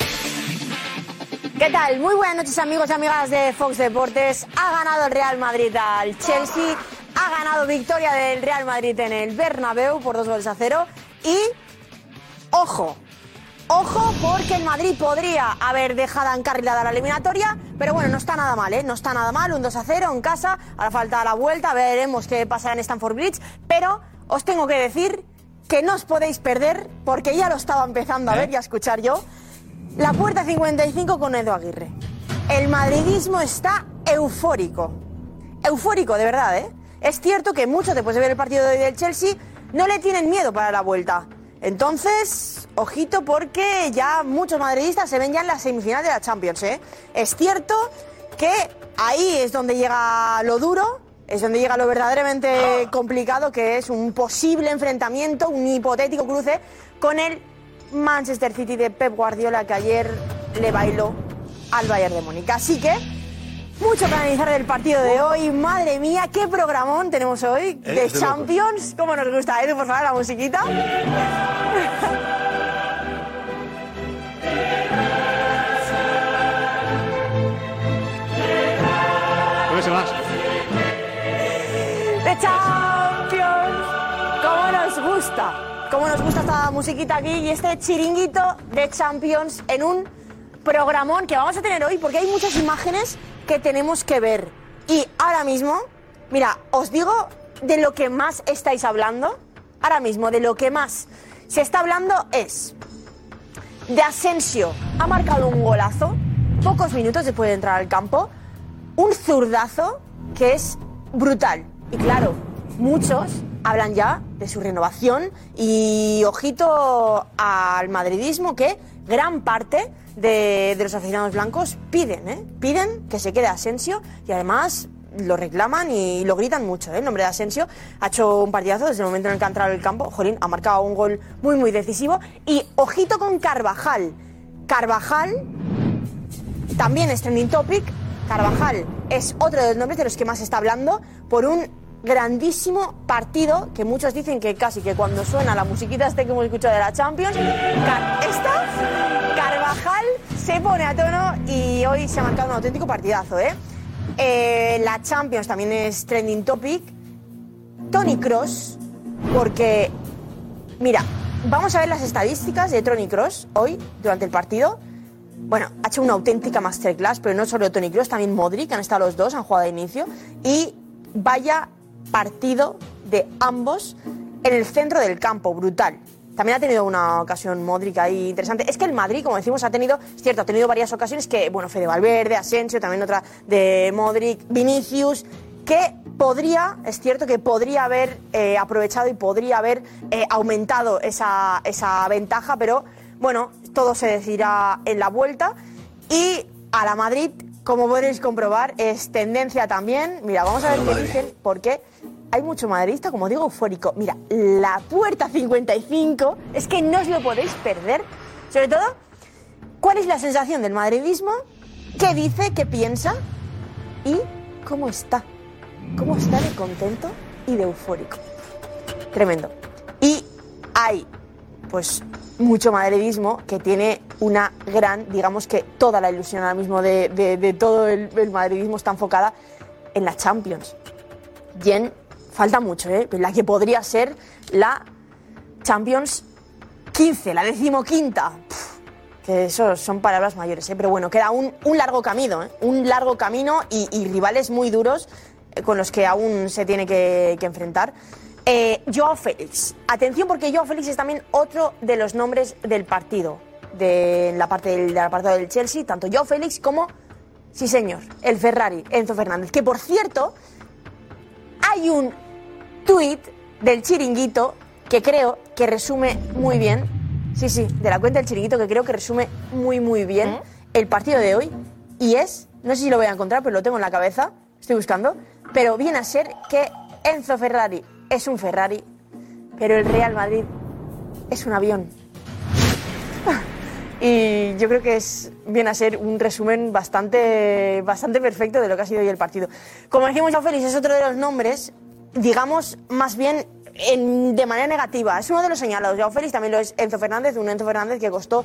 ¿Qué tal? Muy buenas noches amigos y amigas de Fox Deportes. Ha ganado el Real Madrid al Chelsea, ha ganado victoria del Real Madrid en el Bernabéu por dos goles a cero y ojo, ojo porque el Madrid podría haber dejado encarrilada la eliminatoria, pero bueno, no está nada mal, ¿eh? No está nada mal, un 2 a 0 en casa, ahora falta la vuelta, veremos qué pasará en Stamford Bridge, pero os tengo que decir que no os podéis perder porque ya lo estaba empezando a ver y a escuchar yo. La puerta 55 con Edu Aguirre. El madridismo está eufórico. Eufórico, de verdad, ¿eh? Es cierto que muchos después de ver el partido de hoy del Chelsea no le tienen miedo para la vuelta. Entonces, ojito porque ya muchos madridistas se ven ya en la semifinal de la Champions, ¿eh? Es cierto que ahí es donde llega lo duro, es donde llega lo verdaderamente complicado, que es un posible enfrentamiento, un hipotético cruce con el Manchester City de Pep Guardiola que ayer le bailó al Bayern de Múnich. Así que mucho que analizar del partido de hoy. Madre mía, qué programón tenemos hoy de de locos. Champions. ¿Cómo nos gusta, Edu? Por favor, la musiquita. de Champions. ¿Cómo nos gusta? ¿Cómo nos gusta esta musiquita aquí y este chiringuito de Champions en un programón que vamos a tener hoy? Porque hay muchas imágenes que tenemos que ver. Y ahora mismo, mira, os digo de lo que más estáis hablando. Ahora mismo, de lo que más se está hablando es de Asensio. Ha marcado un golazo, pocos minutos después de entrar al campo, un zurdazo que es brutal. Y claro, muchos hablan ya de su renovación y ojito al madridismo que gran parte de, de los aficionados blancos piden, ¿eh? piden que se quede Asensio y además lo reclaman y lo gritan mucho, ¿eh? el nombre de Asensio. Ha hecho un partidazo desde el momento en el que ha entrado al campo. Jolín, ha marcado un gol muy, muy decisivo. Y ojito con Carvajal. Carvajal también es trending topic. Carvajal es otro de los nombres de los que más se está hablando por un grandísimo partido que muchos dicen que casi que cuando suena la musiquita este que hemos escuchado de la Champions, Car- esta, Carvajal se pone a tono y hoy se ha marcado un auténtico partidazo. ¿eh? Eh, la Champions también es trending topic. Tony Cross, porque Mira, vamos a ver las estadísticas de Tony Cross hoy durante el partido. Bueno, ha hecho una auténtica masterclass, pero no solo Tony Cross, también Modric, han estado los dos, han jugado de inicio. Y vaya partido de ambos en el centro del campo, brutal. También ha tenido una ocasión Modric ahí interesante. Es que el Madrid, como decimos, ha tenido, es cierto, ha tenido varias ocasiones que, bueno, Fede Valverde, Asensio, también otra de Modric, Vinicius, que podría, es cierto que podría haber eh, aprovechado y podría haber eh, aumentado esa, esa ventaja, pero bueno, todo se decidirá en la vuelta. Y a la Madrid, como podéis comprobar, es tendencia también. Mira, vamos a ver qué dicen, porque hay mucho madridista, como digo, eufórico. Mira, la puerta 55, es que no os lo podéis perder. Sobre todo, ¿cuál es la sensación del madridismo? ¿Qué dice? ¿Qué piensa? ¿Y cómo está? ¿Cómo está de contento y de eufórico? Tremendo. Y hay, pues, mucho madridismo que tiene una gran, digamos que toda la ilusión ahora mismo de, de- de todo el, el madridismo está enfocada en la Champions. Y en, falta mucho, ¿eh? La que podría ser la Champions 15, la decimoquinta. Pf, Que eso son palabras mayores, ¿eh? pero bueno, queda un, un largo camino, ¿eh? un largo camino y, y rivales muy duros eh, con los que aún se tiene que, que enfrentar. Eh, Joao Félix, atención porque Joao Félix es también otro de los nombres del partido, de la parte del, del apartado del Chelsea, tanto Joao Félix como, sí señor, el Ferrari, Enzo Fernández, que por cierto, hay un tuit del chiringuito que creo que resume muy bien, sí, sí, de la cuenta del chiringuito que creo que resume muy, muy bien el partido de hoy Y es, no sé si lo voy a encontrar, pero lo tengo en la cabeza, estoy buscando, pero viene a ser que Enzo Ferrari es un Ferrari, pero el Real Madrid es un avión. Y yo creo que es, viene a ser un resumen bastante, bastante perfecto de lo que ha sido hoy el partido. Como decimos ya, Félix, es otro de los nombres, digamos, más bien en- de manera negativa. Es uno de los señalados. Joao Félix también lo es Enzo Fernández, un Enzo Fernández que costó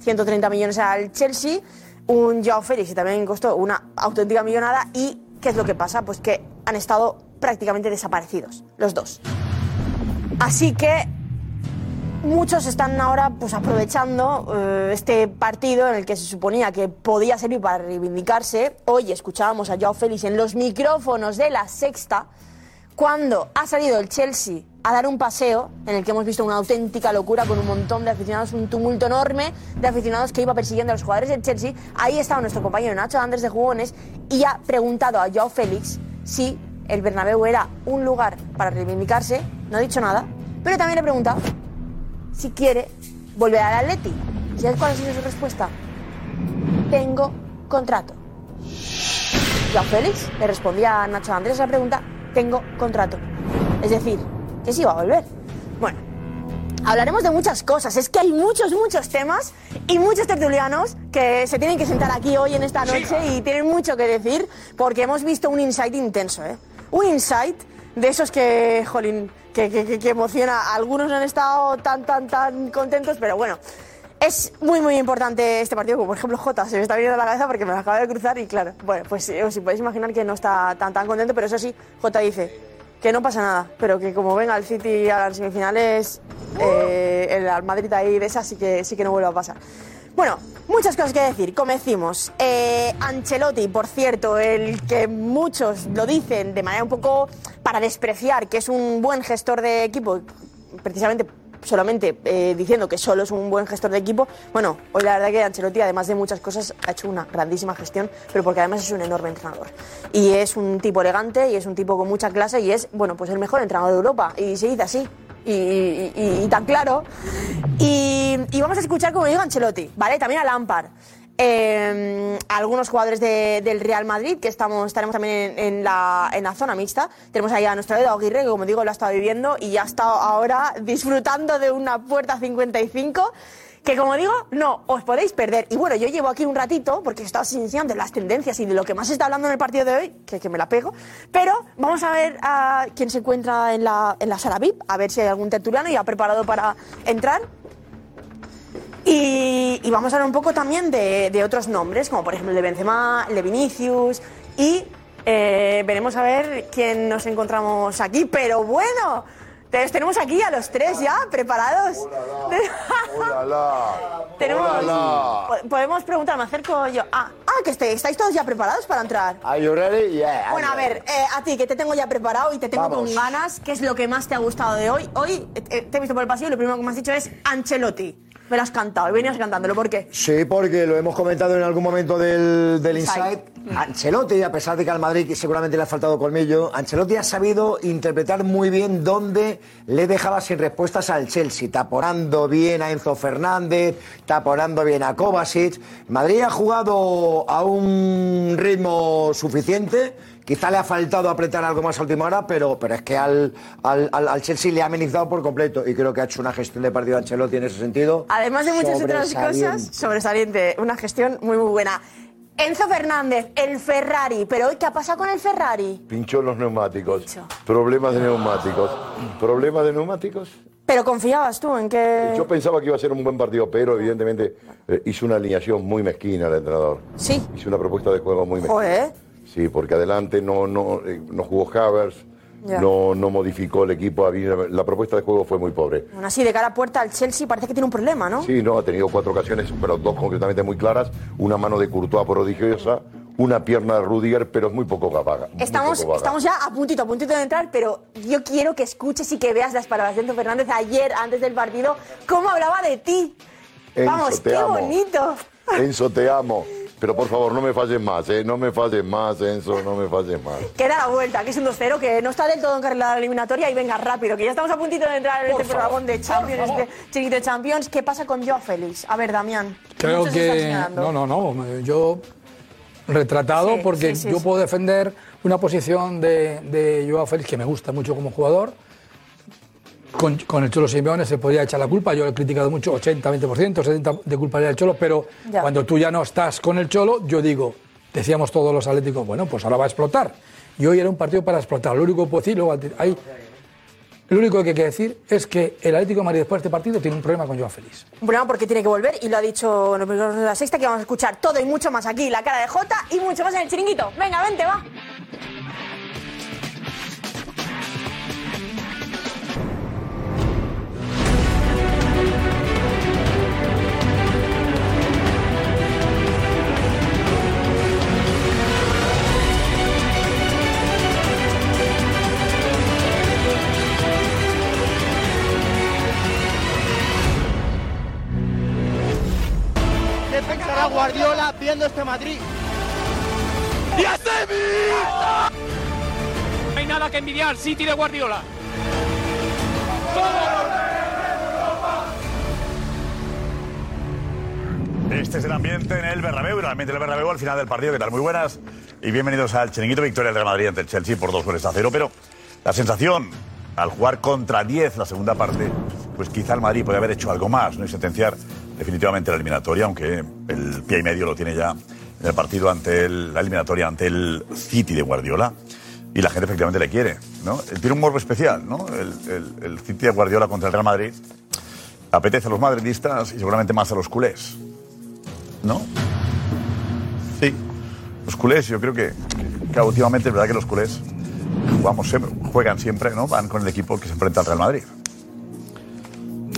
130 millones al Chelsea, un Joao Félix que también costó una auténtica millonada. ¿Y qué es lo que pasa? Pues que han estado prácticamente desaparecidos, los dos. Así que muchos están ahora pues aprovechando eh, este partido en el que se suponía que podía servir para reivindicarse. Hoy escuchábamos a Joao Félix en los micrófonos de la sexta cuando ha salido el Chelsea a dar un paseo en el que hemos visto una auténtica locura con un montón de aficionados, un tumulto enorme de aficionados que iba persiguiendo a los jugadores del Chelsea. Ahí estaba nuestro compañero Nacho Andrés de Jugones y ha preguntado a Joao Félix si el Bernabéu era un lugar para reivindicarse. No ha dicho nada, pero también le ha preguntado si quiere volver al Atleti. ¿Y sabes cuál ha sido su respuesta? Tengo contrato. Joao Félix le respondía a Nacho Andrés a la pregunta, tengo contrato. Es decir, que sí va a volver. Bueno, hablaremos de muchas cosas. Es que hay muchos, muchos temas y muchos tertulianos que se tienen que sentar aquí hoy en esta noche y tienen mucho que decir porque hemos visto un insight intenso, ¿eh? Un insight de esos que, jolín, que, que- que- que emociona. Algunos no han estado tan, tan, tan contentos, pero bueno. Es muy, muy importante este partido, como por ejemplo Jota, se me está viniendo a la cabeza porque me lo acaba de cruzar y claro, bueno, pues eh, os podéis imaginar que no está tan, tan contento, pero eso sí, Jota dice que no pasa nada, pero que como venga el City a las semifinales, eh, el Al Madrid ahí de esa sí que, sí que no vuelve a pasar. Bueno, muchas cosas que decir, comecimos. Eh, Ancelotti, por cierto, el que muchos lo dicen de manera un poco para despreciar, que es un buen gestor de equipo, precisamente solamente eh, diciendo que solo es un buen gestor de equipo, bueno, hoy la verdad que Ancelotti, además de muchas cosas, ha hecho una grandísima gestión, pero porque además es un enorme entrenador. Y es un tipo elegante, y es un tipo con mucha clase, y es, bueno, pues el mejor entrenador de Europa. Y se dice así, y, y- y- y tan claro. Y, y vamos a escuchar, como digo, a Ancelotti, ¿vale? También a Lampard. Eh, algunos jugadores de- del Real Madrid que estamos, estaremos también en, en la, en la zona mixta. Tenemos ahí a nuestro Edo Aguirre, que como digo lo ha estado viviendo y ya está ahora disfrutando de una puerta 55 que como digo, no, os podéis perder. Y bueno, yo llevo aquí un ratito porque he estado enseñando las tendencias y de lo que más se está hablando en el partido de hoy, que, que me la pego. Pero vamos a ver a quién se encuentra en la, en la sala VIP, a ver si hay algún tertuliano ya preparado para entrar. Y, y vamos a hablar un poco también de, de otros nombres, como por ejemplo el de Benzema, el de Vinicius y eh, veremos a ver quién nos encontramos aquí. Pero bueno, te- tenemos aquí a los tres ya preparados. Tenemos. Po- Podemos preguntar, me acerco yo. Ah, ah, que esté- estáis todos ya preparados para entrar. Are you ready? Yeah. I'm Bueno, a ready. ver, eh, a ti, que te tengo ya preparado y te tengo Vamos. con ganas, ¿qué es lo que más te ha gustado de hoy? Hoy eh, eh, te he visto por el pasillo y lo primero que me has dicho es Ancelotti. Me lo has cantado y venías cantándolo, ¿por qué? Sí, porque lo hemos comentado en algún momento del, del Inside. Ancelotti, a pesar de que al Madrid seguramente le ha faltado colmillo, Ancelotti ha sabido interpretar muy bien dónde le dejaba sin respuestas al Chelsea, taponando bien a Enzo Fernández, taponando bien a Kovacic. Madrid ha jugado a un ritmo suficiente. Quizá le ha faltado apretar algo más a última hora, pero, pero es que al, al, al- al Chelsea le ha amenizado por completo y creo que ha hecho una gestión de partido Ancelotti en ese sentido. Además de muchas otras sobresaliente. cosas, sobresaliente, una gestión muy, muy buena. Enzo Fernández, el Ferrari, pero hoy, ¿qué ha pasado con el Ferrari? Pinchó los neumáticos. Problemas de neumáticos. ¿Problemas de neumáticos? Pero confiabas tú en que... Yo pensaba que iba a ser un buen partido, pero evidentemente eh, hizo una alineación muy mezquina el entrenador. Sí. Hizo una propuesta de juego muy mezquina. Joder, Sí, porque adelante no, no, eh, no jugó Havers, Ya. no, no modificó el equipo. había- La propuesta de juego fue muy pobre. aún así, de cara a puerta al Chelsea parece que tiene un problema, ¿no? Sí, no, ha tenido cuatro ocasiones, pero dos concretamente muy claras. Una mano de Courtois prodigiosa, una pierna de Rudiger, pero es muy poco vaga. muy Estamos, poco vaga. estamos ya a puntito, a puntito de entrar, pero yo quiero que escuches y que veas las palabras de Enzo Fernández ayer, antes del partido, cómo hablaba de ti. Enzo, Vamos, te qué amo. bonito. Enzo, te amo. Pero por favor, no me falles más, ¿eh? No me falles más, Enzo, no me falles más. Que da la vuelta, que es un 2-0, que no está del todo encarrilada la eliminatoria y venga rápido, que ya estamos a puntito de entrar en Por este favor, programón de Champions, de Chiquito de Champions. ¿Qué pasa con Joao Félix? A ver, Damián. Creo muchos están que. señalando. No, no, no. Yo retratado Sí, porque sí, sí, yo sí. puedo defender una posición de, de Joao Félix que me gusta mucho como jugador. Con, con el Cholo Simeone se podría echar la culpa, yo lo he criticado mucho, 80, 20%, 70% de culpa era el Cholo, pero Ya. cuando tú ya no estás con el Cholo, yo digo, decíamos todos los atléticos, bueno, pues ahora va a explotar. Y hoy era un partido para explotar, lo único que puedo decir, luego antes- hay- lo único que hay que decir es que el Atlético de Madrid después de este partido tiene un problema con Joao Félix. Un programa porque tiene que volver y lo ha dicho en el programa de la sexta que vamos a escuchar todo y mucho más aquí, la cara de Jota y mucho más en el chiringuito. Venga, vente, va. ¿Qué pensará Guardiola viendo este Madrid? ¡Ya se No hay nada que envidiar, City de Guardiola. Este es el ambiente en el Bernabéu, el ambiente del Bernabéu al final del partido. ¿Qué tal? Muy buenas y bienvenidos al chiringuito victoria del Real Madrid ante el Chelsea por dos goles a cero. Pero la sensación al jugar contra 10 la segunda parte, pues quizá el Madrid puede haber hecho algo más ¿no? y sentenciar definitivamente la eliminatoria, aunque el pie y medio lo tiene ya en el partido ante el- la eliminatoria ante el City de Guardiola. Y la gente efectivamente le quiere, ¿no? Eh, Tiene un morbo especial, ¿no? El, el- el City de Guardiola contra el Real Madrid apetece a los madridistas y seguramente más a los culés. ¿No? Sí. Los culés, yo creo que, que últimamente es verdad que los culés jugamos siempre, juegan siempre, ¿no? Van con el equipo que se enfrenta al Real Madrid.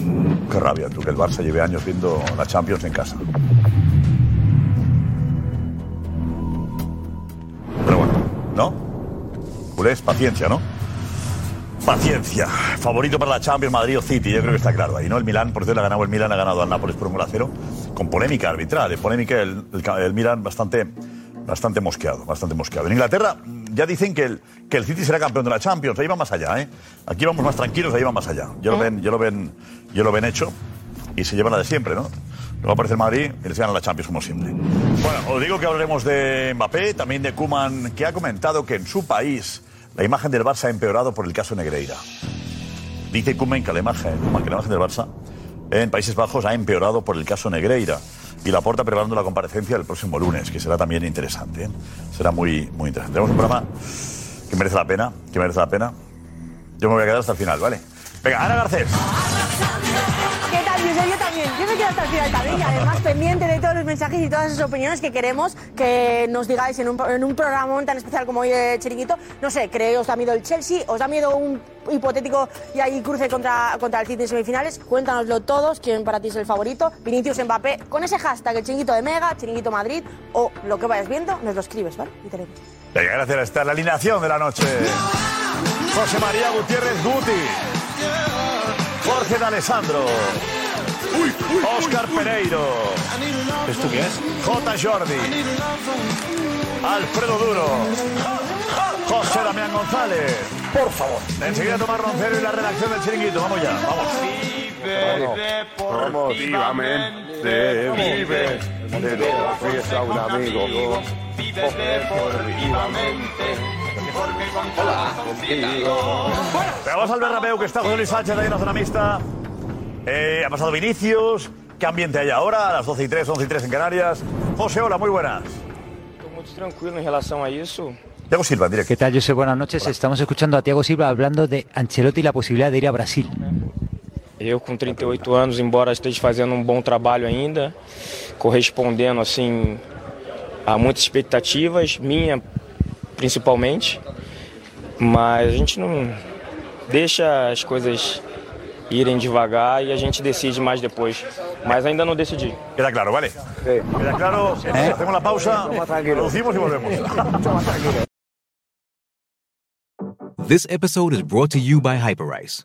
Mm, Qué rabia, tú, que el Barça lleve años viendo la Champions en casa. Pero bueno, ¿no? Culés, paciencia, ¿no? Paciencia. Favorito para la Champions, Madrid o City, yo creo que está claro ahí, ¿no? El Milan, por cierto, ha ganado el Milan, ha ganado al Nápoles por un gol a cero, con polémica arbitral, eh, polémica el, el ca- el Milan bastante, bastante mosqueado, bastante mosqueado. En Inglaterra mm, ya dicen que el, que el City será campeón de la Champions, ahí va más allá, ¿eh? Aquí vamos más tranquilos, ahí va más allá. Ya lo ven, ya lo ven, ya lo ven hecho y se llevan la de siempre, ¿no? Luego aparece el Madrid y les ganan la Champions como siempre. Bueno, os digo que hablaremos de Mbappé, también de Kuman, que ha comentado que en su país la imagen del Barça ha empeorado por el caso Negreira. Dice Kuman que la imagen, Koeman que la imagen del Barça en Países Bajos ha empeorado por el caso Negreira. Y la porta preparando la comparecencia del próximo lunes, que será también interesante. ¿eh? Será muy, muy interesante. Tenemos un programa que merece la pena, que merece la pena. Yo me voy a quedar hasta el final, ¿vale? Venga, Ana Garcés. ¿Qué tal, Josep? Yo también. Yo me quedo hasta el final también y además pendiente de todos los mensajes y todas esas opiniones que queremos que nos digáis en un, en un programa tan especial como hoy de Chiringuito. No sé, ¿creéis os da miedo el Chelsea? ¿Os da miedo un hipotético y ahí cruce contra, contra el City en semifinales? Cuéntanoslo todos, quién para ti es el favorito, Vinicius Mbappé, con ese hashtag el Chiringuito de Mega, Chiringuito Madrid o lo que vayas viendo, nos lo escribes, ¿vale? Y tenemos. Venga, gracias. Esta es la alineación de la noche. José María Gutiérrez Guti. Jorge D'Alessandro. Oscar Pereiro. ¿Esto qué es? J. Jordi. Alfredo Duro. José Damián González. Por favor. Enseguida Tomás Roncero y la redacción del Chiringuito. Vamos ya, vamos. Vamos, vivamente, vive. Te lo confiesa un amigo. Pero vamos al Bernabéu, que está José Luis Sánchez ahí en la zona mixta. Eh, ha pasado Vinicius. ¿Qué ambiente hay ahora? A las 12 y 3, 11 y 3 en Canarias. José, hola, muy buenas. Muito tranquilo em relação a isso. Tiago Silva, directo. ¿Qué tal, José? Buenas noches. Estamos escuchando a Tiago Silva hablando de Ancelotti y la posibilidad de ir a Brasil. Eu com 38 anos, embora esteja fazendo um bom trabalho ainda, correspondendo assim a muitas expectativas, minha principalmente, mas a gente não deixa as coisas irem devagar e a gente decide mais depois. Mas ainda não decidi. Queda claro, vale? Queda claro, hacemos la pausa, producimos y volvemos. This episode is brought to you by Hyperice,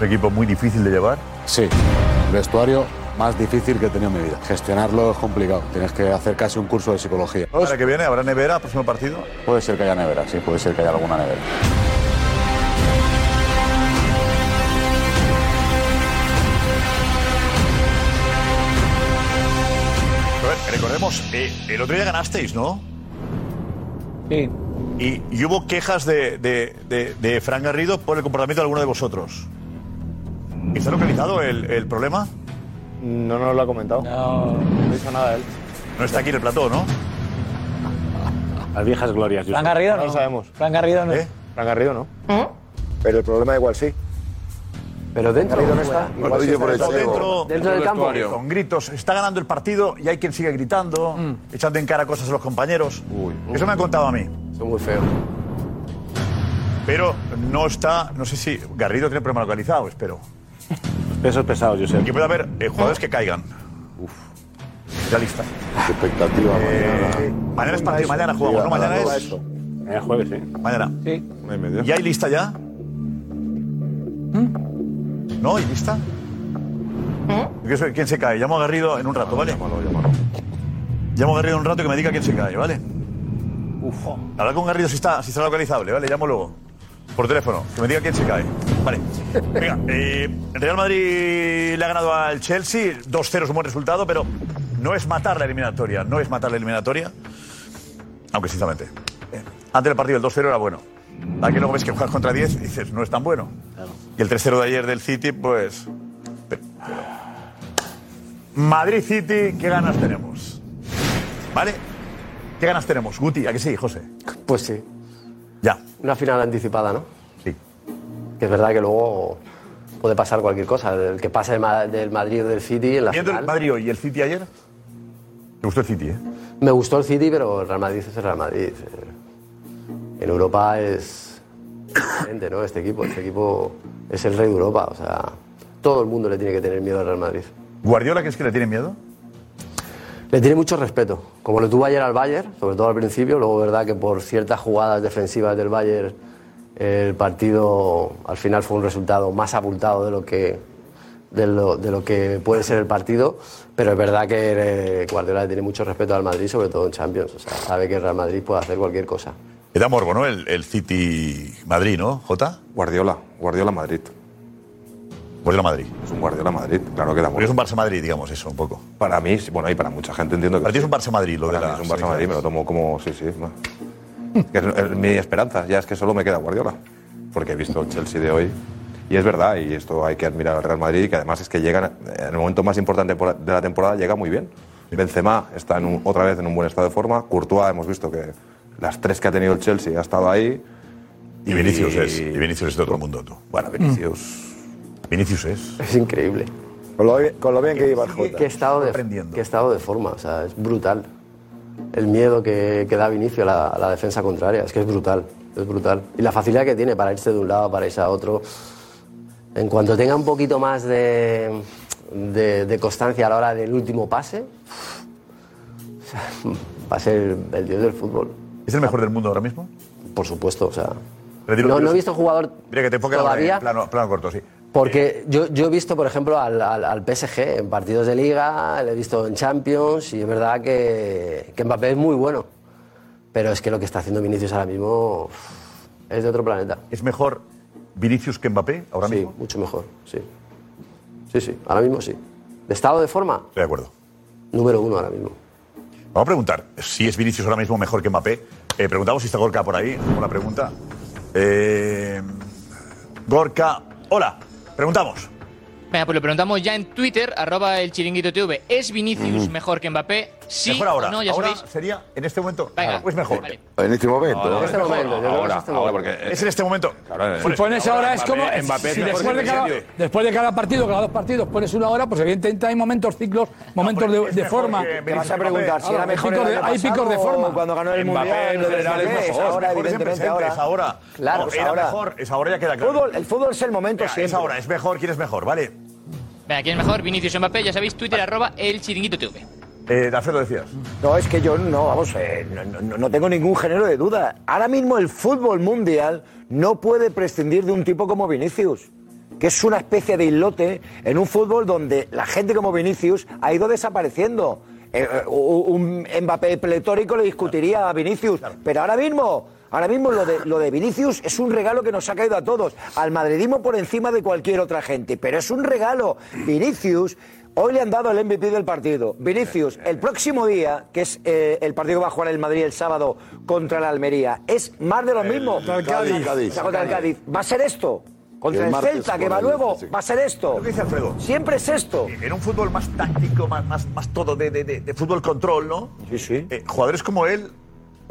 ¿Un equipo muy difícil de llevar? Sí. El vestuario más difícil que he tenido en mi vida. Gestionarlo es complicado. Tienes que hacer casi un curso de psicología. ¿Para que viene? ¿Habrá nevera próximo partido? Puede ser que haya nevera, sí, puede ser que haya alguna nevera. A ver, recordemos, eh, el otro día ganasteis, ¿no? Sí. Y, y hubo quejas de, de, de, de Fran Garrido por el comportamiento de alguno de vosotros. ¿Está localizado el, el problema? No nos lo ha comentado. No, no hizo nada él. No está aquí en el plató, ¿no? Las viejas glorias. Fran Garrido no. no. lo sabemos. Fran Garrido ¿Eh? no. Fran Garrido no. Pero el problema igual sí. Pero dentro. Garrido no está. Bueno, Igual sí dice está por el dentro. dentro, Con gritos. Está ganando el partido y hay quien sigue gritando, echando en cara cosas a los compañeros. Eso me han contado a mí. Son muy feos. Pero no está, no sé si Garrido tiene problema localizado, espero. Pesos pesados, yo sé. Y puede haber eh, jugadores que caigan. Uf. Ya lista. Qué expectativa Eh, mañana es partido, mañana jugamos, ¿no? Mañana es. Mañana es jueves, ¿eh? Mañana. Sí. ¿Y hay lista ya? ¿No? ¿Hay lista? Yo sé ¿Quién se cae? Llamo a Garrido en un rato, ¿vale? Llamo a Garrido en un rato que me diga quién se cae, ¿vale? Uf. Habla con Garrido si está, si está localizable, ¿vale? Llamo luego. Por teléfono, que me diga quién se cae. Vale. Venga, eh, Real Madrid le ha ganado al Chelsea. 2-0 es un buen resultado, pero no es matar la eliminatoria. No es matar la eliminatoria. Aunque, sinceramente, eh, antes del partido el 2-0 era bueno. Aquí luego ves que juegas contra 10 y dices, no es tan bueno. Y el 3-0 de ayer del City, pues. pe- pero- Madrid City, ¿qué ganas tenemos? ¿Vale? ¿Qué ganas tenemos? Guti, ¿a que sí, José? Pues sí. Ya. Una final anticipada, ¿no? Sí. Que es verdad que luego puede pasar cualquier cosa. El que pasa del Ma- del Madrid o del City en la Viendo el final. Madrid hoy y el City ayer. Me gustó el City, ¿eh? Me gustó el City, pero el Real Madrid es el Real Madrid. Eh, En Europa es diferente, ¿no? Este equipo, este equipo es el rey de Europa. O sea, todo el mundo le tiene que tener miedo al Real Madrid. ¿Guardiola crees que le tiene miedo? Le tiene mucho respeto, como lo tuvo ayer al Bayern, sobre todo al principio, luego verdad que por ciertas jugadas defensivas del Bayern el partido al final fue un resultado más abultado de lo que de lo, de lo que puede ser el partido, pero es verdad que eh, Guardiola le tiene mucho respeto al Madrid, sobre todo en Champions, o sea, sabe que el Real Madrid puede hacer cualquier cosa. Le da morbo, ¿no? El, el City Madrid, ¿no, Jota? Guardiola, Guardiola Madrid. Guardiola Madrid. Es un Guardiola Madrid, claro que da Porque es un Barça Madrid, digamos eso, un poco. Para mí, sí, bueno, y para mucha gente entiendo que. Para ti es un Barça Madrid, lo Para de mí la es un Barça Madrid, me lo tomo como. Sí, sí. no. Es que es- es mi esperanza, ya es que solo me queda Guardiola. Porque he visto el Chelsea de hoy. Y es verdad, y esto hay que admirar al Real Madrid, que además es que llegan, en el momento más importante por- de la temporada, llega muy bien. Benzema está en un- otra vez en un buen estado de forma. Courtois, hemos visto que las tres que ha tenido el Chelsea ha estado ahí. Y Vinicius es. Y Vinicius es de otro mundo, tú. Mm. Bueno, Vinicius. Vinicius es. Es increíble. Con lo, bien- con lo bien que iba el Jota. Qué estado, de, qué estado de forma, o sea, es brutal. El miedo que, que da Vinicio a la, a la defensa contraria, es que es brutal, es brutal. Y la facilidad que tiene para irse de un lado, para irse a otro. En cuanto tenga un poquito más de, de- de constancia a la hora del último pase, va a ser el dios del fútbol. ¿Es el mejor del mundo ahora mismo? Por supuesto, o sea. Pero dilo No, tú, no he sí. visto jugador Mira que te enfoque todavía. en plano, plano corto, sí. Porque yo, yo he visto, por ejemplo, al, al- al PSG en partidos de liga, le he visto en Champions y es verdad que, que Mbappé es muy bueno. Pero es que lo que está haciendo Vinicius ahora mismo uf, es de otro planeta. ¿Es mejor Vinicius que Mbappé ahora sí, mismo? mucho mejor, sí. Sí, sí, ahora mismo sí. ¿De estado de forma? Estoy de acuerdo. Número uno ahora mismo. Vamos a preguntar si es Vinicius ahora mismo mejor que Mbappé. Eh, preguntamos si está Gorka por ahí, con la pregunta. Eh, Gorka, hola, preguntamos. Venga, pues lo preguntamos ya en Twitter, arroba el chiringuito TV. ¿Es Vinicius mejor que Mbappé? Sí mejor ahora. o no, ya ahora sabéis. sería en este momento. Venga, pues mejor. En este momento. Ahora, ¿no? este momento, yo creo que es este momento. Es en este momento. Claro, eh, Si pones ahora, es como. Mbappé, si Mbappé, después, de cada, Mbappé. después de cada partido, cada dos partidos, pones una hora, pues evidentemente hay momentos, ciclos, momentos de- de, forma. Te vas a preguntar si era Hay mejor picos el de- año hay picos de pasado forma. o cuando ganó el Mbappé, mundial. en no sé general, qué es es, mejor. ahora, Mejor es en evidentemente, presente, ahora. Es ahora. Claro, No, es era ahora. mejor. Es ahora ya queda claro. Fútbol- el fútbol es el momento Venga, es siempre. ahora, es mejor, ¿quién es mejor? Vale. Venga, ¿quién es mejor? Vinicius o Mbappé, ya sabéis, Twitter, arroba el chiringuito TV. Eh, Alfredo, decías. No, es que yo no, vamos, eh, no, no- no tengo ningún género de duda. Ahora mismo el fútbol mundial no puede prescindir de un tipo como Vinicius, que es una especie de islote en un fútbol donde la gente como Vinicius ha ido desapareciendo. Eh, eh, un Mbappé pletórico le discutiría a Vinicius, pero ahora mismo, ahora mismo lo de, lo de Vinicius es un regalo que nos ha caído a todos, al madridismo por encima de cualquier otra gente, pero es un regalo. Vinicius Hoy le han dado el MVP del partido. Vinicius, el próximo día, que es eh, el partido que va a jugar el Madrid el sábado contra la Almería, es más de lo mismo. Contra el Cádiz. O sea, contra el Cádiz. Va a ser esto. Y Contra el el, martes Celta, que juega va el luego, Celtic. va a ser esto. Lo que dice Alfredo. Siempre es esto. En un fútbol más táctico, más, más, más todo de, de- de- de fútbol control, ¿no? Sí, sí. jugadores como él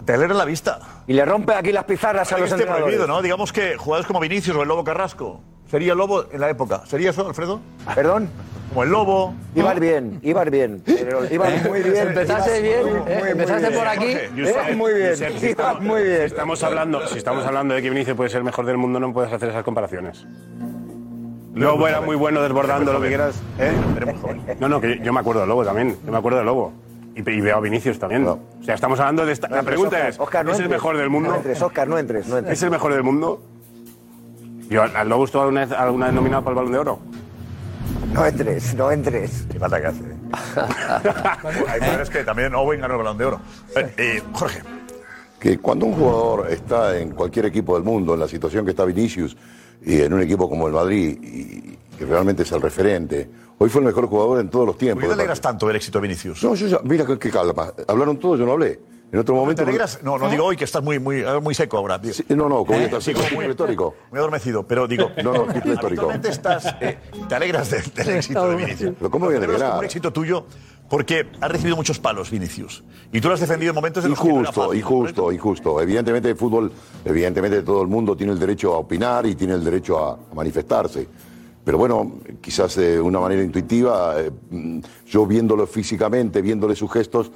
te alegran la vista. Y le rompe aquí las pizarras a los este entrenadores. prohibido, ¿no? Digamos que jugadores como Vinicius o el Lobo Carrasco. Sería el Lobo en la época. ¿Sería eso, Alfredo? ¿Perdón? Como el Lobo. Ibar bien, Ibar bien. Pero Ibar muy bien. Empezaste bien, Ibas eh, empezaste por bien. aquí. ¿eh? Jorge, Ibas muy bien. Josep, si Ibas estamos- muy bien. si estamos hablando, si estamos hablando de que Vinicius puede ser el mejor del mundo, no puedes hacer esas comparaciones. Lobo era muy bueno desbordando lo que quieras. ¿eh? No, no, que yo, yo me acuerdo de Lobo también. Yo me acuerdo de Lobo. Y, y veo a Vinicius también. O sea, estamos hablando de esta. No la entres, pregunta Óscar, es: Óscar, no ¿es el entres. mejor del mundo? No entres, Oscar, no entres. No entres. ¿Es el mejor del mundo? Yo al al Lobo estuvo alguna vez, alguna vez nominado para el balón de oro. No entres, no entres. Qué falta que hace. ¿eh? Hay jugadores que también Owen ganó el balón de oro. Eh, eh, Jorge. que cuando un jugador está en cualquier equipo del mundo, en la situación que está Vinicius, y en un equipo como el Madrid, y, que realmente es el referente, hoy fue el mejor jugador en todos los tiempos. ¿Por qué te alegras tanto del éxito de Vinicius? No, yo ya, mira qué, qué calma. Hablaron todos, yo no hablé. En otro ¿Te momento. alegras? ¿Eh? No, no digo hoy que estás muy, muy, muy seco ahora. digo. Sí, no, no, como Eh, que estás sí, como muy muy retórico. Muy adormecido, pero digo. No, no, tipo histórico. habitualmente estás. eh, te alegras de- del éxito de Vinicius. Pero ¿cómo voy a Te alegras alegrar? como un éxito tuyo porque has recibido muchos palos, Vinicius. Y tú lo has defendido en momentos en los que no era Injusto, fácil. injusto, injusto. Evidentemente el fútbol, evidentemente todo el mundo tiene el derecho a opinar y tiene el derecho a, a manifestarse. Pero bueno, quizás de una manera intuitiva, eh, mm, yo viéndolo físicamente, viéndole sus gestos,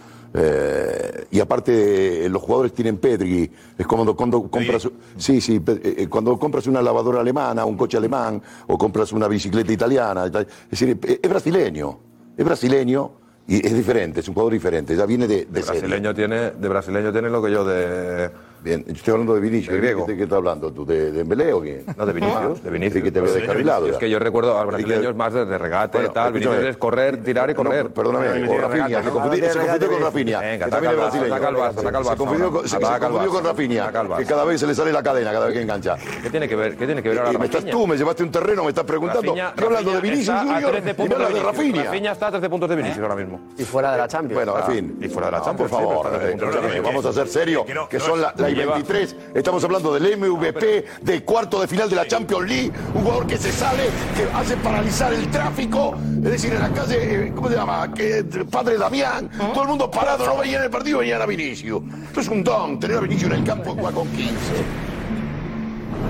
eh, y aparte eh, los jugadores tienen Pedri, es como cuando, cuando compras, sí, sí, pe- eh, eh, cuando compras una lavadora alemana, un coche alemán, o compras una bicicleta italiana, y tal. es decir, eh, es brasileño, es brasileño. Y es diferente, es un jugador diferente, ya viene de, de De serie. brasileño, tiene, de brasileño tiene lo que yo de. Eh, Bien, yo estoy hablando de Vinicius. De griego. ¿De qué estás hablando? ¿Tú de, de Embelé o qué? Ah. No, de Vinicius. De Vinicius. que te veo descarrilado. Es ya. que yo recuerdo al brasileño es más de, de regate, Bueno, tal. escúchame. Vinicius es correr, tirar y correr. No, perdóname, o Rafinha, se confundió, se confundió con Rafinha. Venga, que ataca también al es Barça, brasileño. ataca al Barça, ataca al Se Barça confundió ahora. con, se, se Ataca al confundió Barça, con Rafinha, ataca al que Barça. cada vez se le sale la cadena, cada vez que engancha. ¿Qué tiene que ver, qué tiene que ver ahora Y me estás Rafinha? tú, me llevaste un terreno, me estás preguntando. Rafinha- yo hablando de Rafinha Vinicius está a Junior 13 y puntos me hablas de Rafinha. Rafinha Ah. está a 13 puntos de Vinicius ahora mismo. Y fuera de la Champions. Bueno, Ah. en fin. Y fuera de la No, Champions, Por sí, favor, pero está de eh, punto. escúchame, Que- vamos a ser serios, que no- que no son es- la, la lleva- I-23. Estamos hablando del MVP, de cuarto de final de la Champions League. Un jugador que se sale, que hace paralizar el tráfico. Es decir, en la calle, eh, ¿cómo se llama? Que, padre Damián, ¿Eh? todo el mundo parado, no veían el partido, veían a Vinicius. Esto es un don, tener a Vinicius en el campo jugar con 15.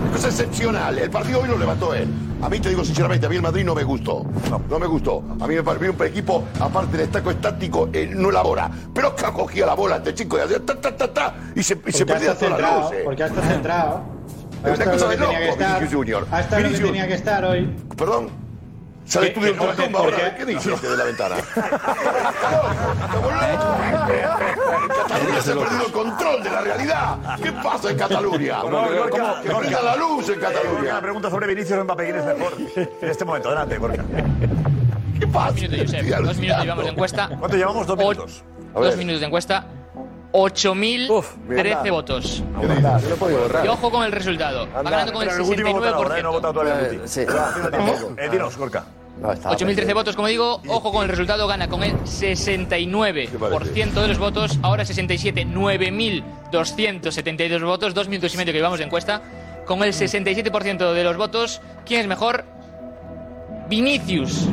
Una Cosa excepcional, el partido hoy lo levantó él. A mí te digo sinceramente, a mí el Madrid no me gustó. No me gustó. A mí me pareció un equipo, aparte del estaco estático, eh, no elabora. Pero Oscar cogía la bola, este chico de allá, ta, ta, ta, ta, y se, y se Porque perdía has todas las centrado, luces. porque has centrado. Es Hasta una cosa lo de que tenía que loco, estar. Vinicius Junior. Hasta lo que Vinicius- tenía que estar hoy. Perdón. Sale Que- tú que de no, ¿eh? otra que- tumba ahora. ¿eh? porque- ¿Qué dices de la ventana? Cataluña se ha perdido el control de la realidad. ¿Qué pasa en Cataluña? No, no, Que Gorka, prenda la luz en Gorka, Cataluña. La pregunta sobre Vinicius o Mbappé, ¿quién es mejor? En este momento, adelante, Gorka. ¿Qué pasa? Dos minutos, Josep. Dos minutos llevamos de encuesta. ¿Cuánto llevamos? Dos minutos. O- Dos minutos de encuesta. 8.013 mierda. votos. Yo no puedo votar. Y ojo con el resultado. Va ganando con el Pero el último votará ahora, ¿eh? No ha 69%. votado todavía el Eh, último. sí. Eh, dinos, Gorka. No, estaba 8.013 perdido. votos, como digo. Ojo con el resultado. Gana con el 69% de los votos. Ahora 67, 9.272 votos. Dos minutos y medio que llevamos de encuesta. Con el 67% de los votos. ¿Quién es mejor? Vinicius.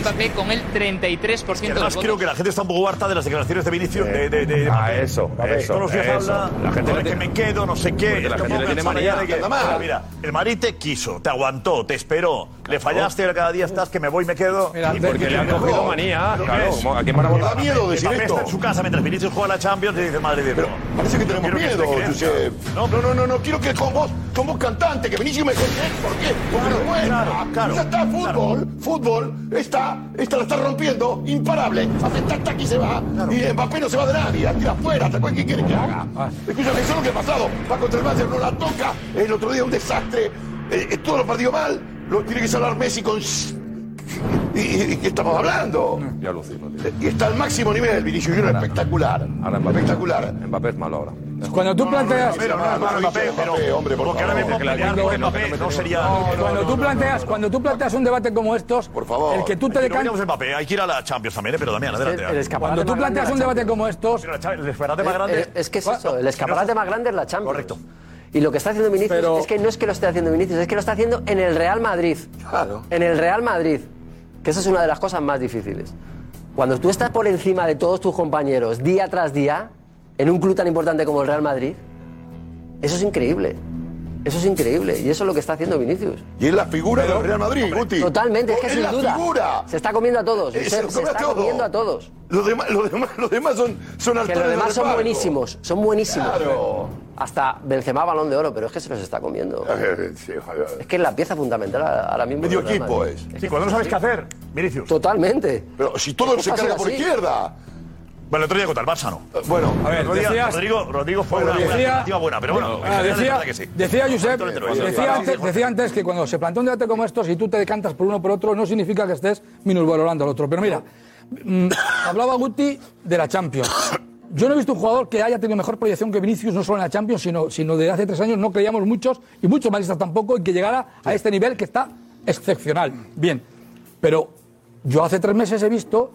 Mbappé con el 33% Y de los además creo votos. que la gente está un poco harta de las declaraciones de Vinicius. De, de, de, Ah, eso, A ver, eso, Todos los días eso. habla. La gente le "No, es que tiene- me quedo, no sé qué. Porque la gente le es que pongo tiene el Madrid manía, de que- anda mal. Mira, Mira, el Madrid te quiso, te aguantó, te esperó, Le fallaste, ahora cada día estás que me voy, me quedo. Y porque le han cogido manía. Claro, ¿cómo? ¿A quién van a votar? Da miedo decir esto. está en su casa mientras Vinicius juega la Champions y dice, madre de Dios. Parece que tenemos Quiero que miedo, se crean. Josep. No, no, no, no, no, quiero que con vos, con vos cantante, que Vinicius me conté. ¿Por qué? Porque no es buena. Ya está fútbol, fútbol, está, esta la está rompiendo, imparable. Hace tac tac y se va. Y Mbappé no se va de nadie, la tira afuera, ¿te ¿qué quiere que haga? Escúchame, eso es lo que ha pasado. Va contra el Bayern, no la toca. El otro día un desastre. Eh, eh, todo lo perdió mal. Lo tiene que hablar Messi con. ¿Y, y- y qué estamos hablando? Ya lo digo. Eh, Y está al máximo nivel, Vinicius Junior, espectacular. Ahora Mbappé. Espectacular. Mbappé es malo ahora. Cuando tú planteas. Pero no, no, no, Mbappé, pero- hombre, por Porque ahora mismo pelear con Mbappé no sería... Cuando tú planteas, cuando tú planteas un debate como estos, por favor, el que tú te No decantas. digamos Mbappé, hay que ir a la Champions también, eh, pero Damián, adelante. Cuando tú planteas un debate como estos, el escaparate más grande. Eh, Es, es que es eso, el escaparate más grande es la Champions. Correcto. Y lo que está haciendo Vinicius Pero- es que no es que lo esté haciendo Vinicius, es que lo está haciendo en el Real Madrid. Claro. En el Real Madrid. Que esa es una de las cosas más difíciles. Cuando tú estás por encima de todos tus compañeros día tras día, en un club tan importante como el Real Madrid, eso es increíble. Eso es increíble. Y eso es lo que está haciendo Vinicius. Y es la figura del Real Madrid, Guti. Totalmente, es que Es sin la duda. figura. Se está comiendo a todos. Eh, se Josep, lo se come a está todo. comiendo a todos. Los demás, los demás, los demás son, son Que actores los de demás son reparto. buenísimos, son buenísimos. Claro. Hasta Benzema balón de oro, pero es que se los está comiendo. es que es la pieza fundamental ahora mismo. Medio del Real equipo Madrid. es. que Sí, es cuando no sabes así. qué hacer, Vinicius. Totalmente. Pero si todo Es se fácil carga por Pues así. izquierda. Eh, Bueno, el otro día contra el Barça no. Bueno, a ver, decías- Rodrigo, Rodrigo fue una, una Decía- alternativa buena, pero bueno, en Ah, general, la decía, verdad que sí. decía Josep, Totalmente lo es. decía antes, decía antes que cuando se plantea un debate como estos y tú te decantas por uno o por otro, no significa que estés minusvalorando al otro. Pero mira, mm, hablaba Guti de la Champions. Yo no he visto un jugador que haya tenido mejor proyección que Vinicius, no solo en la Champions, sino, sino desde hace tres años no creíamos muchos, y muchos malistas tampoco, y que llegara a este nivel que está excepcional. Bien, pero yo hace tres meses he visto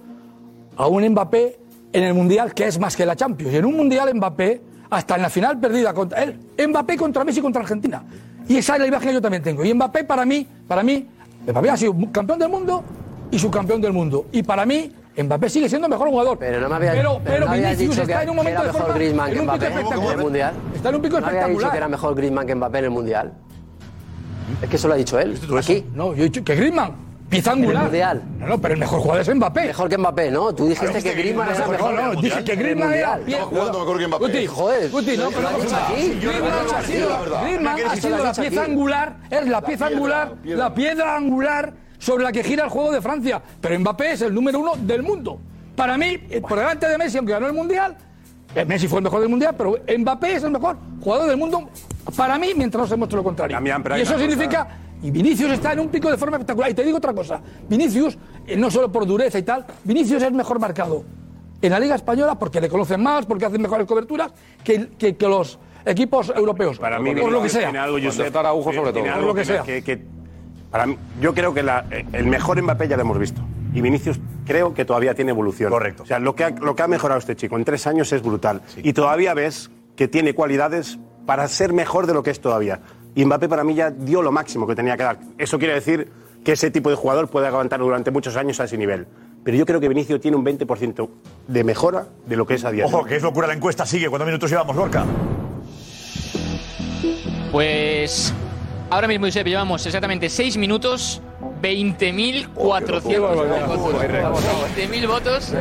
a un Mbappé en el Mundial que es más que la Champions. Y en un Mundial Mbappé, hasta en la final perdida contra él, Mbappé contra Messi contra Argentina. Y esa es la imagen que yo también tengo. Y Mbappé para mí, para mí, Mbappé ha sido campeón del mundo y subcampeón del mundo. Y para mí, Mbappé sigue siendo el mejor jugador. Pero no me habías- pero, pero no habías Vinicius dicho está que en un momento era de mejor forma, Griezmann en que un pico Mbappé en el espectacular. mundial. Está en un pico ¿No había dicho que espectacular. era mejor Griezmann que Mbappé en el mundial? Es que eso lo ha dicho él. Aquí. No, yo he dicho que Griezmann pieza En el angular. mundial. No, no, pero el mejor jugador es Mbappé. Mejor que Mbappé, ¿no? Tú dijiste que Griezmann era mejor. No, no, dije que Griezmann era pieza. Guti, Joder. Guti, no, pero Lo has vamos dicho a- aquí. Griezmann ha sido, Griezmann ha sido la pieza angular, es la pieza angular, la piedra angular sobre la que gira el juego de Francia. Pero Mbappé es el número uno del mundo. Para mí, eh, por delante de Messi, aunque ganó el Mundial, eh, Messi fue el mejor del Mundial, pero Mbappé es el mejor jugador del mundo para mí mientras no se muestre lo contrario. pero hay y eso una cosa- significa... Y Vinicius está en un pico de forma espectacular. Y te digo otra cosa, Vinicius, eh, no solo por dureza y tal, Vinicius es mejor marcado en la Liga Española porque le conocen más, porque hacen mejores coberturas que, que- que los equipos europeos. Para mí por lo que Vinicius sea. tiene algo, Cuando Josep, está Araujo, que- sobre tiene todo. algo Por lo que sea. que- que- para mí- yo creo que la- eh, el mejor Mbappé ya lo hemos visto. Y Vinicius creo que todavía tiene evolución. Correcto. O sea, lo que ha, lo que ha mejorado este chico en tres años es brutal. Y todavía ves que tiene cualidades para ser mejor de lo que es todavía. Y Mbappé para mí ya dio lo máximo que tenía que dar. Eso quiere decir que ese tipo de jugador puede aguantar durante muchos años a ese nivel. Pero yo creo que Vinicius tiene un 20% de mejora de lo que es a día de hoy. Ojo, que es locura la encuesta, sigue. ¿Cuántos minutos llevamos, Lorca? Pues ahora mismo, Josep, llevamos exactamente 6 minutos, 20.400 votos. 20.000 votos.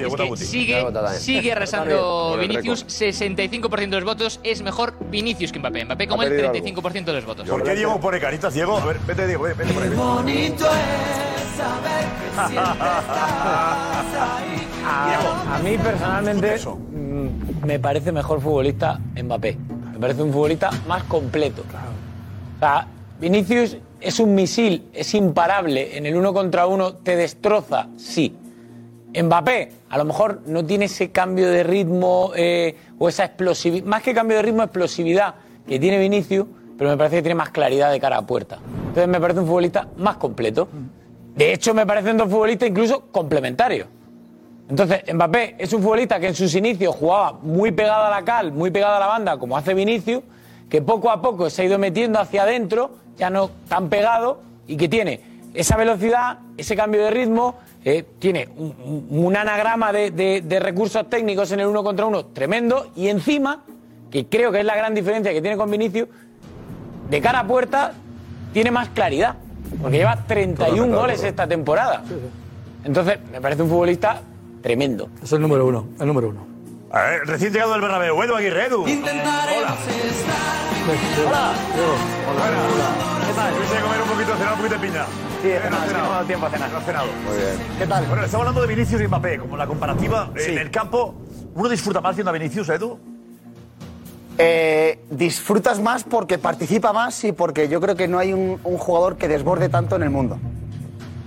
Es que sigue, sigue arrasando Vinicius, 65% de los votos es mejor Vinicius que Mbappé. Mbappé como Ha el perdido 35% de los votos. ¿Por qué Diego pone caritas, Diego? A ver, vete, Diego, vete, vete por ahí. vete. A mí personalmente mm, me parece mejor futbolista Mbappé. Me parece un futbolista más completo. O sea, Vinicius es un misil, es imparable. En el uno contra uno te destroza, sí. Mbappé, a lo mejor no tiene ese cambio de ritmo eh, o esa explosividad, más que cambio de ritmo, explosividad que tiene Vinicius, pero me parece que tiene más claridad de cara a puerta. Entonces me parece un futbolista más completo. De hecho, me parecen dos futbolistas incluso complementarios. Entonces, Mbappé es un futbolista que en sus inicios jugaba muy pegado a la cal, muy pegado a la banda, como hace Vinicius, que poco a poco se ha ido metiendo hacia adentro, ya no tan pegado, y que tiene esa velocidad, ese cambio de ritmo, eh, tiene un, un- un anagrama de, de- de recursos técnicos en el uno contra uno tremendo, y encima, que creo que es la gran diferencia que tiene con Vinicius, de cara a puerta tiene más claridad. Porque lleva 31 Totalmente de goles acuerdo. esta temporada. Entonces, me parece un futbolista tremendo. Es el número uno, el número uno. A ver, recién llegado del Bernabéu, Edu Aguirre, Edu. Hola. Hola. Hola. ¿Qué tal? Voy a comer un poquito de cenar, un poquito de piña. Sí, Eh, he no cenado, has es que no me ha dado tiempo a cenar. No has cenado. Muy bien. ¿Qué tal? Bueno, estamos hablando de Vinicius y Mbappé, como la comparativa eh, en el campo. ¿Uno disfruta más siendo a Vinicius, Edu? Eh, disfrutas más porque participa más y porque yo creo que no hay un, un jugador que desborde tanto en el mundo.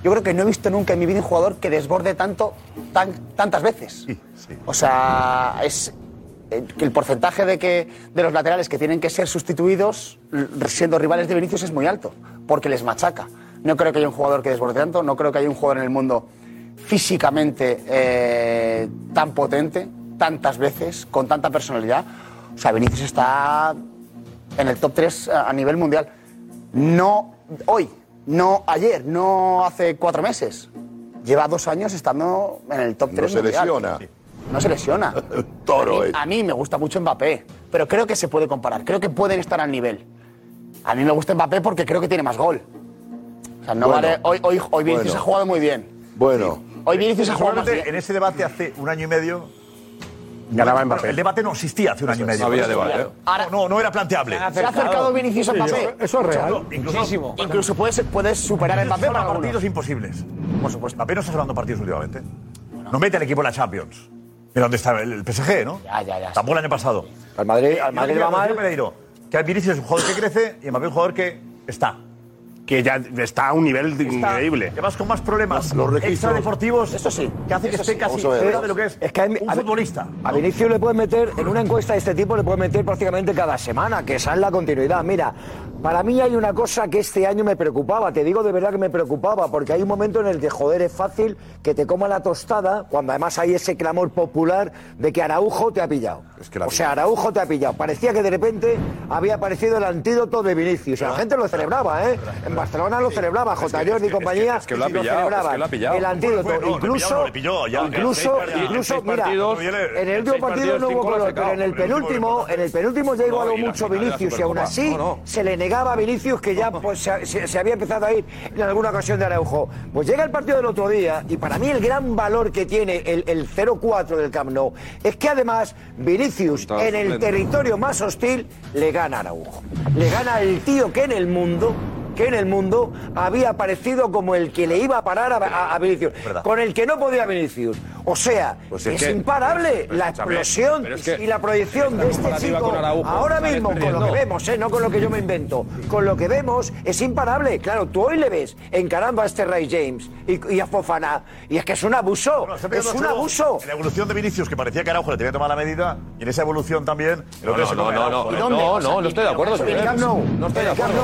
Yo creo que no he visto nunca en mi vida un jugador que desborde tanto tan- tantas veces. O sea, es eh, que el porcentaje de que de los laterales que tienen que ser sustituidos l- siendo rivales de Vinicius es muy alto porque les machaca. No creo que haya un jugador que desborde tanto. No creo que haya un jugador en el mundo físicamente eh, tan potente, tantas veces, con tanta personalidad. O sea, Vinicius está en el top 3 a a nivel mundial. No hoy, no ayer, no hace cuatro meses. Lleva dos años estando en el top No 3 se mundial. lesiona. No se lesiona. Toro, a, mí, eh. a mí me gusta mucho Mbappé, pero creo que se puede comparar. Creo que pueden estar al nivel. A mí me gusta Mbappé porque creo que tiene más gol. O sea, no Bueno. vale. Hoy, hoy, hoy Vinicius Bueno. Eh, ha jugado muy bien. Bueno. Hoy Vinicius ha jugado más bien. Seguramente en ese debate hace un año y medio. Ganaba Bueno, Mbappé. El debate no existía hace un año y medio. No había Por eso, debate, ¿eh? No, no, no era planteable. Se ha acercado Vinicius a Sí, Mbappé. yo- No, incluso, Incluso puedes, puedes superar a Mbappé para para algunos. partidos imposibles. Por supuesto. Mbappé no está salvando partidos últimamente. No mete al equipo en la Champions. Pero ¿dónde está el el PSG, no? Ya, ya, ya. Tampoco el año pasado. Al Madrid, al Madrid le va mal. Pereiro, que Vinicius es un jugador que crece y Mbappé es un jugador que está. Que ya está a un nivel Está- increíble. Que vas con más problemas extradeportivos. Eso sí. Que hace que eso esté sí. casi Vamos a ver. fuera de lo que es, Es que a- un a- futbolista. A Vinicius le puedes meter, en una encuesta de este tipo, le puedes meter prácticamente cada semana, que esa es la continuidad. Mira, para mí hay una cosa que este año me preocupaba, te digo de verdad que me preocupaba, porque hay un momento en el que, joder, es fácil que te coma la tostada, cuando además hay ese clamor popular de que Araujo te ha pillado. o sea, Araujo te ha pillado. Parecía que de repente había aparecido el antídoto de Vinicius. La gente lo celebraba, ¿eh? En Barcelona lo celebraba, J. Jordi y compañía. es que lo ha lo pillado, es que celebraban. lo ha pillado. El antídoto. Bueno, bueno, le incluso, pillaron, le pilló, ya. incluso, En seis partidos, incluso, en seis mira, partidos, en en el último seis partido partidos, no hubo cinco lo ha color, pero sacado. en el En el último penúltimo, en el penúltimo ya No, igualó y la mucho final de la Vinicius y aún Supercopa. así No, no. se le negaba a Vinicius que ya pues, se, se- se había empezado a ir en alguna ocasión de Araujo. Pues llega el partido del otro día y para mí el gran valor que tiene el, el 0-4 del Camp Nou es que además Vinicius Estaba en el suplente. territorio más hostil le gana a Araujo. Le gana el tío que en el mundo que en el mundo había aparecido como el que le iba a parar a, a- a Vinicius, Verdad. con el que no podía Vinicius. O sea, Pues es es, que- imparable pero la escúchame, explosión pero es que- y la proyección de este comparativa chico con Araujo, ahora sales mismo con lo que perdiendo. vemos, ¿eh? no con lo que yo me invento, con lo que vemos es imparable. Claro, tú hoy le ves encarando a este Ray James y, y a Fofana y es que es un abuso, es un abuso. En la evolución de Vinicius, que parecía que Araujo le tenía que tomar la medida, y en esa evolución también. el otro No, se no, come no, a no, Araujo. ¿eh? no, no, no, no estoy de acuerdo. En el Camp Nou, No estoy de acuerdo.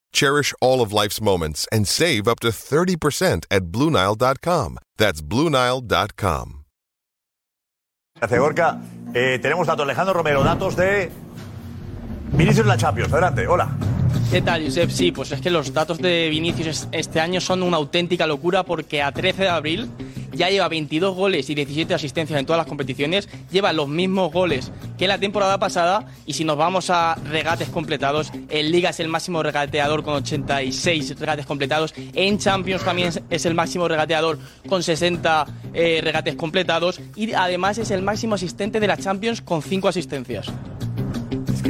Cherish all of life's moments and save up to 30% at BlueNile.com. That's BlueNile.com. Gracias, Gorka. Eh, tenemos datos, Alejandro Romero, datos de Vinicius en la Champions. Adelante, hola. ¿Qué tal, Josep? Sí, pues es que los datos de Vinicius es- este año son una auténtica locura porque a 13 de abril ya lleva 22 goles y 17 asistencias en todas las competiciones, lleva los mismos goles que la temporada pasada y si nos vamos a regates completados, en Liga es el máximo regateador con 86 regates completados, en Champions también es- es el máximo regateador con 60 eh, regates completados y además es el máximo asistente de la Champions con 5 asistencias.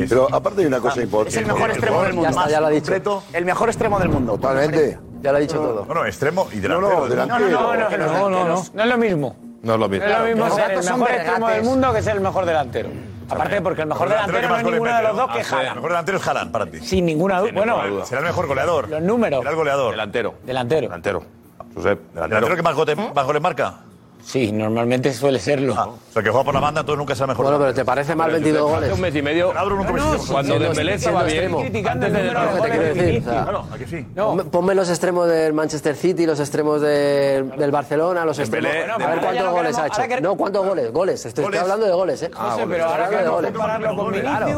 Pero aparte hay una cosa importante. Ah, es el mejor extremo del mundo. Ya está, ya lo ha dicho. El mejor extremo del mundo. Totalmente. Ya lo ha dicho todo. Bueno, extremo y delantero. No, no, delantero. No, no, no, no, no. No es lo mismo. No es lo mismo. No es lo mismo Los ser el datos son mejor de extremo del regates. mundo que ser el mejor delantero. Aparte porque el mejor delantero no es ninguno de los dos que El jala. mejor delantero es Jalan para ti. Sin ninguna duda. Bueno, será el mejor goleador. Los números. Será el goleador. Delantero. Delantero. Delantero. Josep, delantero. ¿Delantero que más gote- más goles marca? Ah, Sí, normalmente suele serlo. o sea, que juega por la banda, tú nunca será mejor. Bueno, pero ¿te parece mal 22 goles? Hace un mes y medio. Ah, Cuando Siendo- Dembélé estaba siendo bien. extremo. Antes de Es lo que te quiero decir, o sea, ponme- Ponme los extremos del Manchester City, los extremos del, del Barcelona, los Dembélé, extremos. a ver Dembélé. cuántos Ahora goles ha hecho. No, cuántos goles, goles. Estoy, estoy hablando de goles, ¿eh? No sé, goles. pero Estoy ahora hablando queremos de goles. compararlo con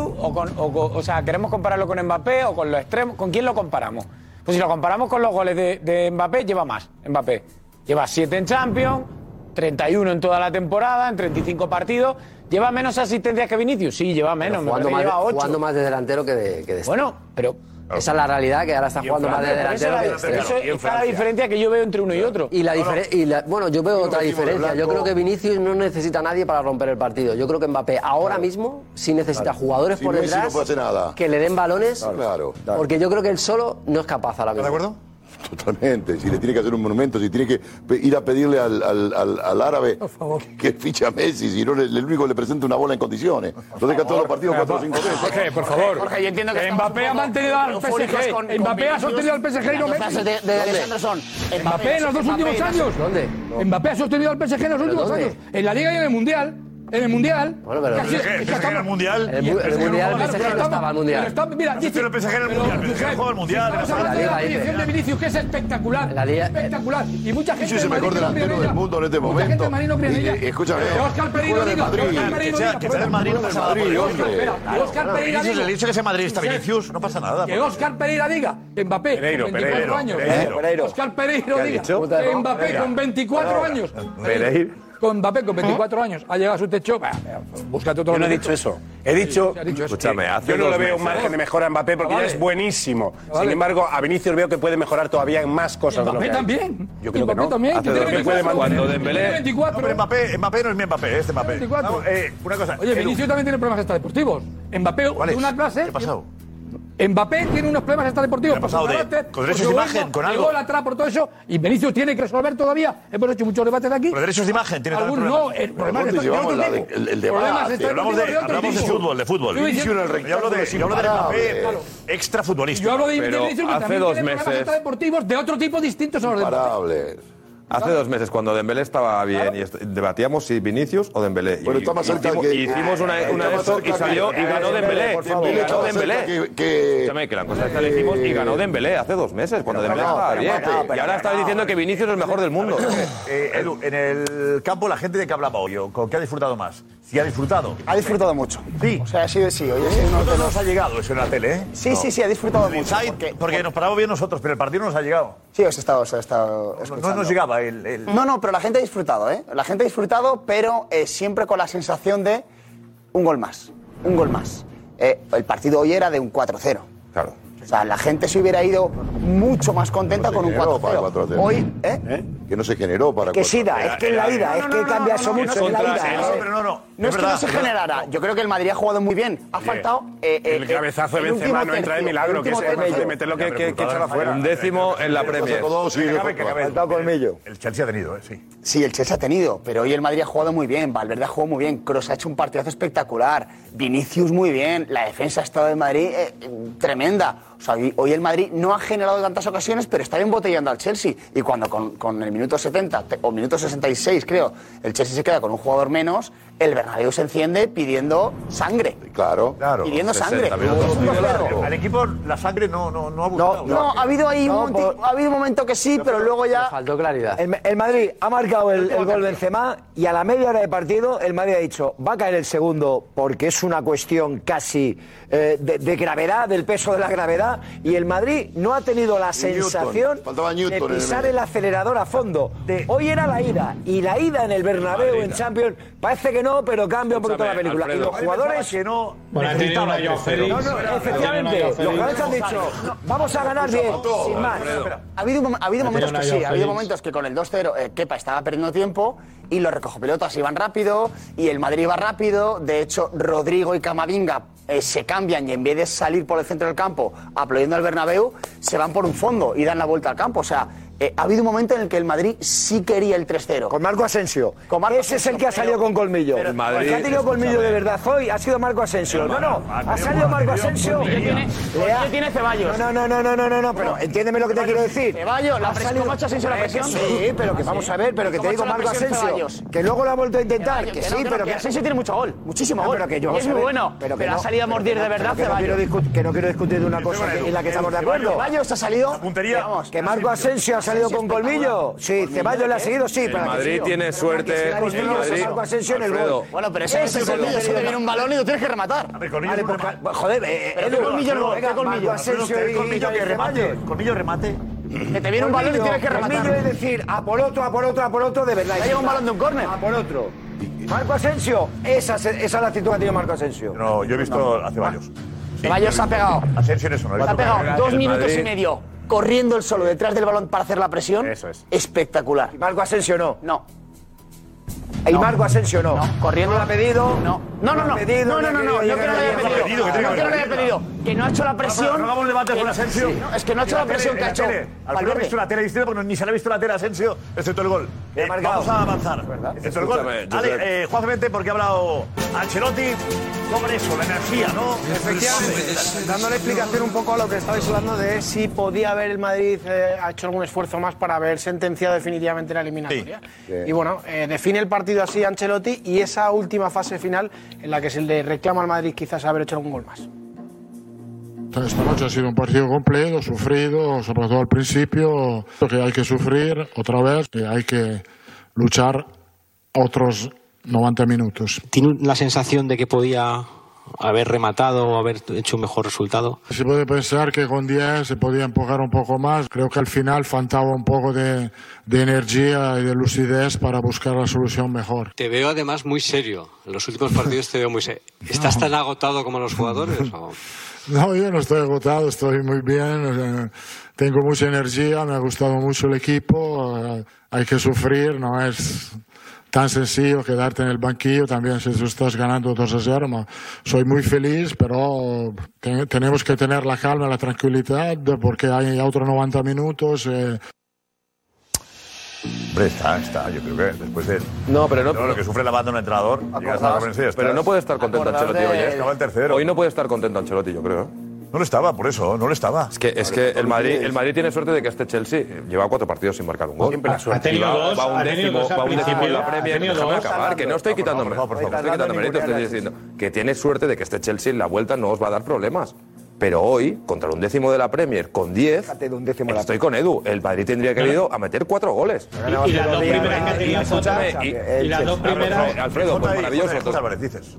Vinicius o con, o con- o sea, queremos compararlo con Mbappé o con los extremos. ¿Con quién lo comparamos? Pues si lo comparamos con los goles de, de Mbappé, lleva más. Mbappé lleva 7 en Champions, 31 en toda la temporada, en 35 partidos. ¿Lleva menos asistencias que Vinicius? Sí, lleva menos. me Jugando parece que más, lleva ocho. jugando más de delantero que de, que de Bueno, pero. Esa es la realidad, que ahora está jugando más de Pero esa delantero que es la- de extremo. Eso está la diferencia que yo veo entre uno y otro. Y la difere- y la- bueno, yo veo Digo, otra Timo de diferencia. Yo blanco. creo que Vinicius no necesita a nadie para romper el partido. Yo creo que Mbappé ahora mismo sí necesita Claro. jugadores Si por Messi detrás no puede hacer nada. que le den balones. Claro. Porque yo creo que él solo no es capaz ahora mismo. ¿De acuerdo? Totalmente, si le tiene que hacer un monumento, si tiene que pe- ir a pedirle al, al- al- al árabe que fiche a Messi, si no, le- el único que le presenta una bola en condiciones. Lo deja todos los partidos cuatro o cinco veces. Jorge, por favor. Jorge, yo entiendo que estamos Mbappé ha un poco mantenido al eufóricos PSG. con- Mbappé con ha sostenido al Vinicius. PSG y no Las Messi. frases de- de ¿Dónde? Alessandro son, Mbappé, Mbappé, en los dos Mbappé, últimos Mbappé, años. ¿dónde? No. Mbappé ha sostenido al PSG en los últimos dónde? años. En la Liga y en el Mundial. En el Mundial. Bueno, pero- Casi- ¿El PSG? es que ¿PSG estamos- en el Mundial? El mu- el Pero Mundial, el estamos- PSG no pero estaba al Mundial. pero estamos- mira, Pero dice- el PSG en el pero, Mundial, el Jorge, PSG juega al Mundial, estamos la hablando de la Liga, dice. proyección de Vinicius, que es espectacular. La eh, Liga- espectacular. Y mucha gente. Vinicius es el de Madrid no cree en mejor delantero ella. del mundo en este Mucha gente momento. de Madrid no cree en Y, ella. eh, escúchame, Que Óscar Pereiro juega en el diga, Madrid. Óscar Pereiro sea- diga, que sea del bueno, Madrid, no pasa nada. Madrid, por ello. hombre. Espera, que Claro, Óscar claro. Pereira Vinicius, diga. el hecho que sea madridista, Sí, sí. Vinicius, no pasa nada. Que Óscar Pereira diga que Mbappé Pereiro, con 24 Pereiro, años. Pereiro. Pereiro. Óscar Pereiro ¿Qué ha diga dicho? que Mbappé Pereira. con 24 años. Pereiro. Con Mbappé con 24 ¿Eh? años ha llegado a su techo. Bah, Búscate otro. Yo no he dicho eso. He dicho, se ha dicho eso. que hace yo no dos le veo un meses. margen de mejora a Mbappé porque Vale. Ah, ya es buenísimo. Vale. Sin embargo, a Vinicius veo que puede mejorar todavía en más cosas. de lo Mbappé que hay. también. Yo creo que Mbappé no. también, que tiene 24. Tiene 24. No, pero Mbappé, Mbappé no es mi Mbappé, este Mbappé. 24. Vamos, eh, una cosa. Oye, Edu, Vinicius también tiene problemas extradeportivos. Mbappé de una clase. ¿Qué ha pasado? Mbappé tiene unos problemas extradeportivos. ¿Qué ha por su pasado de- carácter, con por derechos su de egoísmo, imagen, con el algo? gol atrás por todo eso. Y Vinicius tiene que resolver todavía. Hemos hecho muchos debates aquí. Pero derechos de imagen tiene también Algunos no. problemas. El problema es Pero que Gordi, pues, llevamos la de- el- el debate. Pero hablamos de- hablamos de fútbol, de fútbol. Vinicius en el Yo rectángulo Yo hablo de- yo hablo de imparable. Mbappé, Extra futbolista. Yo hablo de, de Pero Vinicius que hace también dos tiene problemas meses- extradeportivos de otro tipo distintos a los de Mbappé. Imparables. Hace dos meses, cuando Dembélé estaba bien, y est- debatíamos si Vinicius o Dembélé. Bueno, está más cerca hicimos, que- hicimos una, Está una más de eso y cerca salió que- y ganó eh, Dembélé. por Y favor. ganó Está más cerca Dembélé. que- que- Escúchame, que la cosa esta la hicimos y ganó Dembélé hace dos meses, cuando Dembélé no, estaba pero bien. bueno, Y pero ahora estás no. diciendo que Vinicius es el mejor del mundo. Eh, Edu, en el campo, la gente de que hablaba hoy, o ¿con qué ha disfrutado más? Si ha disfrutado. Ha disfrutado mucho. Sí. O sea, ha sido, sí, hoy ha sido Nosotros uno de no los- nos ha llegado eso en la tele, ¿eh? Sí, No. sí, sí, ha disfutado El mucho. inside, porque- porque nos paramos bien nosotros, pero el partido no nos ha llegado. Sí, os he estado, os he estado escuchando. nos llegaba el- el- No, no, pero la gente ha disfrutado, ¿eh? La gente ha disfrutado, pero eh, siempre con la sensación de un gol más, un gol más. Eh, el partido hoy era de un 4-0. Claro. O sea, la gente se hubiera ido mucho más contenta con un Generó para 4-0. Hoy, ¿eh? Que no se generó para Que cuatro- sida, es que en la vida, es que cambia eso mucho, es la Contra- vida. no, ¿eh? pero no, no, es es que verdad, no se es verdad. generara. Yo creo que el Madrid ha jugado muy bien. Ha Oye, faltado. eh, eh, el cabezazo de el último Benzema no entra de tercio, milagro, el que es último capaz de tercio. meterlo que, que, que echarla fuera. Un décimo en la Premier. El Chelsea ha tenido, ¿eh? Sí. Sí, el Chelsea ha tenido, pero hoy el Madrid ha jugado muy bien, Valverde ha jugado muy bien, Kroos ha hecho un partidazo espectacular, Vinicius muy bien, la defensa ha estado de Madrid eh, tremenda. O sea, hoy- hoy el Madrid no ha generado tantas ocasiones, pero está embotellando al Chelsea. Y cuando con, con el minuto 70 te- o minuto 66, creo, el Chelsea se queda con un jugador menos, el Bernabéu se enciende pidiendo sangre. Claro, claro. Pidiendo sangre. Es un juego. Al equipo la sangre no, no, no ha No, buscado. ha habido ahí un, monti- ha habido un momento que sí, pero luego ya... Faltó claridad. El, el Madrid ha marcado el, el gol Benzema y a la media hora de partido el Madrid ha dicho va a caer el segundo porque es una cuestión casi eh, de, de gravedad, del peso de la gravedad y el Madrid no ha tenido la Newton. sensación Faltaba Newton en de el pisar medio. el acelerador a fondo. Hoy era la ida y la ida en el Bernabéu en Champions parece que no, pero cambia un poquito la Escúchame, película. Alfredo. Y los jugadores que no Bueno, ha tenido una Joao Félix. No, no, efectivamente, Ha tenido una Joao los jugadores han Félix. dicho vamos a ganar bien, sin más. Ha habido, mom- ha habido Ha tenido momentos que una sí, ha Joao habido Félix. momentos que con el 2-0 eh, Kepa estaba perdiendo tiempo y los recojopelotas iban rápido y el Madrid iba rápido. De hecho, Rodrigo y Camavinga eh, se cambian y en vez de salir por el centro del campo aplaudiendo al Bernabéu, se van por un fondo y dan la vuelta al campo. O sea, eh, ha habido un momento en el que el Madrid sí quería el 3-0. Con Marco Asensio. Con Marco Ese es el que ha salido con colmillo. Pero- el que ha tenido colmillo de verdad hoy ha sido Marco Asensio. No, no, ha salido Marco Asensio. Le ha- No, no, no, no, no, no, no, pero entiéndeme lo que te quiero decir. Ceballos, la Ha presión- salido- ¿cómo ha hecho Asensio la Eh, presión? que Sí, pero que Ah, vamos sí. a ver, pero que te ¿Cómo ha digo hecho la Marco presión Asensio. Ceballos? Que luego lo ha vuelto a intentar. Que que sí, no, que no, pero que que Asensio tiene mucho gol, muchísimo No, gol. pero que yo- Y vamos es a muy ver, bueno, pero, que ha no, salido a pero mordir que no, de verdad pero que no quiero Ceballos. discu- Que no quiero discutir de una cosa que- Ceballos, en la que estamos de Ceballos, acuerdo. Ceballos ha salido- La puntería. Que vamos, Que Marco Asensio ha salido con colmillo. Sí, Ceballos le ha seguido, sí. El pero que Madrid sí. tiene Pero suerte, que si le ha el visto Madrid- Marco Asensio en el Alfredo. gol. Bueno, pero ese no es el es el colmillo, eso te viene un balón y lo tienes que rematar. A ver, colmillo Vale, es un pues, remate. va- joder, eh, Pero eh, qué Marco colmillo, Asensio, qué venga, colmillo. Marco Asensio Alfredo, ¿qué y- colmillo y que remate? Ceballos. Colmillo remate. Que te viene un balón y tienes que Colmillo, rematar. colmillo es decir, a por otro, a por otro, a por otro, de verdad. Ha llegado un balón de un córner. A por otro. Marco Asensio, esa, es- esa es la actitud que ha tenido Marco Asensio. No, yo he visto a Ceballos. Ceballos se ha pegado. Asensio en eso, no he Se ha visto pegado nada. dos El minutos Madrid- y medio corriendo el solo detrás del balón para hacer la presión. Eso es. Espectacular. ¿Y Marco Asensio no? No. Y Marco Asensio no. corriendo. No lo ha pedido. No, no, no. No No, lo ha pedido, no no, no, ha no, no. querido No que no lo haya llegar a la pedido. mierda. No que no lo haya pedido. Que no ha hecho la presión. No hagamos debates que con no- Asensio. sí, no, es que no ha hecho En la presión tele, que ha en hecho. la tele. Alfredo ha Valverde. visto la tele distinta porque ni se le ha visto la tele a Asensio, excepto el gol. Eh, vamos a avanzar. Excepto el gol. Escúchame, yo creo Ale, eh, Juan Cemente, porque ha hablado Ancelotti sobre eso, la energía, ¿no? Efectivamente, dándole explicación un poco a lo que estabais hablando de si podía haber el Madrid eh, ha hecho algún esfuerzo más para haber sentenciado definitivamente la eliminatoria. Sí. Y bueno, eh, define el partido así Ancelotti y esa última fase final en la que se le reclama al Madrid quizás haber hecho algún gol más. Pero Esta noche ha sido un partido complejo, sufrido, sobre todo al principio, Creo que hay que sufrir otra vez, que hay que luchar otros 90 minutos. ¿Tiene la sensación de que podía haber rematado o haber hecho un mejor resultado? Se puede pensar que con 10 se podía empujar un poco más. Creo que al final faltaba un poco de, de energía y de lucidez para buscar la solución mejor. Te veo además muy serio. En los últimos partidos te veo muy serio. ¿Estás tan agotado como los jugadores? o? No, yo no estoy agotado, estoy muy bien, eh, tengo mucha energía, me ha gustado mucho el equipo, eh, hay que sufrir, no es tan sencillo quedarte en el banquillo también si tú estás ganando 2 a 0. ma- Soy muy feliz, pero te- tenemos que tener la calma, la tranquilidad, porque hay otros 90 minutos. eh, Hombre, está, está, yo creo que después de. No, pero no- Lo que sufre la banda un entrenador, llegas a la conferencia y estás- Pero no puede estar contento Acordás Ancelotti hoy. de- ¿eh? Estaba el tercero. Hoy no puede estar contento Ancelotti, yo creo. No lo estaba, por eso, no lo estaba. Es que, es que pues el, Madrid, el Madrid tiene suerte de que este Chelsea lleva cuatro partidos sin marcar un gol. Siempre la suerte. Y Ha tenido va, dos, va ha un tenido décimo, dos al va un décimo en la principio. Premier. Ha tenido Déjame dos. acabar, que no estoy Por favor, quitando por favor, por favor. no estoy quitando mérito, estoy diciendo que tiene suerte de que este Chelsea en la vuelta no os va a dar problemas. Pero hoy, contra un décimo de la Premier, con 10, estoy con Edu. El Madrid tendría que haber ido a meter cuatro goles. Y- y las dos primeras que tenía Escúchame, Jota, y- y las dos Alfredo, primeras- Alfredo, pues Jota y- maravilloso. Jota Álvarez, dices.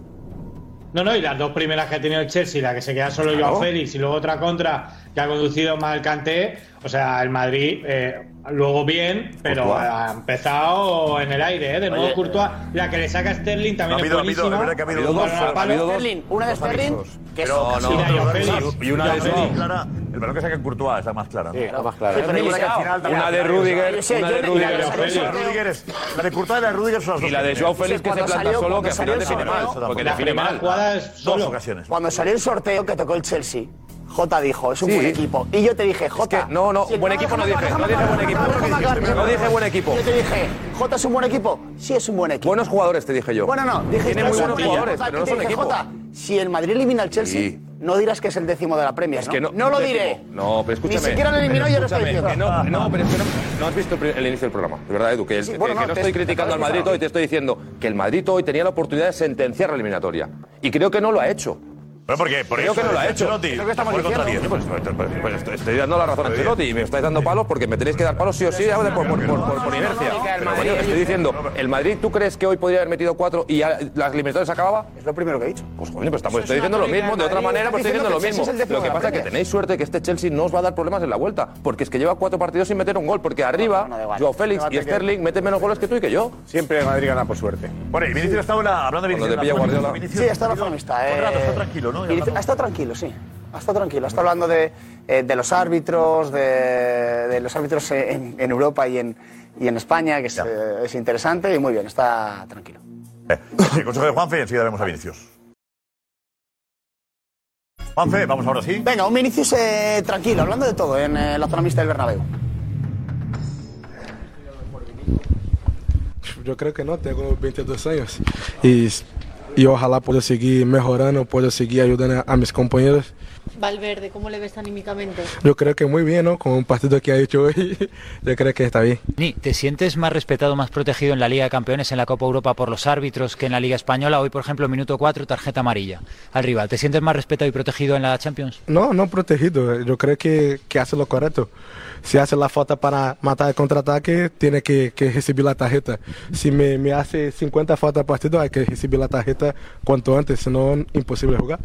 No, no, y las dos primeras que ha tenido el Chelsea, la que se queda solo Claro. Joao Félix y luego otra contra que ha conducido más el Kanté, o sea, el Madrid eh, luego bien, pero Courtois. ha empezado en el aire, ¿eh? De modo Oye, Courtois, la que le saca a Sterling No, ha también habido- ha es habido- buenísima. es verdad que ha habido Un dos, balón al ha palo. habido dos. Una de Dos Sterling. amistosos. que es Pero no, casi- no, Joao no, Félix. pues, y una Joao de Félix. Félix. clara. El balón que saca Courtois es la más clara. ¿no? Sí, la más clara. Sí, pero Una yo de creo que al final también- Una de Rudiger. Sí, Una yo de creo- Rudiger. yo creo- La de Rudiger es- La de Courtois y la de Rudiger son las dos. Y la de Joao Félix, que se planta solo, que al final define mal. Porque define mal. Dos ocasiones. Cuando salió el sorteo que tocó el Chelsea, Jota dijo, es un Sí. buen equipo. Y yo te dije, Jota. No, no, si el- buen equipo no déjame dije. No acabar, dije déjame buen equipo. acabar, déjame acabar, déjame No acabar. dije buen equipo. Yo te dije, Jota es un buen equipo. Sí, es un buen equipo. Buenos jugadores, te dije yo. Bueno, no, dije Tiene muy buenos jugadores, pero no son equipo. Jota, si el Madrid elimina al Chelsea, Sí. no dirás que es el décimo de la Premier. Es que no, no lo décimo. diré. No, pero escúchame. Ni siquiera lo eliminó y ya lo estoy Escúchame, diciendo. que no, no, pero es que no, no has visto el, pri- el inicio del programa. De verdad, Edu, que, el- Sí, que- bueno, que no, no te- estoy te criticando al acabas de Madrid pasar. hoy, te estoy diciendo que el Madrid hoy tenía la oportunidad de sentenciar la eliminatoria. Y creo que no lo ha hecho. ¿Pero por qué? Por creo eso, que no lo ha es hecho. Ancelotti. Creo que estamos Fue contra diciendo. Pues, pues, pues, estoy- estoy dando la razón a Ancelotti y me estáis dando palos porque me tenéis que dar palos sí o sí ahora por, por, por- por- por inercia. Pero coño, te estoy diciendo, ¿el Madrid tú crees que hoy podría haber metido cuatro y ya las eliminatorias acababa? Es lo primero que he dicho. Pues coño, pues estamos, Eso es estoy diciendo una lo crónica mismo, del de otra Madrid. manera pues Estás estoy diciendo lo mismo. diciendo que el Chelsea es el décimo Lo que de la pasa es que Premier. tenéis suerte que este Chelsea no os va a dar problemas en la vuelta, porque es que lleva cuatro partidos sin meter un gol, porque arriba Joao Félix y Debate que- Sterling meten menos goles que tú y que yo. Siempre Madrid gana por suerte. Bueno, y Vinicius estaba Cuando hablando de Vinicius. te pilla Guardiola. Sí, está la formista. Eh. rato, está tranquilo, ¿no? Y dice- ha estado tranquilo, sí. Ha estado tranquilo. Está hablando de, eh, de los árbitros, de, de los árbitros eh, en, en Europa y en, y en España, que es, eh, es interesante y muy bien, está tranquilo. El consejo de Juanfe y enseguida vemos a Vinicius. Juanfe, vamos ahora sí. Venga, un Vinicius eh, tranquilo, hablando de todo en eh, la zona mixta del Bernabéu. Eu creio que não, tenho 22 anos. E, e ojalá poder seguir melhorando, poder seguir ajudando a, a mis compañeros. Valverde, ¿cómo le ves anímicamente? Yo creo que muy bien, ¿no? Con un partido que ha hecho hoy, yo creo que está bien. Ni, ¿te sientes más respetado, más protegido en la Liga de Campeones, en la Copa Europa por los árbitros que en la Liga Española? Hoy, por ejemplo, minuto 4, tarjeta amarilla al rival. ¿Te sientes más respetado y protegido en la Champions? No, no protegido. Yo creo que, que hace lo correcto. Si hace la falta para matar el contraataque, tiene que, que recibir la tarjeta. Si me, me hace 50 faltas al partido, hay que recibir la tarjeta cuanto antes, si no, imposible jugar.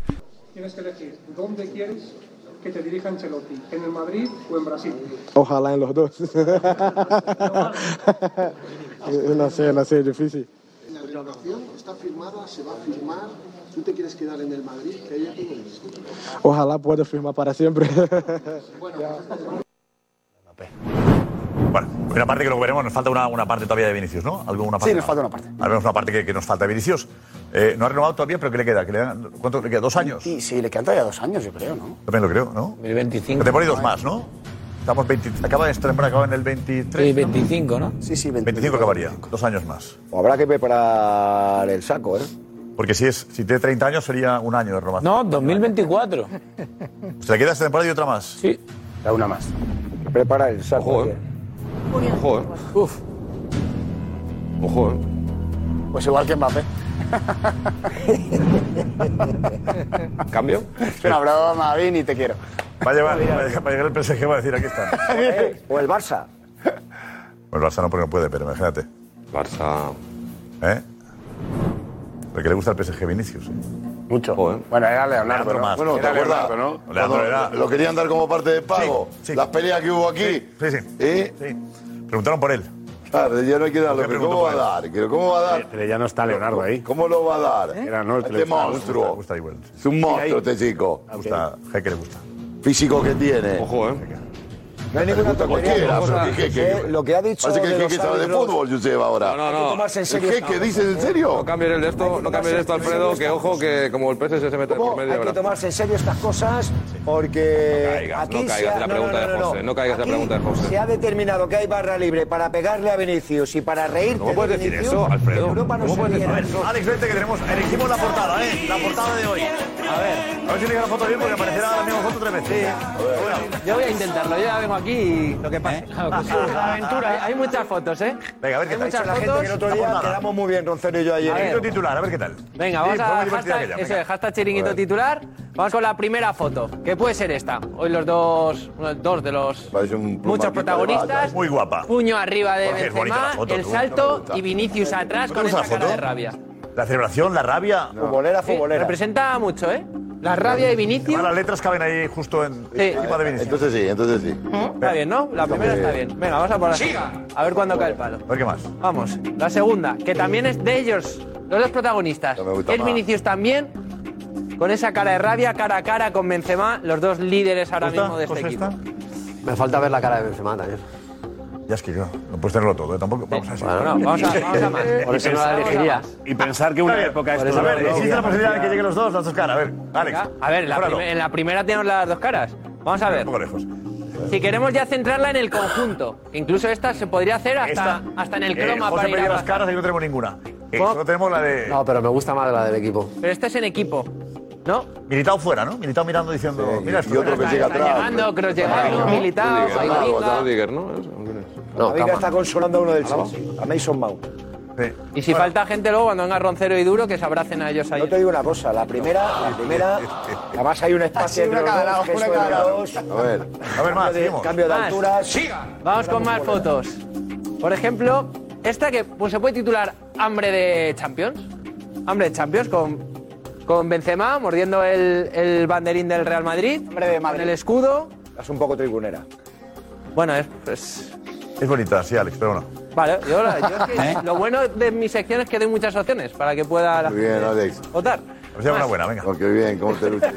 Tienes que elegir dónde quieres que te dirija Ancelotti, en el Madrid o en Brasil. Ojalá en los dos. no sé, no sé, difícil. La renovación está firmada, se va a firmar. ¿Tú te quieres quedar en el Madrid? Que ella tiene el discurso. Ojalá pueda firmar para siempre. Bueno, hay una parte que lo veremos, nos falta una, una parte todavía de Vinicius, ¿no? ¿Alguna parte? Sí, nos falta una parte. Al menos una parte que, que nos falta de Vinicius. Eh, no ha renovado todavía, pero ¿qué le queda? ¿Que le dan- ¿Cuánto le queda? ¿Dos años? Y sí, le quedan todavía dos años, yo creo, ¿no? También lo creo, ¿no? El 25. Te pone dos más, ¿no? Estamos 20, acaba esta temporada acaba en el 23. Sí, 25, ¿no? Sí, sí, 25 acabaría, dos años más. Habrá que preparar el saco, ¿eh? Porque si, es, si tiene 30 años sería un año de renovación. No, 2024. ¿Se le queda esta temporada y otra más? Sí. una más. Prepara el saco. Ojo, eh. Uf. Ojo, eh. Pues igual que Mbappé. ¿Cambio? Es una broma, Vini, te quiero. Va a llevar, va a llegar, va a llegar el PSG va a decir, aquí están. ¿eh? O el Barça. Bueno, el Barça no porque no puede, pero imagínate. Barça. ¿Eh? Porque le gusta el PSG Vinicius. ¿eh? Mucho. Bueno, era Leonardo, Leandro ¿no? más. Bueno, ¿te Era acuerdas? Leonardo, ¿no? Cuando Leandro era- lo querían dar como parte de pago. Sí, sí. Las peleas que hubo aquí. Sí, sí. ¿Eh? Ah, Preguntaron por él. Claro, ya no hay que darlo. ¿Por qué pero preguntó ¿Cómo va a por él? dar? Pero ¿Cómo va a dar? Pero ya no está Leonardo ahí. ¿Cómo lo va a dar? Era, no, este monstruo. Es un monstruo este chico. Gusta, Jeque le gusta. Físico que tiene. Ojo, ¿eh? No hay ninguna gusta tontería. cualquiera, Ojo, pero eh, el jeque- lo que ha dicho Parece que de el jeque los sabe de árbitros- fútbol, Joseba, ahora. No, no, no. ¿El jeque dices en serio? No cambies el de esto, no cambies el de esto, Alfredo, que ojo, que como el PSG se mete por medio Hay que ahora. tomarse en serio estas cosas porque caigas, aquí no se caigas ha- en la no, pregunta no, no, de no, José, no. no caigas en la Aquí pregunta de José. Se ha determinado que hay barra libre para pegarle a Vinicius y para reírte. ¿Cómo puedes de decir Vinicius, eso, Alfredo? en Europa no ¿Cómo se puedes ríen. decir- A ver, Alex, vete que tenemos. Elegimos la portada, ¿eh? La portada de hoy. A ver. A ver si le llega la foto bien porque aparecerá la misma foto tres veces. Yo voy a intentarlo, yo ya vengo aquí y lo que ¿Eh? pase. Ah, pues La aventura. Hay muchas fotos, ¿eh? Venga, a ver qué Hay tal. muchas La gente fotos. que el otro día Vamos, Quedamos muy bien, Roncero y yo A ver. ayer. titular, a ver qué tal. Venga, Sí, vamos fue a muy divertida hashtag- aquella, eso venga. es, hashtag chiringuito titular. Vamos con la primera foto, que puede ser esta. Hoy los dos, uno- dos de los Parece un muchos plumaquito de protagonistas. valla. Muy guapa. Puño arriba de Jorge, es bonita Benzema, la foto, el tú. salto y Vinicius atrás con gusta esa la cara foto? de rabia. La celebración, la rabia. Futbolera, Sí, representa mucho, ¿eh? La rabia de Vinicius. Ahora las letras caben ahí justo en Sí. encima de Vinicius. Entonces sí, entonces sí. Está bien, ¿no? La primera está bien. Venga, vamos a por la segunda. A ver cuándo cae el palo. A ver Eh, qué más. Vamos, la segunda, que también es de ellos, los dos protagonistas. me gusta Es más. Vinicius también, con esa cara de rabia, cara a cara con Benzema, los dos líderes ahora ¿Gusta, mismo de este José, equipo. Me falta ver la cara de Benzema también. Ya es que claro, no puedes tenerlo todo, ¿eh? tampoco. Vamos a ver. Bueno, no, vamos a- vamos a más. Por eso no la elegiría. Y pensar que una época es. esto A no ver, lo existe la lograba. posibilidad de que lleguen los dos, las dos caras. A ver, Alex. eh, Venga, A ver, la mejóralo. prim- en la primera tenemos las dos caras. Vamos a ver. Un poco lejos. Si queremos ya centrarla en el conjunto, incluso esta se podría hacer hasta, hasta en el Eh, croma José para me ir lleva a las caras y no tenemos ninguna. Eh, solo tenemos la de. No, pero me gusta más la del equipo. Pero esta es en equipo. ¿No? Militao fuera, ¿no? Militao mirando diciendo. mira esto. y otro que llega Están llegando, Kroos llegando, Militao, Camavinga. ¿no? No, Cama. está consolando a uno del Chelsea, a Mason Mount. Y si falta gente luego, cuando venga Roncero y Duro, que se abracen a ellos ahí. Yo te digo una cosa, la primera, la primera, además hay un espacio Así, una entre los cada dos, lado, gesto una de cada lado. dos. A ver, a ver más, Cambio de- seguimos. Cambio de Más. alturas. Vamos con más fotos. Por ejemplo, esta que pues, se puede titular Hambre de Champions. Hambre de Champions con, con Benzema mordiendo el, el banderín del Real Madrid. Con el escudo. Es un poco tribunera. Bueno, es, pues, Es bonita, sí, Alex, pero no. Vale, yo, la- yo es que lo bueno de mi sección es que doy muchas opciones para que pueda la Muy bien, gente Alex. votar. Vamos a una buena, venga. Porque bien, ¿cómo te luce?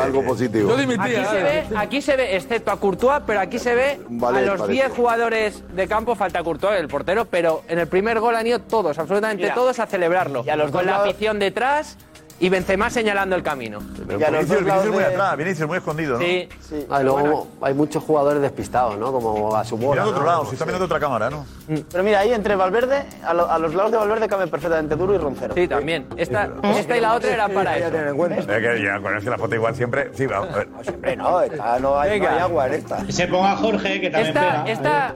Algo positivo. aquí, ¿eh? se ve, aquí se ve, excepto a Courtois, pero aquí se ve Un ballet a los parece. 10 jugadores de campo, falta Courtois, el portero, pero en el primer gol han ido todos, absolutamente Mira. todos, a celebrarlo. Y a los Con dos la lados- afición detrás, y Benzema señalando el camino. Pero Vinicius, Vinicius muy atrás, Vinicius muy escondido, ¿no? Sí. Ah, y luego hay muchos jugadores despistados, ¿no? Como a su bola. Mirando a otro ¿no? lado, si está mirando otra cámara, ¿no? Pero mira, ahí entre Valverde, a, lo- a los lados de Valverde cabe perfectamente Duro y Roncero. Sí, también. Esta, esta y la otra eran para eso. Es que ya, con es que la foto igual siempre. Sí, va, a ver. Eh, Hombre, no, está- no, hay, no Venga. hay agua en esta. Se ponga Jorge, que también Esta, pega. esta-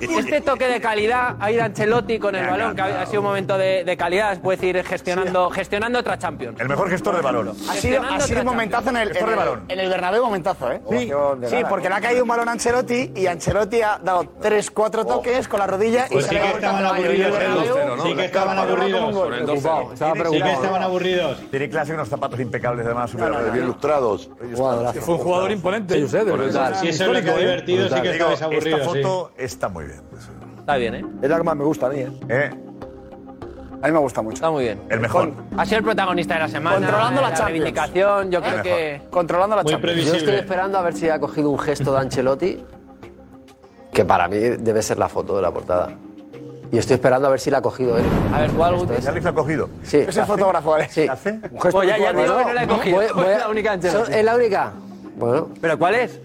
este toque de calidad ha ido Ancelotti con el balón, que ha, ha sido un momento de, de calidad, puedes ir gestionando, gestionando otra Champions. El mejor gestor de balón. Ha sido, ha sido un momentazo en el, en, el, en el Bernabéu, momentazo, ¿eh? Sí, de sí, gala. porque le ha caído un balón a Ancelotti y Ancelotti ha dado 3, Oh. 4 toques con la rodilla y Pues sí le ha dado que estaban el aburridos, Bernabéu. Edu. Sí que estaban Por el 12. aburridos. Sí que estaban aburridos. Tiene clase con unos zapatos impecables, además, súper bien lustrados. Fue un jugador imponente. Sí, usted, de Brutal. verdad. Si eso Histórico, le queda ¿eh? divertido, Brutal. sí que Digo, estáis aburridos, Esta sí. foto está muy bien. Está bien, ¿eh? Es la que más me gusta a mí, ¿eh? ¿Eh? A mí me gusta mucho. Está muy bien. El mejor. Ha sido el protagonista de la semana. Controlando la la Champions. reivindicación, yo creo que... Controlando la Muy Champions. Yo estoy esperando a ver si ha cogido un gesto de Ancelotti, que para mí debe ser la foto de la portada. Y estoy esperando a ver si la ha cogido él. A ver, ¿cuál algo Alex ha cogido? Sí. Es el fotógrafo, ¿eh? ¿eh? Alex. Sí. Un gesto Pues ya- ya virtual, digo que ¿no? no la he cogido. Voy- voy- Es la única Ancelotti. ¿Es la única? Bueno. ¿Pero cuál es?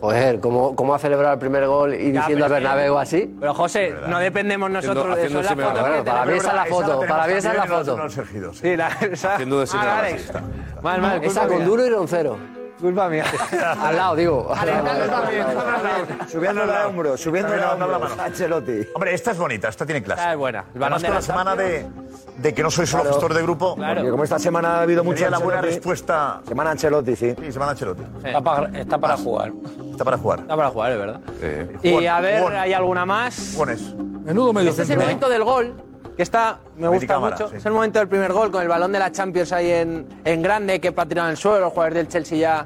Joder, ¿cómo, cómo ha celebrado el primer gol y Ya, diciendo al pero es que- Bernabéu así? Pero José, no dependemos nosotros de eso. es la foto que Bueno, para mí tenemos. esa es la foto, para mí esa es la foto. Sí, la, esa... Ah, Haciendo de señora Alex. racista. Mal, mal, culpa Esa con mía. duro y roncero. Culpa mía. Al lado, digo. Subiendo el hombro, subiendo el hombro. Ancelotti. Hombre, esta es bonita, esta tiene clase. Esta es buena. El balón Además, de con la la semana de, Champions. de que no soy solo Claro. gestor de grupo. Claro. Porque como esta semana ha habido mucho Sería la buena Ancelotti. respuesta. Semana Ancelotti, sí. Sí, semana Ancelotti. Está para, está para jugar. Está para jugar. Está para jugar, es verdad. Y Eh, Juan, a ver, Juan. ¿hay alguna más? Menudo medio Este es el centro, ¿eh? momento del gol, que está, me gusta Medicámara, mucho. sí. Es el momento del primer gol, con el balón de la Champions ahí en, en grande, que patina en el suelo, los jugadores del Chelsea ya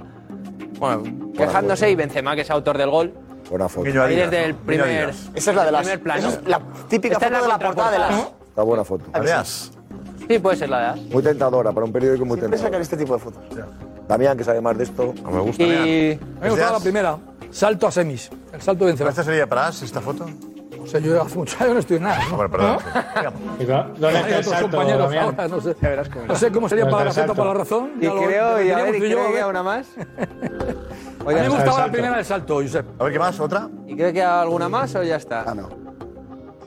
bueno, pues, quejándose, y Benzema, que es autor del gol. Buena foto. Ahí desde el primer, Esa es la de las. desde el primer plano. Esa es la típica Esta es foto de la portada de las. Está buena foto. Sí, puede ser la de As. Muy tentadora, para un periódico muy Siempre tentador. sacan este tipo de fotos. Damián, que sabe más de esto. No me gusta. Y... Eh, Me ha gustado la primera. Salto a semis. El salto de Benzema. ¿Esta sería para As, esta foto? O sea, yo hace mucho años no estoy en nada. ¿no? ¿Eh? Bueno, perdón. Hay este otros compañeros ahora, no sé. No sé cómo sería ¿Dónde para la está el foto, para la salto? razón. Y creo, y a ver, y creo que una más. a mí me está el gustaba la salto. primera del salto, Josep. A ver, ¿qué más? ¿Otra? ¿Y creo que alguna más o ya está? Ah, no.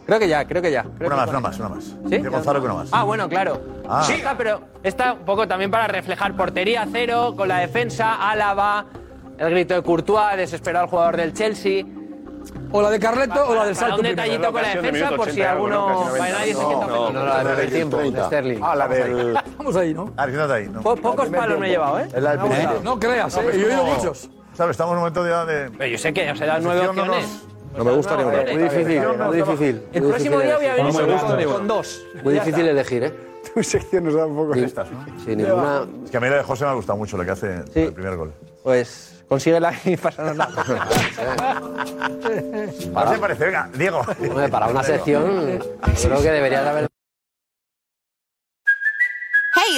Creo que ya, creo que ya. Creo Una que más, con una más, eso. una más. ¿Sí? De Gonzalo que una más. Ah, bueno, claro. Ah. Sí, está, pero está un poco también para reflejar portería cero, con la defensa, Álava, el grito de Courtois, desesperado al jugador del Chelsea. O la de Carleto o la del Para salto. un detallito con la defensa, por si alguno... Vale, nadie se quita. Ah, la del. Vamos ahí, ¿no? Ah, siéntate ahí, ¿no? Pocos palos me he llevado, ¿eh? Es la Me ha gustado. No creas, No, ¿eh? pero yo he oído como- muchos. ¿Sabes? Estamos en un momento ya de. Pero yo sé que os he dado nueve Sección no nos- opciones. No me gusta ninguna. vale, Muy está bien, difícil, está bien, muy no, difícil. El próximo Muy difícil día voy a elegir. venir solo con, con dos. Muy Ya difícil está. elegir, ¿eh? Tu sección nos da un poco. Estas, ¿no? Sí, ninguna. Es que a mí la de José me ha gustado mucho, la que hace el primer gol. Pues consíguela y pásanosla. ¿Qué te parece? Venga, Diego. Hombre, para una sección, yo creo que deberías haber. Hey,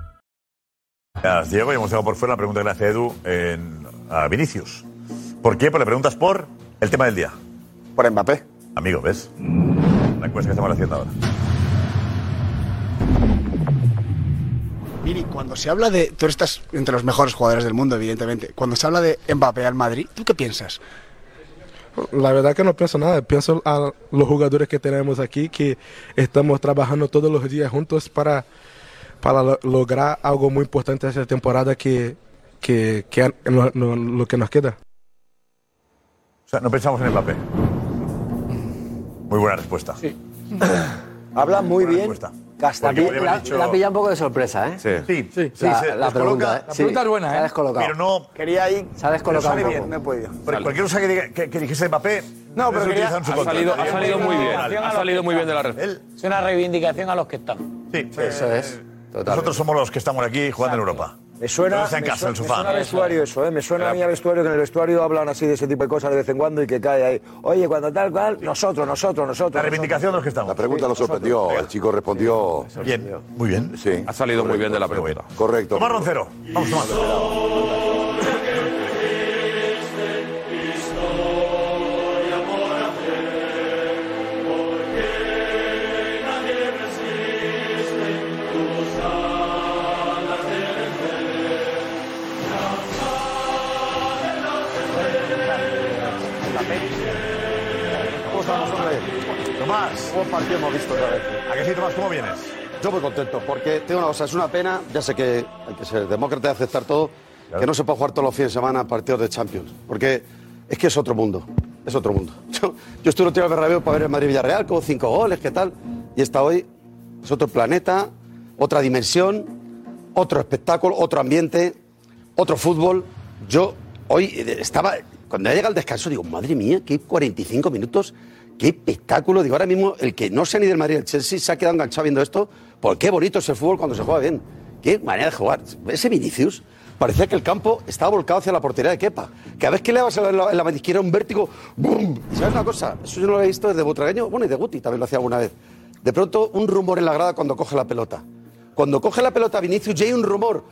Gracias, Ah, Diego, y hemos dejado por fuera la pregunta que le hace Edu en- a Vinicius. ¿Por qué? Pues le preguntas por el tema del día. Por Mbappé. Amigo, ¿ves? La encuesta que estamos haciendo ahora. Vini, cuando se habla de. Tú estás entre los mejores jugadores del mundo, evidentemente. Cuando se habla de Mbappé al Madrid, ¿tú qué piensas? La verdad que no pienso nada, pienso a los jugadores que tenemos aquí, que estamos trabajando todos los días juntos para, para lo- lograr algo muy importante esta temporada que, que, que a- no- no- lo que nos queda. O sea, no pensamos en Mbappé. Muy buena respuesta. Sí. Habla muy bien. pues, La, Porque pi- podría la- haber dicho- la pilla un poco de sorpresa, ¿eh? Sí. Sí, sí, La, se la descoloca. pregunta, ¿eh? La pregunta es buena, Se ha ¿eh? descolocado. Pero no- Quería ahí. Se ha descolocado Pero sale un poco. bien, no he podido. Porque cualquier cosa que, diga- que, que dijese Mbappé, No, pero eso quería- utilizan su ha contra. salido- ha salido muy bien, Él- ha salido muy bien de la red. Él- Es una reivindicación a los que están. Sí, eso es. Nosotros somos los que estamos aquí jugando en Europa. Me suena, No está en me casa, suena- el sofá. Me suena a vestuario eso, ¿eh? Me suena a mí a vestuario, que en el vestuario hablan así de ese tipo de cosas de vez en cuando y que cae ahí. Oye, cuando tal cual, nosotros, nosotros, nosotros. La reivindicación de los que estamos. La pregunta lo sorprendió, el chico respondió. Bien, muy bien. Sí. Ha salido muy bien de la pregunta. Correcto. Tomás Roncero. Vamos, Tomás. ¿Cómo estamos, hombre? Tomás. Buen partido hemos visto eh. otra vez. ¿A que sí, Tomás? ¿Cómo vienes? Yo muy contento, porque tengo una cosa, es una pena, ya sé que hay que ser demócrata y aceptar todo, que no se pueda jugar todos los fines de semana partidos de Champions, porque es que es otro mundo, es otro mundo. Yo, yo estuve un tiro al Bernabéu para ver el Madrid-Villarreal, con cinco goles, qué tal, y esta hoy es otro planeta, otra dimensión, otro espectáculo, otro ambiente, otro fútbol. Yo hoy eh, estaba, cuando ya llega el descanso, digo, madre mía, qué 45 minutos, qué espectáculo. Digo, ahora mismo el que no sea ni del Madrid el Chelsea se ha quedado enganchado viendo esto, porque qué bonito es el fútbol cuando se juega bien. Qué manera de jugar. Ese Vinicius parecía que el campo estaba volcado hacia la portería de Kepa. Cada vez que le vas en la, en la mano izquierda un vértigo, ¡bum! ¿Sabes una cosa? Eso yo no lo he visto desde Butragueño, bueno, y de Guti también lo hacía alguna vez. De pronto, un rumor en la grada cuando coge la pelota. Cuando coge la pelota Vinicius, ya hay un rumor.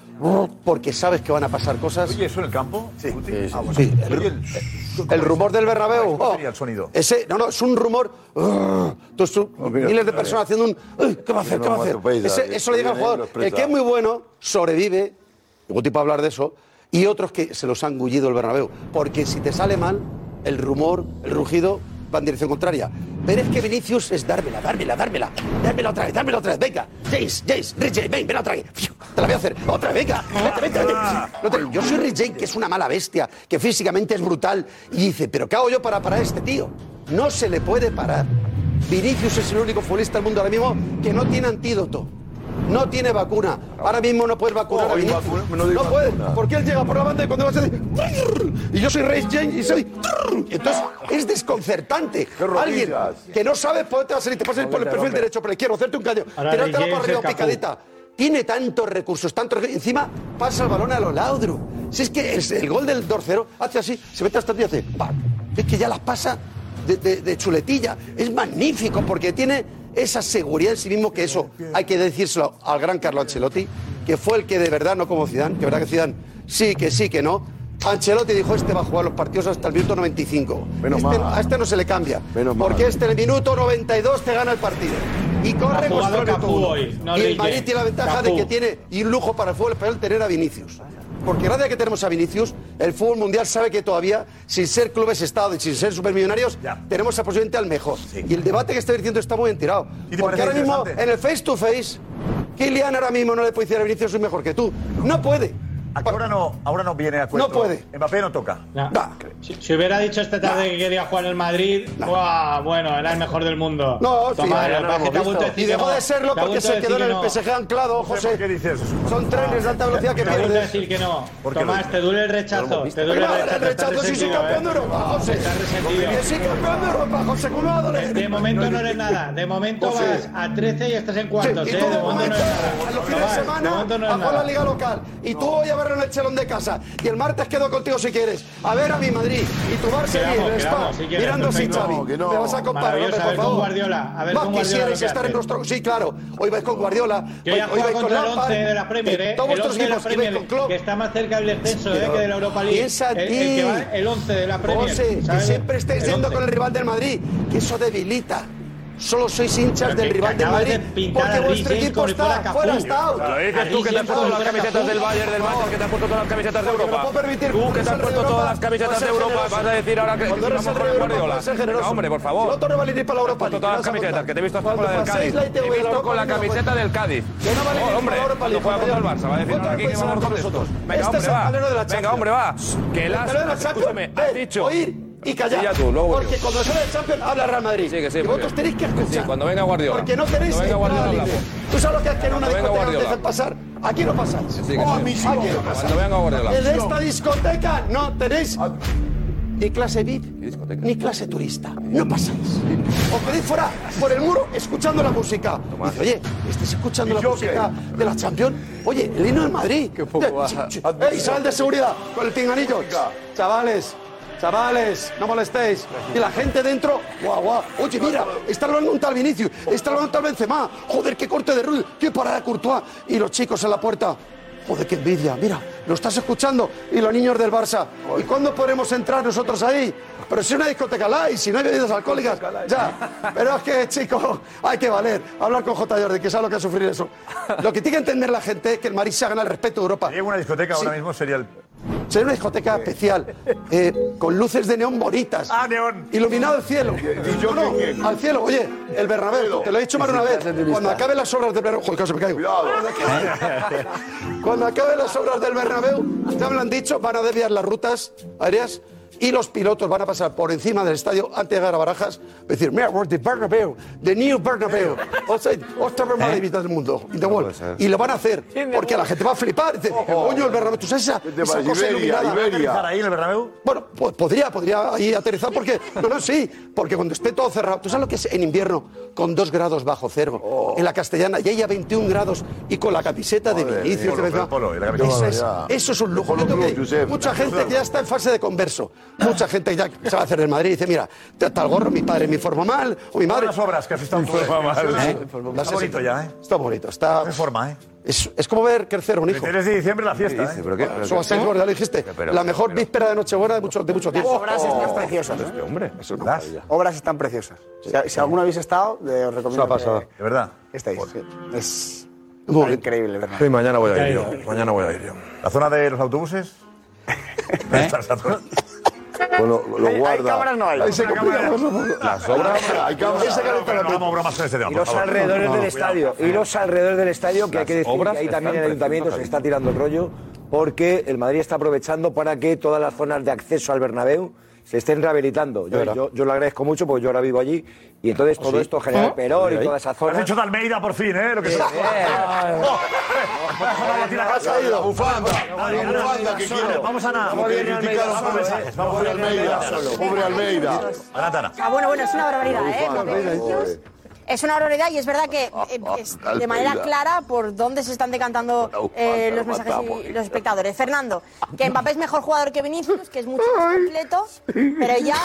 Porque sabes que van a pasar cosas. ¿Y eso en el campo? Sí. Ah, bueno. Sí. El- el rumor del Bernabéu. ¿Cómo sería el sonido? Ese, no, no, es un rumor. Entonces, tú- mira, miles de personas haciendo un. "Ay, ¿Qué va a hacer? ¿Qué va a hacer? Ese- eso le llega al jugador. El que es muy bueno sobrevive. Tengo tipo hablar de eso. Y otros que se los han gullido el Bernabéu. Porque si te sale mal, el rumor, el rugido va en dirección contraria. Pero es que Vinicius es dármela, dármela, dármela. Dármela otra vez, dármela otra vez. Venga, James, James, Rich James, ven, ven otra vez. Fiu, Te la voy a hacer. Otra vez, venga. Vete, vete, vete. No te- yo soy Rich James, que es una mala bestia, que físicamente es brutal. Y dice, ¿pero qué hago yo para parar a este tío? No se le puede parar. Vinicius es el único futbolista del mundo ahora mismo que no tiene antídoto. No tiene vacuna. Ahora mismo no puedes vacunar a Vinicius. Oh, No, puedes. Porque él llega por la banda y cuando vas a decir. "Trrr", Y yo soy Rey James y soy. "Trrr". Entonces es desconcertante. Alguien que no sabe por dónde te va a salir. Te pasa por el Hombre, perfil hombre. derecho, por la izquierda, hacerte un caño. Ahora Tirártela Rey para James arriba es Cafú. picadita. Tiene tantos recursos, tantos recursos. Encima pasa el balón a lo laudru. Si es que el, el gol del 2-0 hace así, se mete hasta el tío y hace ¡pac! Es que ya las pasa de, de- de chuletilla. Es magnífico porque tiene esa seguridad en sí mismo que eso hay que decírselo al gran Carlo Ancelotti, que fue el que de verdad no como Zidane, que verdad que Zidane sí, que sí, que no. Ancelotti dijo, este va a jugar los partidos hasta el minuto 95. Este- a este no se le cambia. porque este en el minuto 92 te gana el partido. Y corre Ha jugado con el Cafú minuto uno. hoy, no Y el Reyes. Madrid tiene la ventaja de Cafú. que tiene y un lujo para el fútbol español tener a Vinicius. Porque gracias a que tenemos a Vinicius, el fútbol mundial sabe que todavía, sin ser clubes Estado y sin ser supermillonarios, tenemos a posiblemente al mejor. Y el debate que está diciendo está muy bien tirado. Porque parece ahora mismo, interesante? en el face to face, Kylian ahora mismo no le puede decir a Vinicius soy mejor que tú. No puede. Ahora no, ahora no viene a cuento. No puede. Mbappé no toca. Si, si hubiera dicho esta tarde que quería jugar en el Madrid, ¡buah! bueno, era el mejor del mundo. No, sí, ya Tomás, lo lo que pasa es hemos que te ha vuelto a visto. decir Y que dejó no. de serlo Te ha porque vuelto a se decir quedó en que el no. PSG anclado, José. ¿Qué dices? Son trenes de alta velocidad que Te ha vuelto a pierdes. decir que no. ¿Por qué lo Tomás, dices? te duele el rechazo. Te duele el Claro, rechazo. el rechazo si soy campeón de Europa, José. Que soy campeón de Europa, José, como no adolescente. De momento no eres nada. De momento vas a 13 y estás en cuartos. Sí, y ¿eh? tú De de momento momento, no eres nada. a los fines de Tomás, semana, de momento no a eres por la nada. liga local. Y tú hoy a ver en el chelón de casa. Y el martes quedo contigo si quieres. A ver a mi Madrid. Y tu Barcelona, Quedamos, el Spa, quedamos, si quieres, mirando sin perfecto. Xavi. No, que no. Me vas a comparar, hombre, Maravilloso, a por ver con favor. Guardiola, a ver Más con Guardiola quisierais lo que estar en hace. nuestro... Sí, claro. Hoy vais con Guardiola. Que hoy, hoy ha hoy jugado vais con contra el Lampard. 11 de la Premier, eh, ¿eh? Todos El vuestros 11 de la equipos. Y vais Premier, con Klopp. que está más cerca del descenso eh, Pero que de la Europa League. Piensa en el, ti. el que va- el 11 de la Premier. José, que ¿sabes? siempre estáis El yendo 11. con el rival del Madrid, que eso debilita. Solo sois hinchas Pero del que- rival que del acabas Madrid. de pintar porque a vuestro Rich equipo como si fuera está Cafú. fuera, está out. Lo dices tú, que te has puesto las camisetas del Bayern, del Barça, que te has puesto todas las camisetas de Europa. No puedo permitir Tú que te has ser puesto de todas Europa, las camisetas puedes de ser Europa, generoso. vas a decir ahora que Cuando eres vamos el con rey de Europa, Guardiola. puedes ser generoso. No, hombre, por favor. El otro no vale ni para Te la has Europa puesto League, todas las no vas a camisetas, contar. que te he visto hasta Cuando con la del paséis Cádiz. la Te ITV, he visto con la cuando camiseta juegues. del Cádiz. Que no vale ni Oh, para hombre, la Europa cuando juega contra el League, Javier. Barça, va a decir Otra ahora aquí que vez vamos hablar con con nosotros. nosotros. Venga, Este hombre, es va. el talero de la Venga, Champions. hombre, va. Que El las... talero de la Champions, Escúchame, ve, has dicho... Oír y callar. Calla tú, luego Porque yo. cuando sale el Champions habla el Real Madrid. Sí, que sí, y muy vosotros bien. tenéis que Que sí, escuchar. cuando venga Guardiola. Porque no tenéis Cuando venga entrada Guardiola libre. hablamos. Tú sabes lo que es que en una Cuando venga discoteca no te Guardiola. dejan pasar. Aquí no pasáis. sí, que Oh, a sí. mí sí. Cuando Aquí no pasáis. venga Guardiola. Ah. En esta discoteca no tenéis ni clase VIP, ni clase turista. No pasáis. Os quedéis fuera por el muro escuchando la música. Dice, oye, estáis escuchando la música de la Champions. Oye, el himno del Madrid. Qué poco ¡Ey, sal de seguridad! Con el pinganillo. Chavales, chavales, no molestéis. Y la gente dentro, guau, guau. Oye, mira, está hablando un tal Vinicius, está hablando un tal Benzema. Joder, qué corte de Ruiz, qué parada de Courtois. Y los chicos en la puerta. Joder, qué envidia. Mira, lo estás escuchando. Y los niños del Barça. ¿Y cuándo podremos entrar nosotros ahí? Pero si es una discoteca live, si no hay bebidas alcohólicas, ya. Pero es que, chicos, hay que valer. Hablar con J. Jordi, que sabe lo que es sufrir eso. Lo que tiene que entender la gente es que el Madrid se ha ganado el respeto de Europa. Una discoteca ahora mismo sería el. Sería una discoteca especial, eh, con luces de neón bonitas. Ah, neón. Iluminado el cielo. No, no, al cielo, oye, el Bernabéu, te lo he dicho más de una vez. Cuando acaben las obras del Bernabéu... Joder, casi me caigo. Cuando acabe- Cuando acaben las obras del Bernabéu, ya me lo han dicho, van a desviar las rutas aéreas y los pilotos van a pasar por encima del estadio antes de llegar a Barajas, decir, mira, we're the Bernabéu, the new Bernabéu, outside, outside más del mundo, in the world. Y lo van a hacer, porque la gente va a flipar, dice, coño, el Bernabéu, tú sabes esa, Te esa vas, cosa Iberia, iluminada. Iberia. ¿Aterrizar ahí en el Bernabéu? Bueno, po- podría, podría ahí aterrizar porque. No, no, sí. Porque cuando esté todo cerrado. ¿Tú sabes lo que es en invierno? Con 2 grados bajo cero. Oh. En la castellana, y ahí a 21 grados. Y con la camiseta de Joder, Vinicius. polo, de Benzema. polo, y la camiseta. Eso es, Ya. eso es un lujo. Polo Yo creo blue, que Josep. mucha gente que ya está en fase de converso. Mucha gente ya que se va a hacer en Madrid y dice: Mira, está el gorro, mi padre me informa mal. O mi madre. Las obras que has estado Joder, ¿eh? Está bonito ya, ¿eh? Está bonito, está. De forma, ¿eh? Es, es como ver crecer un hijo. El 3 de diciembre la fiesta. ¿eh? ¿Pero qué? ¿Pero Son qué? las seis, ya lo dijiste. Pero- la mejor víspera de Nochebuena de mucho, de mucho tiempo. obras Oh. están preciosas. Este hombre, es una maravilla. Obras están preciosas. Sí. Sí. Si a- Sí. si alguno habéis estado, eh, os Es una pasada. De verdad. estáis. Es increíble, ¿verdad? Sí, mañana voy a ir yo. Mañana voy a ir yo. ¿La zona de los autobuses? ¿Eh? Bueno, lo, Hay- hay guarda. cámaras, no hay. Ahí se Una complica cámara. más. Las obras- Hay cámaras. Esa que no está la- No hagamos bromas con ese tema, Y por los favor. alrededores No, del cuidado, estadio. Y por favor. los alrededores del estadio, que Las hay que decir obras que ahí están también el preciosas, ayuntamiento se Javi. está tirando el rollo, porque el Madrid está aprovechando para que todas las zonas de acceso al Bernabéu se estén rehabilitando. Yo, verdad. yo- yo lo agradezco mucho porque yo ahora vivo allí. Y entonces todo ¿Sí? esto, General ¿Eh? Perón y Ahí. toda esa zona. Has hecho de Almeida por fin, ¿eh? Lo que Sí, sea. bien. Oh, eh, la casa. La bufanda, la bufanda que quiere. Vamos a nada. Vamos a criticar a los mensajes. Vamos a Almeida. Pobre Almeida. Anatana. Ah, bueno, bueno, es una barbaridad, ¿eh? Lo de Vinicius Es una barbaridad y es verdad que eh, es de manera barbaridad. clara por dónde se están decantando eh, los mensajes y los espectadores. Fernando, que Mbappé es mejor jugador que Vinicius, que es mucho más completo, pero ya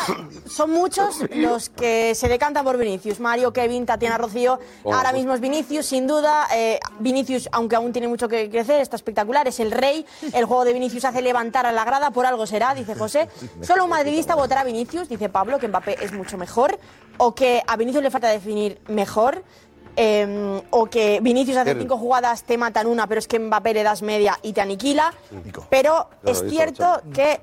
son muchos los que se decantan por Vinicius. Mario, Kevin, Tatiana Rocío, Oh. ahora mismo es Vinicius, sin duda. eh, Vinicius, aunque aún tiene mucho que crecer, está espectacular, es el rey. El juego de Vinicius hace levantar a la grada, por algo será, dice José. Solo un madridista votará a Vinicius, dice Pablo, que Mbappé es mucho mejor, o que a Vinicius le falta definir mejor. eh, o que Vinicius hace El- cinco jugadas, te matan una, pero es que Mbappé le das media y te aniquila. Pero lo es dijo cierto que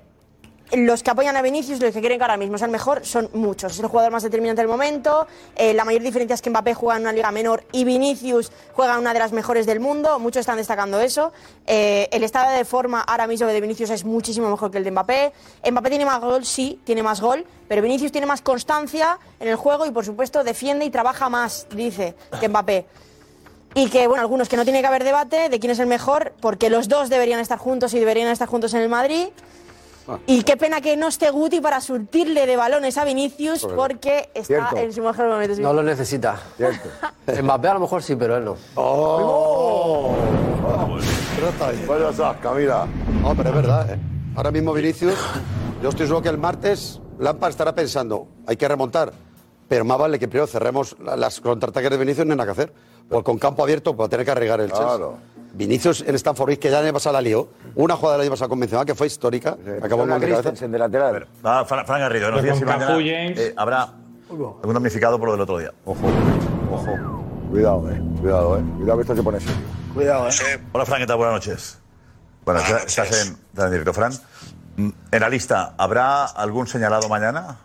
los que apoyan a Vinicius, los que creen que ahora mismo es el mejor, son muchos. Es el jugador más determinante del momento. Eh, la mayor diferencia es que Mbappé juega en una liga menor y Vinicius juega en una de las mejores del mundo. Muchos están destacando eso. Eh, el estado de forma ahora mismo de Vinicius es muchísimo mejor que el de Mbappé. Mbappé tiene más gol, sí, tiene más gol, pero Vinicius tiene más constancia en el juego y, por supuesto, defiende y trabaja más, dice, que Mbappé. Y que, bueno, algunos que no tiene que haber debate de quién es el mejor, porque los dos deberían estar juntos y deberían estar juntos en el Madrid. Ah. Y qué pena que no esté Guti para surtirle de balones a Vinicius Correcto. porque está Pues, Cierto. en su mejor momento. sí. No lo necesita. Mbappé a lo mejor sí, pero él no. Oh. Vaya zasca, mira. No, pero es verdad. ¿eh? Ahora mismo Vinicius, yo estoy seguro que el martes Lampard estará pensando, hay que remontar. Pero más vale que primero cerremos la- las contraataques de Vinicius, no hay nada que hacer. Porque con campo abierto pues va a tener que arriesgar el Chelsea. Claro. Vinicius en Stanford Bridge, que ya le pasado la lío. Una jugada la lleva pasado convencional, que fue histórica. Acabó mal de cabeza. Christensen, de lateral. Va, Fran, Fran Garrido, no Pero sé con si mañana Cafu, eh, habrá algún damnificado por lo del otro día. Ojo, ojo. Cuidado, eh. Cuidado, eh. Cuidado que esto se pone serio. Cuidado, eh. Hola, Fran, ¿qué tal? Buenas noches. Bueno, estás- estás en, estás en directo, Fran. Mm, En la lista, ¿habrá algún señalado mañana?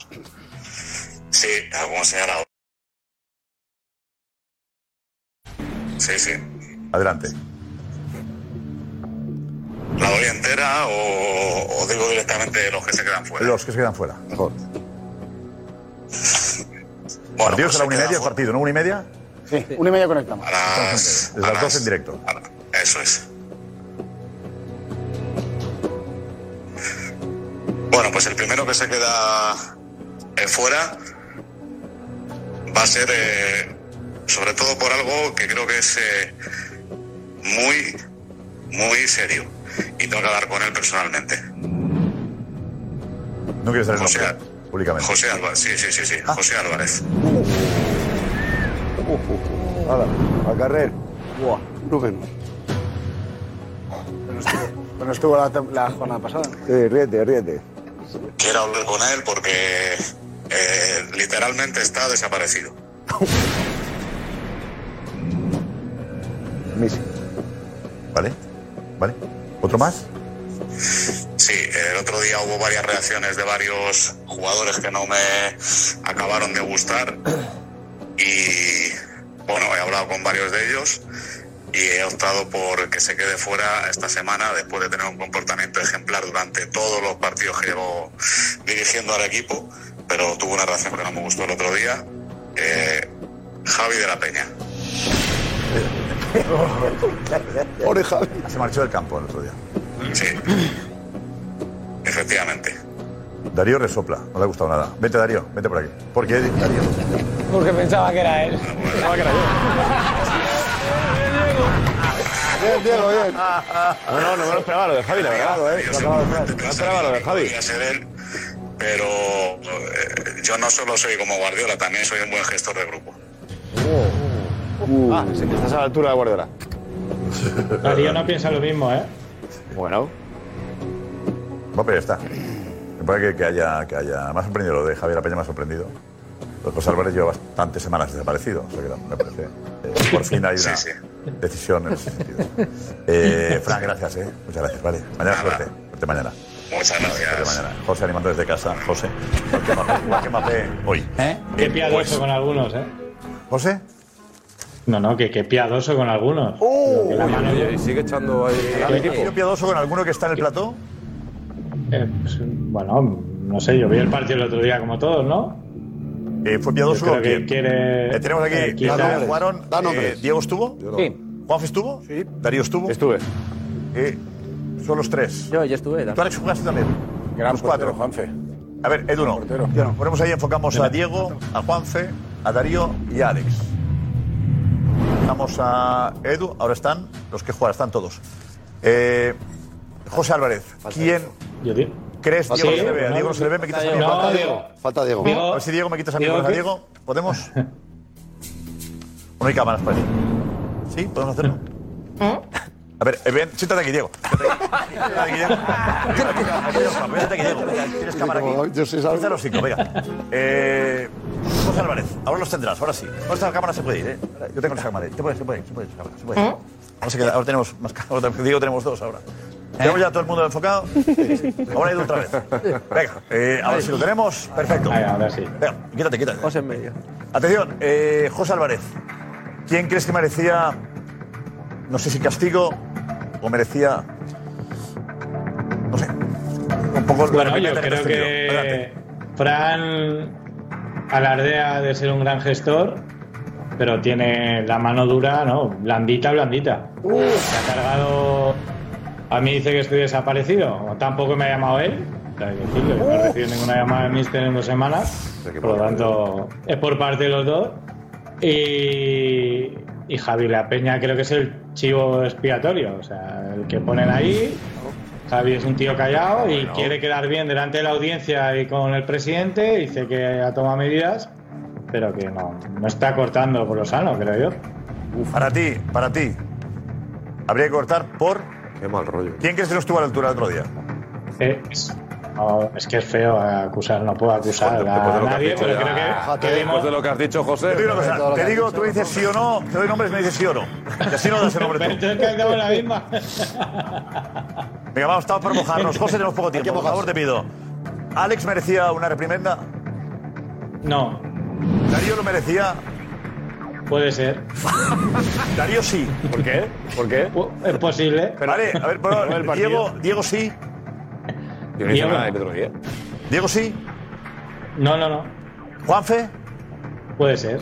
Sí, ah, algún señalado. Sí, sí. Adelante. ¿La doy entera o, o digo directamente los que se quedan fuera? Los que se quedan fuera. Mejor. Bueno, partido pues será se una queda y media, el fuera. partido, ¿no? ¿Una y media? Sí, una y media conectamos. Desde las dos en directo. Eso es. Bueno, pues el primero que se queda eh, fuera va a ser eh, sobre todo por algo que creo que es eh, muy, muy serio. Y tengo que hablar con él personalmente. No quiero estar en públicamente. Ah. José Álvarez, sí, sí, sí, sí. José Álvarez. Hala, al carrer. Buah, Rubén. Bueno, estuvo la, la jornada pasada. Sí, ríete, ríete. Quiero hablar con él porque eh, literalmente está desaparecido. Messi. ¿Vale? ¿Vale? ¿Otro más? Sí, el otro día hubo varias reacciones de varios jugadores que no me acabaron de gustar y bueno, he hablado con varios de ellos y he optado por que se quede fuera esta semana después de tener un comportamiento ejemplar durante todos los partidos que llevo dirigiendo al equipo, pero tuvo una reacción que no me gustó el otro día. Eh, Javi de la Peña. Pobre Javi. Se marchó del campo el otro día. Sí. Efectivamente. Darío resopla, no le ha gustado nada. Vete, Darío, vete por aquí. ¿Por qué, Darío? Porque pensaba que era él. Pensaba que era yo. Bien, Diego, bien. No, no, no me lo esperaba lo de Javi, la verdad. Yo No me lo simplemente esperaba lo de pensaba que Javi. podía ser él, pero eh, yo no solo soy como Guardiola, también soy un buen gestor de grupo. Ah, sí, que estás a la altura de Guardiola. Darío no piensa lo mismo, ¿eh? Bueno. No, pero ya está. Me parece que, que haya, que haya. Me ha sorprendido lo de Javier La Peña, me ha sorprendido. Los dos Álvarez lleva bastantes semanas desaparecido. O sea que no, me parece. eh, por fin hay una decisión en ese sentido. Eh, Fran, gracias, ¿eh? Muchas gracias, vale. Mañana suerte. Suerte mañana. Muchas gracias. Suerte mañana. José animando desde casa. José. Igual que Mbappé hoy. ¿Eh? Qué piadoso con algunos, ¿eh? ¿José? No, no, que qué piadoso con algunos. ¡Oh! La mano- y sigue echando ahí. al equipo. piadoso con alguno que está en el plató? Eh, pues, bueno, no sé, yo vi el partido el otro día como todos, ¿no? Eh, ¿Fue piadoso Yo creo con que quién? quiere. Eh, tenemos aquí. eh, quitar- Juan, jugaron. eh, ¿Diego estuvo? Sí. ¿Juanfe estuvo? Sí. ¿Darío estuvo? Estuve. son los tres. Yo, yo estuve. ¿Tú, Alex, jugaste también? los cuatro. Juanfe. A ver, Edu no. Ponemos ahí, enfocamos a Diego, a Juanfe, a Darío y a Alex. Vamos a Edu, ahora están los que juegan, están todos. Eh, José Álvarez, ¿quién crees? Falta Diego no se le Diego. ve, a Diego no se le ve, me quitas a mí. Falta Diego. Falta Diego. A ver si Diego me quitas a mí. Diego, ¿Pones a ¿qué? Diego? ¿Podemos? No hay cámaras para ti. ¿Sí? ¿Podemos hacerlo? A ver, eh, ven, siéntate aquí, Diego. Espérate que llego. Tienes cámara aquí. Yo soy Álvarez. hocico, venga. Eh, José Álvarez, ahora los tendrás, ahora sí. Ahora esta cámara se puede ir, ¿eh? Yo tengo esa cámara. Se puede, se puede, se puede. esa cámara, Se puede. Ahora, se queda- ahora tenemos más cámaras. Digo, tenemos dos ahora. ¿Tenemos ya todo el mundo enfocado? Ahora ido otra vez. Venga, eh, ahora sí lo tenemos. Perfecto. ahora sí. Venga, quítate, quítate. José en medio. Atención, eh, José Álvarez. ¿Quién crees que merecía, no sé si castigo o merecía un poco la Bueno, yo repelente que te creo has que tenido. Adelante. Fran alardea de ser un gran gestor, pero tiene la mano dura, ¿no? Blandita, blandita. Se ha cargado. A mí dice que estoy desaparecido. o Tampoco me ha llamado él. o sea, hay que decirlo, No he recibido ninguna llamada de Mister en dos semanas. sea, que Por lo poca tanto, es por parte de los dos. Y, y Javi La Peña creo que es el chivo expiatorio. O sea, el que ponen ahí. Javi es un tío callado y quiere quedar bien delante de la audiencia y con el presidente. Dice que ha tomado medidas, pero que no, no está cortando por lo sano, creo yo. Para ti, para ti. Habría que cortar por. Qué mal rollo. ¿Quién crees que no estuvo a la altura el otro día? Eh, es, no, es que es feo acusar, no puedo acusar a nadie, pero creo que, que vimos- Después de lo que has dicho, José. Te digo una cosa, te digo, tú me dices sí o no, te doy nombres y me dices sí o no. Y así no das el nombre tú. que acabo en la misma. Venga, vamos, estamos por mojarnos. José, tenemos poco tiempo, por favor, te pido. ¿Alex merecía una reprimenda? No. ¿Darío lo merecía? Puede ser. Darío sí. ¿Por qué? ¿Por qué? Es posible. vale, a ver, por favor, Pero el partido- Diego, Diego sí. Yo no hice nada el otro día. ¿Diego sí? No, no, no. ¿Juanfe? Puede ser.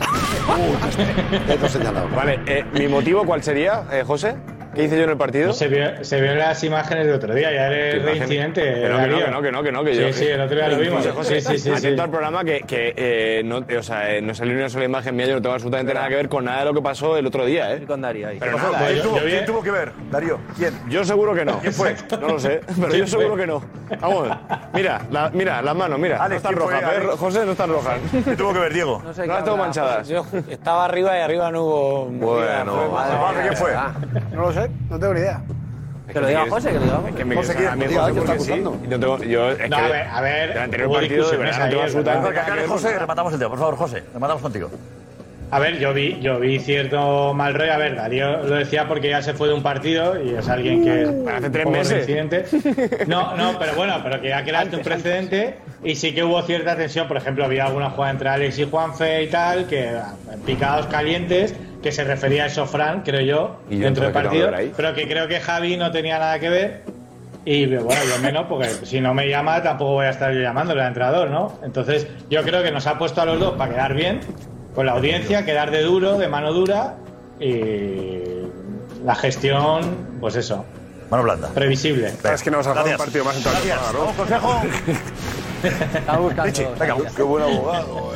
Vale, eh, ¿mi motivo cuál sería, eh, José? ¿Qué hice yo en el partido? No, se, vio, se vio en las imágenes de otro día, ya ¿Qué eres imagen? reincidente. Que no, que no, Darío. que no, que no, que no, que sí, yo. Sí, el otro día lo vimos. José, Sí, José, sí, sí. sí. Atento al programa que, que eh, no, o sea, eh, no salió ni una sola imagen mía, yo no tengo absolutamente nada que ver con nada de lo que pasó el otro día, ¿eh? con Darío ahí. Pero ¿Qué pasó? nada, ¿Quién ¿eh? tuvo- Yo vi- quién tuvo que ver? Darío, ¿quién? Yo seguro que no. ¿Quién fue? No lo sé, pero yo ¿Quién seguro fue? que no. Vamos, mira, la, mira, las manos, mira. Alex, no están ¿quién fue, rojas, ¿ves? Alex? José, no están rojas. ¿Qué tuvo que ver, Diego? No, las tengo manchadas. Yo estaba arriba y arriba no hubo. Bueno, Ah, madre mía. ¿Quién fue? No lo sé, no tengo ni idea. Que lo diga José, que lo diga Es que me José, quieres que a mí, diga, José, que está porque sí. acusando. Y No tengo, yo, es No, que a ver, a ver, El anterior hubo partido de verdad no discusiones tengo ¿eh? ayer, absolutamente ¿verdad? nada que ver con- José, rematamos el tema, por favor, José. Rematamos contigo. A ver, yo vi, yo vi cierto mal rollo. A ver, Darío lo decía porque ya se fue de un partido y es alguien que. hace un tres poco meses. reincidente. No, no, pero bueno, pero que ha creado un precedente y sí que hubo cierta tensión. Por ejemplo, había alguna jugada entre Alex y Juanfe y tal, que ah, picados calientes, que se refería a eso Fran, creo yo, Y yo dentro no sé qué tengo del que partido. ver ahí. Pero que creo que Javi no tenía nada que ver. Y bueno, yo menos, porque si no me llama, tampoco voy a estar yo llamándole al entrenador, ¿no? Entonces, yo creo que nos ha puesto a los dos para quedar bien, con la audiencia, quedar de duro, de mano dura, y la gestión, pues eso. Mano blanda. Previsible. Es que no vas a jugar un partido más en toda la Gracias. temporada, ¿no? consejo. Richie, venga. Qué buen eh. abogado.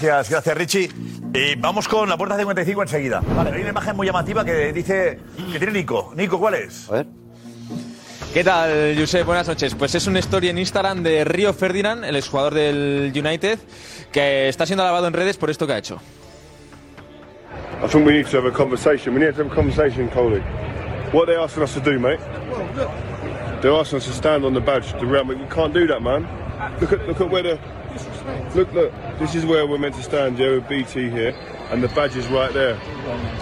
Gracias, gracias, Richie. Y vamos con la puerta 55 enseguida. Vale, hay una imagen muy llamativa que dice que tiene Nico. Nico, ¿cuál es? A ver. ¿Qué tal, Josep? Buenas noches. Pues es una historia en Instagram de Río Ferdinand, el exjugador del United, que está siendo alabado en redes por esto que ha hecho. I think we need to have a conversation. We need to have a conversation, Coley. What are they asking us to do, mate? They're asking us to stand on the badge to round. We can't do that, man. Look at look at where the look look. This is where we're meant to stand. Yeah, with BT here, and the badge is right there.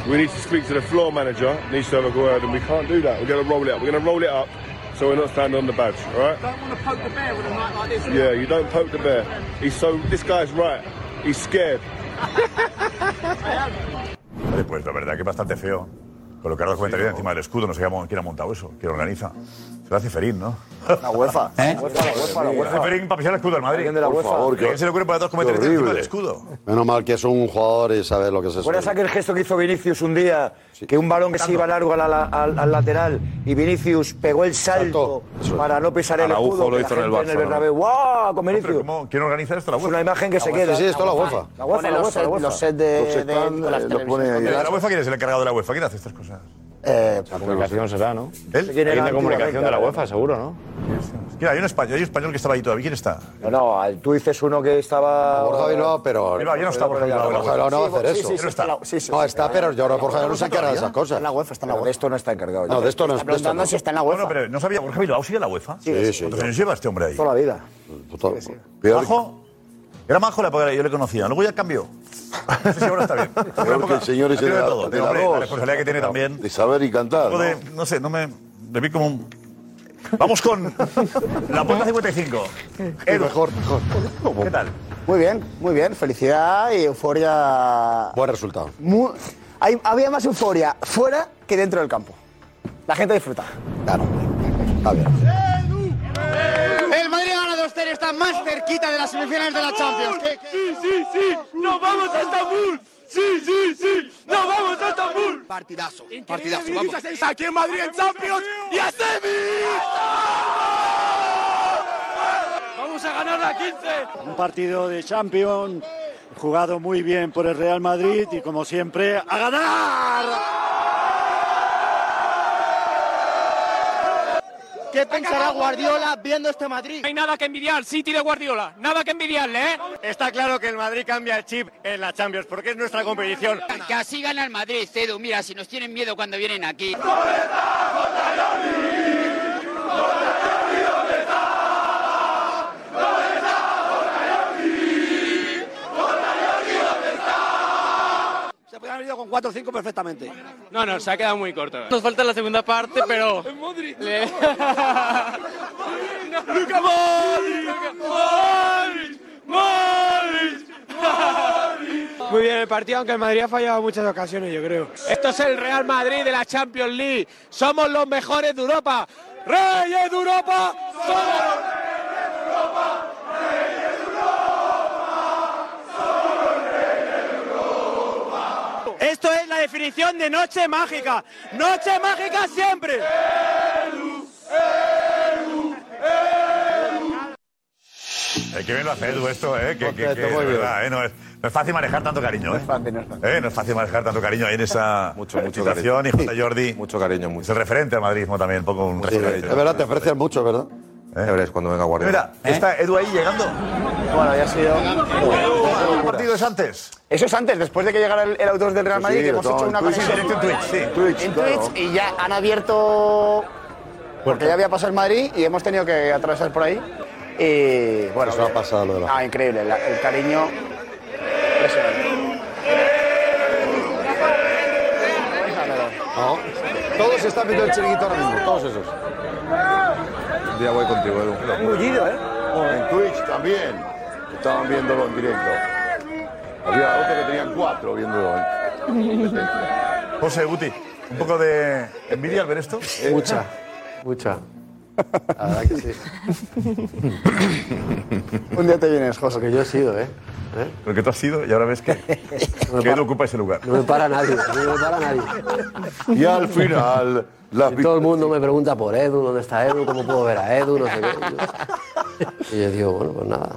We need to speak to the floor manager. Needs to have a go out, and we can't do that. We're going to roll it up. We're going to roll it up, so we're not standing on the badge. All right. Don't want to poke the bear with a night like this. Yeah, you don't poke the bear. He's so. This guy's right. He's scared. Vale, pues la verdad que es bastante feo. Colocar los comentarios encima del escudo, no sé cómo- quién ha montado eso, quién organiza. Se lo hace Ferín, ¿no? La UEFA. ¿Eh? La UEFA, la UEFA, la UEFA. Hace Ferín para pisar el escudo al Madrid. Alguien de la UEFA. ¿A quién se le ocurre para dos comentarios encima del escudo? Menos mal que es un jugador y sabe lo que es eso. ¿Recuerdas aquel gesto que hizo Vinicius un día? Que un balón que se iba largo al, al- al lateral y Vinicius pegó el salto Eso es. para no pisar el Araujo escudo. lo que hizo la en el gente Barça, ¿no? Bernabéu, ¡guau! Con Vinicius. ¿Quién organiza esto? La UEFA. Es una imagen que se queda. Sí, sí, esto la UEFA. La UEFA, Pone la los UEFA, la set- UEFA. los set de- Los de- están, con las eh, los televisiones. pone ahí. ¿La UEFA quién es el encargado de la UEFA? ¿Quién hace estas cosas? Eh, pues Comunicación será, ¿no? ¿Él? Alguien de comunicación de la UEFA, seguro, ¿no? Mira, hay un español, hay un español que estaba ahí todavía. ¿Quién está? No, no, al- tú dices uno que estaba. Borja Bilbao, pero. Bilbao, ya no está Borja Pero ya Bilbao, Borja Bilbao no va a sí, hacer sí, eso. sí, sí, No está. sí, No está, pero yo ahora Borja Bilbao no se encarga de esas cosas. La UEFA está en la UEFA. Esto no está encargado. No, de esto no es- de esto no. en la UEFA. Bueno, pero no sabía, Borja Bilbao sigue en la UEFA. Sí, sí, sí. ¿Cuántos años lleva este hombre ahí? Toda la vida. ¿Majo? Era Majo la época que yo le conocía, luego ya cambió. No sé si ahora está bien. Peor que el señor ese Tiene de de la, todo, de tiene la hombre, la voz. responsabilidad que tiene también. De saber y cantar. Algo ¿no? de- no sé, no me. Le vi como un. Vamos con la puerta 55. Edu. Mejor, mejor. ¿Qué tal? Muy bien, muy bien. Felicidad y euforia. Buen resultado. Mu- hay- había más euforia fuera que dentro del campo. La gente disfruta. Está bien. El Madrid gana 2-0, está más cerquita de las semifinales de la Champions. Sí, sí, sí, nos vamos a Estambul. Sí, sí, sí, nos vamos a Estambul. Partidazo, partidazo. Vamos. Aquí en Madrid en Champions y a Vamos a ganar la 15. Un partido de Champions, jugado muy bien por el Real Madrid y como siempre, a ganar. ¿Qué pensará Guardiola viendo este Madrid? No hay nada que envidiar, City de Guardiola, nada que envidiarle, ¿eh? Está claro que el Madrid cambia el chip en la Champions porque es nuestra competición. Que así gana el Madrid, Edu. Mira, si nos tienen miedo cuando vienen aquí. con 4 o 5 perfectamente. No, no, se ha quedado muy corto. Nos falta la segunda parte, pero... Le- ¡Luca Modric! ¡Modric! ¡Modric! Muy bien el partido, aunque el Madrid ha fallado muchas ocasiones, yo creo. Esto es el Real Madrid de la Champions League. Somos los mejores de Europa. ¡Reyes de Europa! Esto es la definición de noche mágica. Noche mágica siempre. Eh, qué bien lo hace Edu esto, ¿eh? Que, que, que, Contento, muy de bien. verdad, ¿eh? No, es, no es fácil manejar tanto cariño, ¿eh? no es Eh, no es fácil manejar tanto cariño ahí en esa mucho, mucho y J. Jordi. Mucho cariño, mucho. Es el referente al madridismo también, un poco un referente. Es verdad, te aprecian mucho, ¿verdad? Ya verás cuando venga Guardiola. Mira, está Edu ahí llegando. Bueno, ya ha sido. ¿El partido es antes? Eso es antes, después de que llegara el, el autobús del Real Sí, Madrid, que hemos todo hecho en una Twitch, conexión directo en Twitch, sí. en claro. Twitch y ya han abierto porque ya había pasado el Madrid y hemos tenido que atravesar por ahí. Y bueno, Eso ha pasado lo de la- Ah, increíble, la- el cariño. No. Todos están viendo el chiringuito ahora mismo, todos esos. Un día voy contigo, Edu. ¿eh? En Twitch también. Estaban viéndolo en directo. Había otros que tenían cuatro ¿eh? viéndolo. José Guti, un poco de envidia al ver esto. Mucha, mucha. La verdad que sí. Un día te vienes, José. Porque yo he sido, ¿eh? ¿Eh? Lo que tú has sido y ahora ves que, que Edu ocupa ese lugar. No me para nadie, no me para nadie. Y al final... Y todo el mundo me pregunta por Edu, ¿dónde está Edu? ¿Cómo puedo ver a Edu? No sé qué. Y yo digo, bueno, pues nada,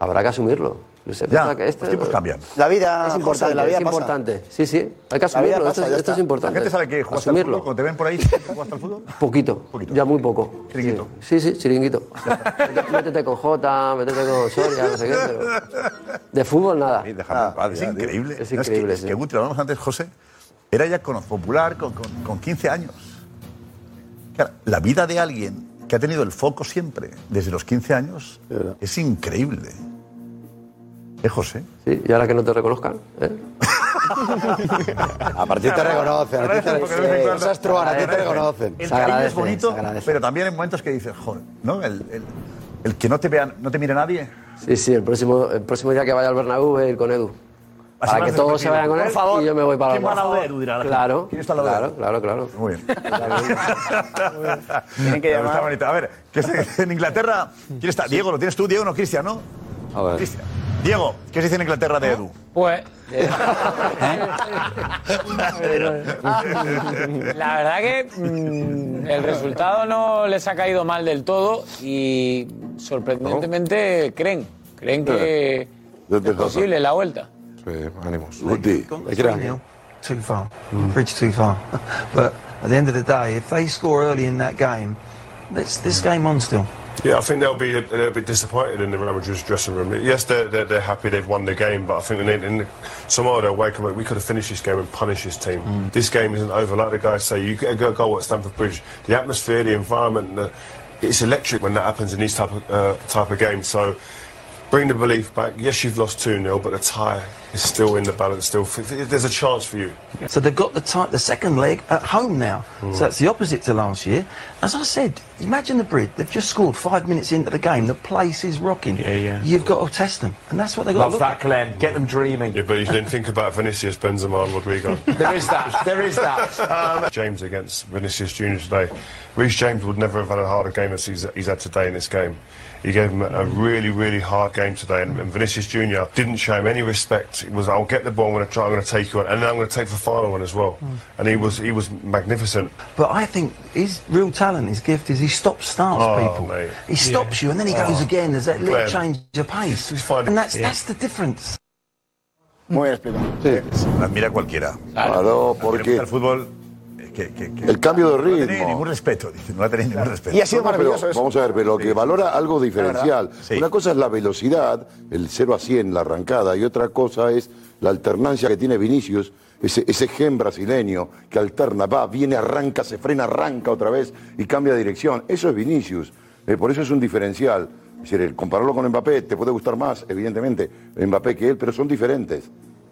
habrá que asumirlo. Josep, Ya, pasa que este- los tiempos cambian. La vida es José, importante, la vida es pasa. importante. Sí, sí, hay La vida que asumirlo, pasa, esto, es- ya esto es está. importante. ¿La gente sabe que jugaste al asumirlo. fútbol? Cuando te ven por ahí, ¿jugaste al fútbol? Poquito, ya muy poco. Chiringuito. Sí, sí, chiringuito. Métete- Métete con Jota, métete con Soria, no sé qué. pero De fútbol nada. es increíble. Es No, Ah, Es que, increíble, es que Guti, lo hablamos antes, José, era ya cono- popular con, con, con 15 años. Claro, la vida de alguien que ha tenido el foco siempre desde los 15 años es increíble. ¿Es José? Sí, y ahora que no te reconozcan. ¿eh? A partir te reconocen, a ti te reconocen. No seas truana, a ti te reconocen. El cariño es bonito, pero también en momentos que dices, joder, ¿no? El, el- el que no te, vea, no te mire nadie. Sí, sí, el próximo, el próximo día que vaya al Bernabéu voy a ir con Edu. Así Para vas que a todos se repetir. vayan con Por él favor. y yo me voy para ¿Quién va al lado de Edu, dirá la gente? Claro, ¿Quién está al lado de claro, claro, claro. Muy bien. Tienen que Está llamar. bonito. A ver, que se- en Inglaterra, ¿quién está? Diego, ¿lo tienes tú? Diego, no, Cristian, ¿no? A ver. Cristian. Diego, ¿qué se dice en Inglaterra de Edu? Pues Pero- La verdad que mm, el resultado no les ha caído mal del todo y sorprendentemente creen, creen que es posible la vuelta. Sí, ánimos. Too far, Hmm. bridge too far. but at the end of the day, if they score early in that game, this this game on still. Yeah, I think they'll be a little bit disappointed in the Real Madrid's dressing room. Yes, they're, they're, they're happy they've won the game, but I think they need, in tomorrow they'll wake up. and We could have finished this game and punished this team. This game isn't over. Like the guys say, you get a go- goal at Stamford Bridge. The atmosphere, the environment, the, it's electric when that happens in these type of uh, type of games. So bring the belief back. Yes, you've lost two 0 but the tie is still in the balance. Still, f- there's a chance for you. So they've got the type the second leg at home now. Hmm. So that's the opposite to last year. As I said, imagine the bridge. They've just scored five minutes into the game. The place is rocking. Yeah, yeah. You've got to test them, and that's what they got. to look Glenn. Get them dreaming. Yeah, but you didn't think about Vinicius, Benzema, and Rodrigo. There is that. There is that. Um, James against Vinicius Junior today. Reece James would never have had a harder game as he's, he's had today in this game. He gave him a, a really, really hard game today, and, and Vinicius Junior didn't show him any respect. It was, I'll get the ball, I'm going to try, I'm going to take you on, and then I'm going to take the final one as well. And he was, he was magnificent. Hmm. But I think his real talent, his gift, is he stops starts Oh, people. mate. He stops you, and then he Oh. goes again. There's that little Glenn. change of pace, and that's that's the difference. Muy bien explicado. La admira cualquiera. Claro, porque. El fútbol. eh, que- que- que- El cambio de No va a tener ritmo. ningún respeto, dice. No va a tener ningún respeto. No, no, pero Vamos a ver, pero lo que valora algo diferencial. Una cosa es la velocidad, el 0 a 100, la arrancada, y otra cosa es la alternancia que tiene Vinicius, ese, ese gen brasileño que alterna, va, viene, arranca, se frena, arranca otra vez y cambia de dirección. Eso es Vinicius. Eh, por eso es un diferencial. Es decir, el compararlo con Mbappé, te puede gustar más, evidentemente, Mbappé que él, pero son diferentes.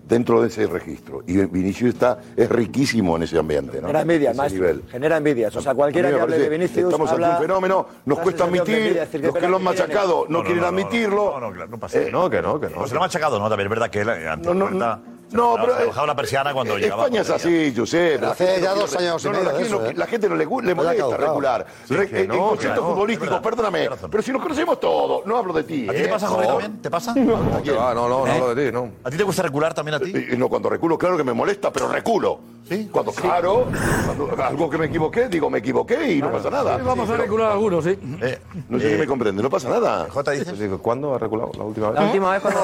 dentro de ese registro. Y Vinicius está, es riquísimo en ese ambiente, ¿no? Genera envidia, Ese maestro. nivel. Genera envidias. O sea, cualquiera A mí me que hable de parece Vinicius. Estamos ante habla- un fenómeno, nos da cuesta sensación de admitir, envidia, es decir, los que pena lo han quieren- machacado no, No, no, quieren no, no, admitirlo. No, no, claro, no pasa No, que no, que no. se lo ha machacado, ¿no? También es verdad que él eh, antes No, no, cuenta, se no, bajaba- pero, se eh, bajaba la persiana cuando llegaba. España es así, Josep. Pero La hace gente ya no dos quiere- años y No, no, la medio de gente no- eso, ¿eh? la gente no le gu- le Me la ha molesta caducado. regular. Sí, Re- que En no, que conceptos no, futbolísticos, es verdad, perdóname, tienes razón. pero si nos conocemos todos, no hablo de ti. ¿A ti te ¿eh? pasa, Jorge, también? ¿Te pasa? No, ¿Qué Ah, va? No, no, no hablo de ti, no. ¿Eh? ¿A ti te gusta recular también a ti? Eh, No, cuando reculo, claro que me molesta, pero reculo. ¿Sí? Cuando, claro, cuando- algo que me equivoqué, digo, me equivoqué y no pasa nada. Vamos a Pero- recular algunos, sí. Eh, No sé si me comprende, no pasa nada. Jota dice. ¿Cuándo ha reculado? ¿La última ¿Eh? vez? La última vez cuando.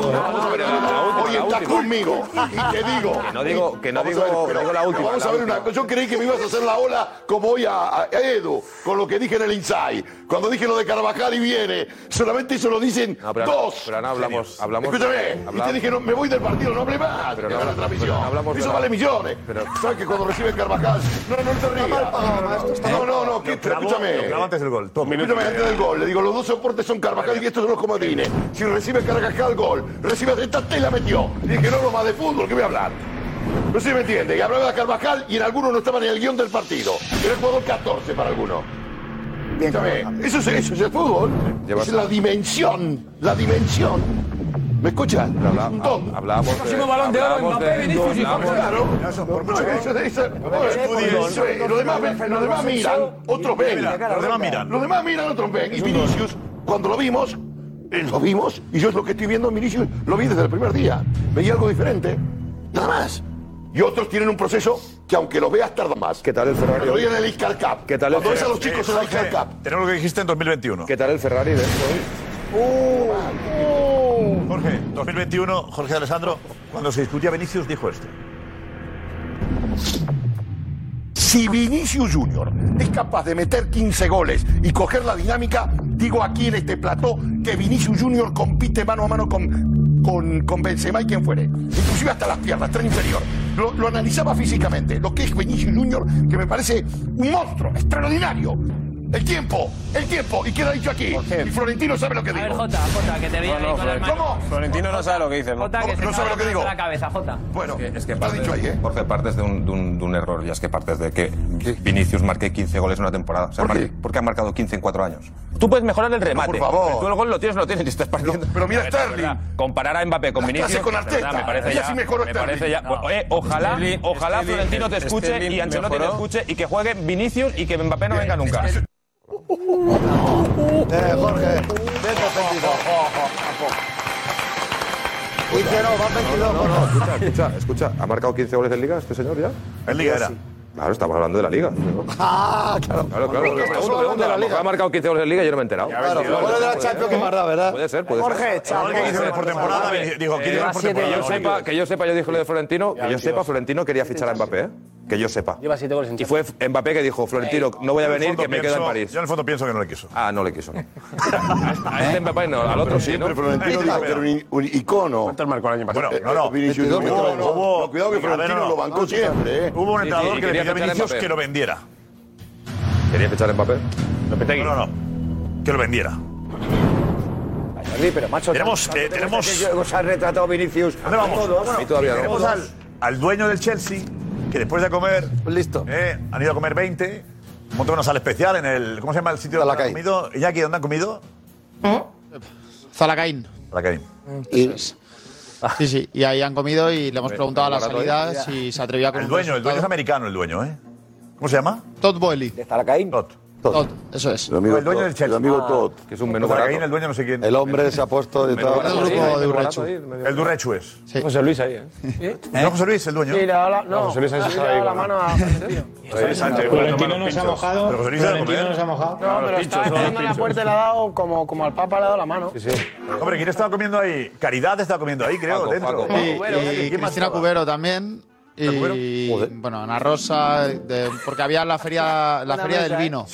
Hoy estás conmigo y te digo. Que no digo- que no Vamos a ver, digo- que pero digo la última, Vamos la a ver última. una cosa. Yo creí que me ibas a hacer la ola como hoy a, a Edu, con lo que dije en el Inside. Cuando dije lo de Carvajal y viene, solamente eso lo dicen pero ahora- dos. pero ahora hablamos- hablamos- Escúchame, y te hablamos- dije, no, me voy del partido, no hable más. Pero de no la habla- transmisión. pero no hablamos de eso la- vale millones. pero- ¿Sabes que cuando reciben Carvajal? No, no te rías. No, no, no, que- Lo clavo- lo escúchame. clavo antes del gol. Toma. Escúchame, antes del gol, le digo, los dos soportes son Carvajal y estos son los comodines. Si recibe Carvajal gol, recibe esta y la metió. Y dije, no, no más de fútbol, que voy a hablar. No sé si me entiende. Y hablaba de Carvajal y en algunos no estaban en el guión del partido. Era el jugador 14 para algunos. Escúchame, eso es, eso es el fútbol. Llevas- es la dimensión, la dimensión. ¿Me escuchan? Es un ton. Hablábamos de- Próximo balón de oro, hablamos Mbappé, de- Vinicius y hablamos- Jorge. Claro. Por mucho que eso- eso- eso- Los demás ven- los demás miran, otros ven. Los demás miran. Los demás miran, otros ven. Y Vinicius, cuando lo vimos, eh, lo vimos, y yo es lo que estoy viendo en Vinicius, lo vi desde el primer día. Veía algo diferente. Nada más. Y otros tienen un proceso que aunque lo veas tarda más. ¿Qué tal el Ferrari? Lo vi en el Iscar Cup. ¿Qué tal el Cuando ves a Ferrari? los chicos Eh, en el Iscar Cup. Tenemos lo que dijiste en 2021. ¿Qué tal el Ferrari de esto hoy? Jorge, 2021, Jorge de Alessandro, cuando se discutía Vinicius, dijo esto. Si Vinicius Junior es capaz de meter 15 goles y coger la dinámica, digo aquí en este plató que Vinicius Junior compite mano a mano con, con, con Benzema y quien fuere. Inclusive hasta las piernas, tren inferior. Lo, lo analizaba físicamente, lo que es Vinicius Junior, que me parece un monstruo, extraordinario. El tiempo, el tiempo, y queda dicho aquí. Y Florentino sabe lo que digo. Jota, Jota, que te veía ahí con las manos. ¿Cómo? Florentino no sabe lo que dice. Jota, que se No está sabe lo que agarrando digo. la cabeza, Jota. Bueno, es que, es que partes, Jorge, partes de un, de un- de un error y es que partes de que Vinicius marque 15 goles en una temporada. O sea, ¿Por mar- qué? Porque ha marcado 15 en 4 años. Tú puedes mejorar el remate. por favor. Tú el gol lo tienes, lo tienes y estás partiendo. pero mira La verdad, Sterling. la verdad. Comparar a Mbappé con Las Vinicius. clases con la verdad, Arteta. Me parece Y ya. así mejoró me parece Sterling. ya. No. Oye, ojalá, Sterling- ojalá Sterling- Florentino te escuche Sterling y Ancelotti te mejoró. escuche y que juegue Vinicius y que Mbappé no venga nunca. Eh, Jorge, escucha, escucha, escucha. ¿Ha marcado 15 goles en Liga este señor ya? En Liga era. Claro, estamos hablando de la Liga. Ah, claro. Claro, claro. Porque estamos hablando de la Liga. Ha marcado 15 goles en Liga y yo no me he enterado. Claro, los goles de la Champions que más da, ¿verdad? Puede ser, puede ser. Jorge, chaval. Puede ser, por puede ser. temporada, Vale. digo, Eh, ¿quién lleva por siete, temporada? Que yo sepa, que yo sepa, yo dije lo de Florentino, que yo sepa, Florentino quería fichar a Mbappé, ¿eh? que yo sepa. Lleva siete goles en Y fue Mbappé que dijo, Florentino, no voy a Yo Eh, en el venir, que fondo me quedo en pienso- París. Yo en el fondo pienso que no le quiso. Ah, no le quiso. A este Mbappé no, al otro Pero sí, Este ¿no? siempre Florentino dijo que era un, un icono. Bueno, Eh, no, no. Vinicius Junior. Hubo- No, no, hubo- cuidado que a ver, Florentino no. lo bancó siempre. ¿eh? Hubo un entrenador que le quería pidió a fichar a Vinicius Mbappé. que lo vendiera. ¿Quería fichar a Mbappé? No, no, no. Que lo vendiera. Jordi, pero macho. Tenemos, tanto eh, te tenemos- gusta que yo- os ha retratado Vinicius. ¿Dónde vamos? A todos. Bueno, tenemos al, al dueño del Chelsea, que después de comer. Listo. han ido a comer 20. Montó una sala especial en el. ¿Cómo se llama el sitio donde han Zalacaín. comido? Iñaki, ¿dónde han comido? Zalacaín. Zalacaín. Mm, Y, Ah. sí, sí, y ahí han comido y le hemos preguntado a la barato, salida ¿eh? si se atrevía a comer. El dueño, el dueño es americano, el dueño, ¿eh? ¿Cómo se llama? Todd Boyle. ¿De Zalacaín? Todd. Todd, eso es. El, dueño del Chelsea. Ah, El amigo Todd. Que es un menú Zalacaín, el dueño no sé quién. El hombre se ha puesto de Menú todo. barato. El grupo de Barato Urrechu. ahí, El Durrechu es. José Luis ahí, ¿eh? ¿No José Luis, el dueño? Sí, le da la- no, José Luis Sánchez le da la mano a Florentino nos ha mojado. Pero José Luis sabe Florentino comer. nos ha mojado. No, pero estaba esperando en la puerta y le ha dado como, como al Papa le ha dado la mano. Hombre, ¿quién estaba comiendo ahí? Caridad estaba comiendo ahí, creo, Paco, dentro. Paco, Y, y Cristina Cubero también. Y bueno, Ana Rosa, de- porque había la feria, la Una feria del mesa, ¿eh? vino.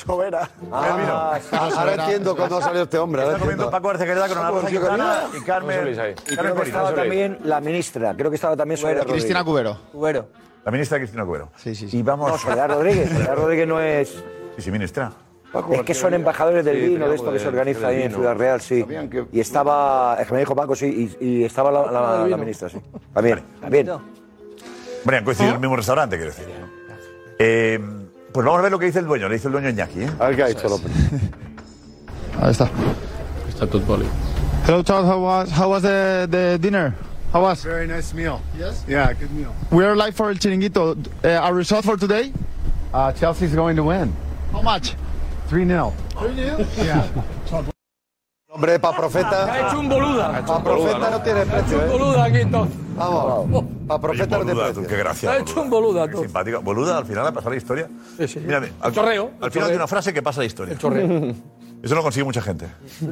Ah, ahora entiendo cuándo salió este hombre. ahora entiendo. Paco Arcequereda con una rosa gitana y José Carmen. Luis ahí. Y Carmen creo que Molina. estaba también la ministra, creo que estaba también Soledad Rodríguez. Cristina Cubero. Cubero. La ministra Cristina Cubero. Sí, sí, Y vamos. No, Soledad Rodríguez. Soledad Rodríguez no es... Sí, sí, ministra. Es que son embajadores del Sí, vino, de teníamos esto de- que se organiza del ahí en vino. Ciudad Real, sí. Y estaba, es que me dijo Paco, sí, y, y estaba la, la- la ministra, sí. También, también. Hombre, han coincidido en el mismo restaurante, quiero decir. Eh, pues vamos a ver lo que dice el dueño. Le dice el dueño Iñaki, ¿eh? A ver qué ha dicho López. Ahí está. Está todo boli. Hello, Todd. How was how was the, the dinner? How was? Very nice meal. Yes? Yeah, good meal. We are live for El Chiringuito. Uh, our result for today? Uh, Chelsea's going to win. How much? 3 0. Yeah. Hombre, para profeta. Ha hecho un boluda. Para profeta no tiene precio. ¿eh? Boluda aquí, entonces. Vamos. Para profeta no tiene Boluda, precio. tú, qué gracia. Ha hecho un boluda, tú. Simpático. Boluda, al final ha pasado la historia. Sí, sí. Mírame, al, chorreo, Al final hay una frase que pasa la historia. chorreo. Eso lo consigue mucha gente.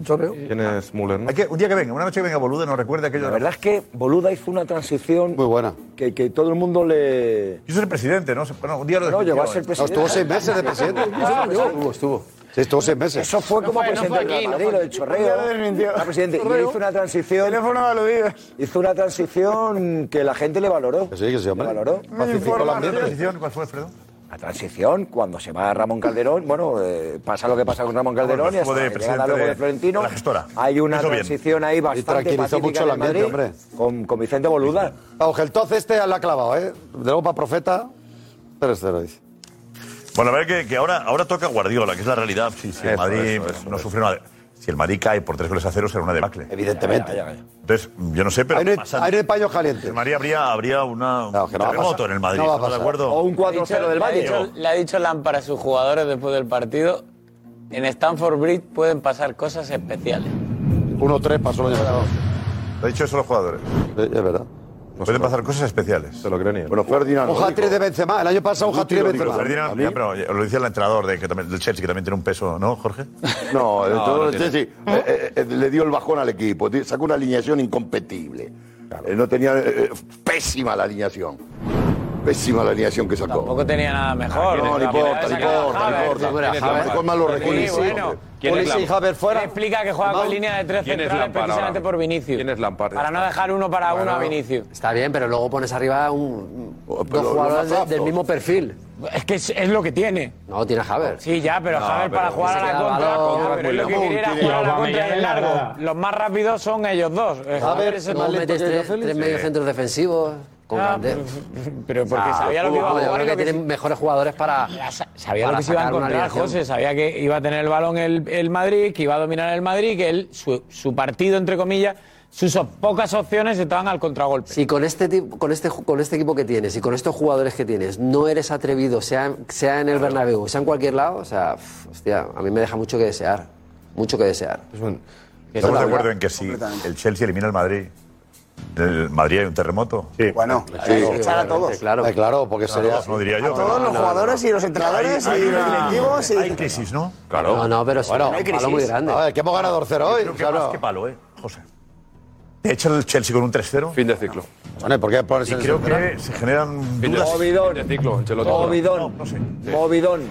chorreo. ¿Quién es Müller? un día que venga, una noche que venga Boluda, nos recuerda aquello. La verdad es que Boluda hizo una transición muy buena. Que, que todo el mundo le... Yo soy el presidente, ¿no? Bueno, un día lo No, llegó a definió, ser ¿eh? presidente. No, estuvo seis meses de presidente. Ah, Estuvo, estuvo. Sí, estuvo seis meses. Eso fue como presidente de Madrid, lo de Chorreo. Ah, presidente, y hizo una transición. Teléfono Hizo una transición que la gente le valoró. Sí, que sí, hombre. Le valoró. Pacificó el ¿Qué ambiente. transición? ¿Cuál fue, Fredo? La transición, cuando se va Ramón Calderón, bueno, eh, pasa lo que pasa con Ramón Calderón Bueno, y estuvo hasta de que presidente llega luego de- de Florentino. de la gestora. Hay una Hizo bien. transición ahí Y bastante tranquilizó pacífica mucho el en ambiente, Madrid, hombre. Con, con Vicente Boluda. Vamos, que el toz este la ha clavado, ¿eh? De luego para profeta, 3-0, dice. Bueno, a ver que, que ahora, ahora toca Guardiola, que es la realidad. Si, si el Eso, Madrid pues, eso, eso, no sufre una. Si el Madrid cae por tres goles a cero, será una debacle. Evidentemente. Entonces, yo no sé, pero. Ahí no hay- pasan- ahí no hay paños calientes. En Madrid habría, habría una, un no va a terremoto pasar. en el Madrid, No va a ¿estamos de pasar. acuerdo? O un 4-0 del Valle. Le ha, dicho, le ha dicho Lampard a sus jugadores después del partido, en Stanford Bridge pueden pasar cosas especiales. 1-3 pasó el año pasado. Lo ha dicho eso los jugadores. Es verdad. Pueden pasar cosas especiales. Se lo creen Bueno, Ferdinand. Un hat-trick de Benzema. El año pasado un hat-trick de Benzema. Ferdinand, ya, pero ya, lo decía el entrenador de, que también, del Chelsea, que también tiene un peso, ¿no, Jorge? No, el No, entrenador no del tiene. Chelsea, eh, eh, eh, le dio el bajón al equipo, ti- sacó una alineación incompetible. Eh, no tenía eh, eh, pésima la alineación. Pésima la alineación que sacó. Tampoco tenía nada mejor. No, no La importa, no primera vez importa, sacaba no importa. Havertz. Con más los recursos. Sí, bueno. ¿Quién es Pulisic, Lampard? Havertz fuera. ¿Quién explica que juega con línea de tres ¿Quién es centrales Lampard precisamente ahora? por Vinicius. ¿Quién es Lampard? Para no dejar uno para uno a Vinicius. Está bien, pero luego pones arriba un, Oh, dos pero los jugadores más de- aptos. del mismo perfil. Es que es, es lo que tiene. No, tiene a Havertz. Sí, ya, pero No, Havertz para pero jugar se a la queda contra. balón, ya, pero lo que Raúl, quería era tiene- jugar a la Aubameyang contra en del la largo. grada. Los más rápidos son ellos dos. Eh, Havertz es luego más lento metes que tres, Félix. tres medio centros defensivos con Ah, Grandet. Pero porque sabía lo que iba a Ah, Yo jugar y creo lo que que tienen mejores jugadores para. Sabía lo para que se iba a sacar una encontrar, alineación. José. Sabía que iba a tener el balón el, el Madrid, que iba a dominar el Madrid, que él, su, su partido, entre comillas, sus op- pocas opciones estaban al contragolpe. Si con este, tipo- con, este, ju- con este equipo que tienes y con estos jugadores que tienes no eres atrevido, sea, sea en el Bernabéu, sea en cualquier lado, o sea, pf, hostia, a mí me deja mucho que desear. Mucho que desear. Pues Estamos de Eso la acuerdo verdad. en que si el Chelsea elimina al Madrid, en el Madrid hay un terremoto. Sí. Bueno, sí. echar a todos. Claro, Eh, claro porque Claro, sería. no diría yo. todos los jugadores y los entrenadores Hay- y hay los una- directivos y... Hay crisis, ¿no? Claro. No, no, pero sí, Bueno, no hay crisis. A ver, que hemos ganado 2-0 hoy. Creo que claro. más que palo, ¿eh, José? De hecho, el Chelsea con un 3-0. Fin de ciclo. Bueno, ¿y ¿por qué pones Y en creo ese que se generan Fin de- dudas. Movidón. de ciclo, Movidón. Movidón.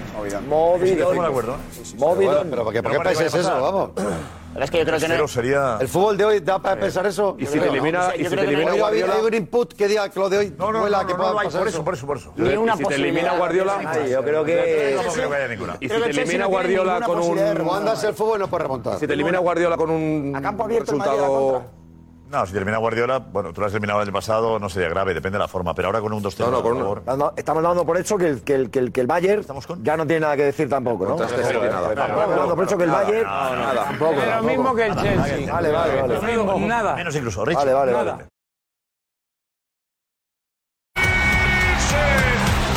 Movidón. Estamos de acuerdo, ¿eh? Movidón. Pero ¿por qué, por qué pensáis eso? Vamos. Pero es que yo creo que no- Tercero sería... El fútbol de hoy da para pensar eso. y si te eliminas elimina- y si te elimina Guardiola- Hay un input que diga que lo de hoy No, no, huela no, que no, pueda no hay, pasar por eso, por eso, por eso. Ni una y si te elimina posibilidad. Guardiola. Ay, yo creo que- No creo que haya ninguna. Y Y si te elimina Guardiola con un. Cuando es el fútbol no puede remontar. Si te elimina Guardiola con un resultado. No, si termina Guardiola, bueno, tú lo has eliminado el año pasado, no sería grave, depende de la forma, pero ahora con un 2-0. No, no, con un... Dando- Estamos dando por hecho que el, que el, que el, que el Bayern ya no tiene nada que decir tampoco, ¿no? Contra Estamos Chelsea, nada. dando por hecho que el Nada, Bayern... nada, nada. Tampoco, Pero tampoco. mismo que el Chelsea. Vale, vale, vale. Lo mismo, nada. Menos incluso, Richie. Vale, vale, Nada. vale.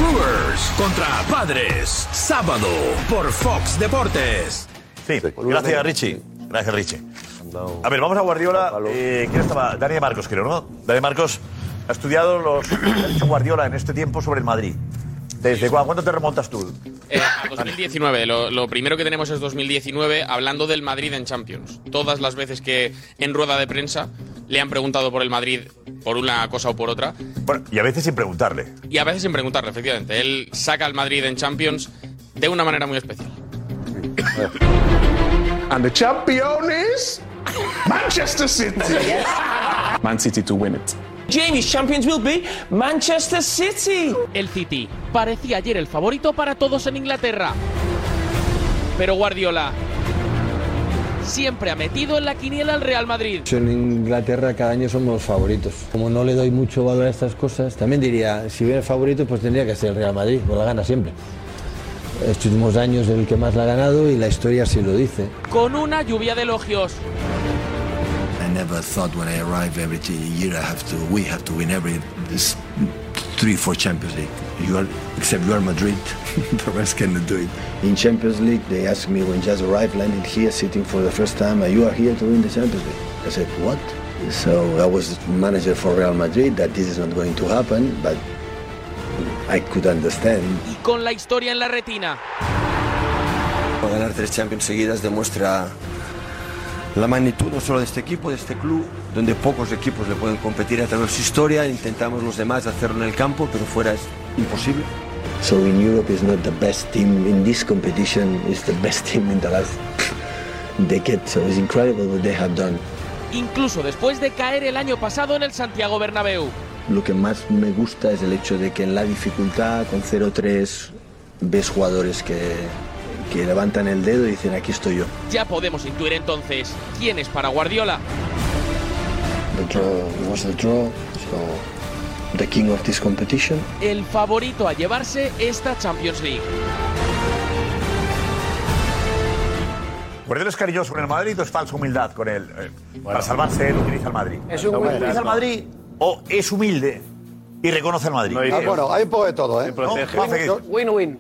Brewers contra Padres, sábado por Fox Deportes. Sí, gracias Richie. Gracias Richie. A ver, vamos a Guardiola. Eh, ¿Quién estaba? Dani de Marcos, creo, ¿no? Dani de Marcos ha estudiado los que ha hecho Guardiola en este tiempo sobre el Madrid. ¿Desde cuándo, ¿Cuándo te remontas tú? Eh, a 2019, lo, lo primero que tenemos es 2019, hablando del Madrid en Champions. Todas las veces que en rueda de prensa le han preguntado por el Madrid, por una cosa o por otra, Bueno, y a veces sin preguntarle. y a veces sin preguntarle, efectivamente. Él saca al Madrid en Champions de una manera muy especial. And the champion is Manchester City. Man City to win it. Jamie's champions will be Manchester City. El City parecía ayer el favorito para todos en Inglaterra. Pero Guardiola siempre ha metido en la quiniela al Real Madrid. En Inglaterra cada año somos los favoritos. Como no le doy mucho valor a estas cosas, también diría, si hubiera favorito, pues tendría que ser el Real Madrid, pues la gana siempre. Estos últimos años el que más la ha ganado y la historia sí lo dice. Con una lluvia de elogios. I never thought when I arrive every t- year I have to, we have to win every this, three, four Champions League. You are, except you are Madrid, the rest cannot do it. In Champions League, they asked me when just arrived, landed here, sitting for the first time, "Uh, you are here to win the Champions League. I said, what? So I was manager for Real Madrid, that this is not going to happen, but I could understand Y con la historia en la retina. Para Ganar tres Champions seguidas demuestra la magnitud no solo de este equipo, de este club, donde pocos equipos le pueden competir a través de su historia. Intentamos los demás hacerlo en el campo, pero fuera es imposible. So in Europe is not the best team in this competition, it's the best team in the last decade. So it's incredible what they have done. Incluso después de caer el año pasado en el Santiago Bernabéu. Lo que más me gusta es el hecho de que en la dificultad, con 0-3, ves jugadores que, que levantan el dedo y dicen aquí estoy yo. Ya podemos intuir entonces quién es para Guardiola. The draw was the draw, so the king of this competition. El favorito a llevarse esta Champions League. Guardiola es cariñoso con el Madrid o es falsa humildad con él. Eh, para salvarse, él utiliza el Madrid. Es un Bueno, ¿Utiliza el no. Madrid o es humilde y reconoce al Madrid? No hay Ah, bueno, hay un poco de todo, ¿eh? protege. Win-win.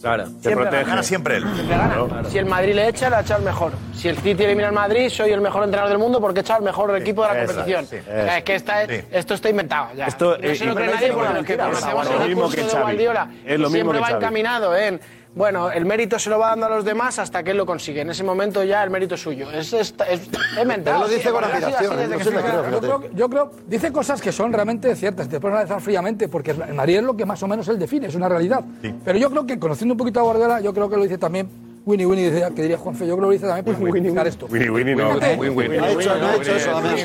Claro, se Siempre protege. Gana siempre él. Claro. Si el Madrid le echa, la echa el mejor. Si el City elimina al Madrid, soy el mejor entrenador del mundo porque he echado al mejor equipo de la esa, competición. sí, O sea, esa. es que esta es- Sí. esto está inventado. ya. Esto, no eh, se lo y- cree pero nadie es por igual lo que que Xavi. conocemos Lo mismo el discurso que de Xavi. Guardiola. Es lo mismo Siempre que va Xavi. encaminado en. Bueno, el mérito se lo va dando a los demás hasta que él lo consigue. En ese momento ya el mérito es suyo. Es, es, es, es mental. lo dice con Ha sido así admiración, desde ¿eh? No que se se lo fue. creo, Yo creo, yo creo- dice cosas que son realmente ciertas, te puedes analizar fríamente, porque el Madrid es lo que más o menos él define, es una realidad. Pero yo creo que, conociendo un poquito a Guardiola, yo creo que lo dice también Winnie Winnie, dice- que diría Juanfe, yo creo que lo dice también para minimizar esto. Winnie, Winnie, no. Fíjate. Winnie, Winnie. No ha hecho- no ha hecho eso, además.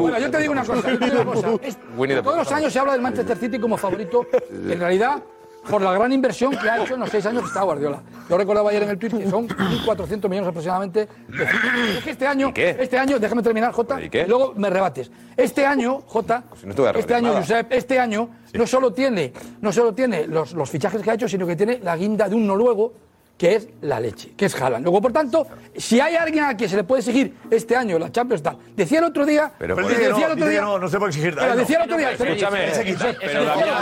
Bueno, yo te digo una cosa. yo te digo una cosa. Es- Winnie the Todos los años se habla del Manchester City como favorito, en realidad por la gran inversión que ha hecho en los seis años que está Guardiola. Yo recordaba ayer en el tweet que son 1.400 millones aproximadamente. de fichajes. Es que este año, este año, déjame terminar, Jota, y luego me rebates. Este año, Jota, no te voy a rebatir este año, nada. Josep, este año no solo tiene, no solo tiene los, los fichajes que ha hecho, sino que tiene la guinda de un noruego que es la leche, que es Haaland. Luego, por tanto, si hay alguien a quien se le puede exigir este año la Champions tal, decía el otro día, Pero él dice que decía no, el otro dice que día, no, no se puede exigir. Pero Ay, no. decía el otro día, Escúchame. ese- ese- ese- Pero ese- Damián, ese- Damián,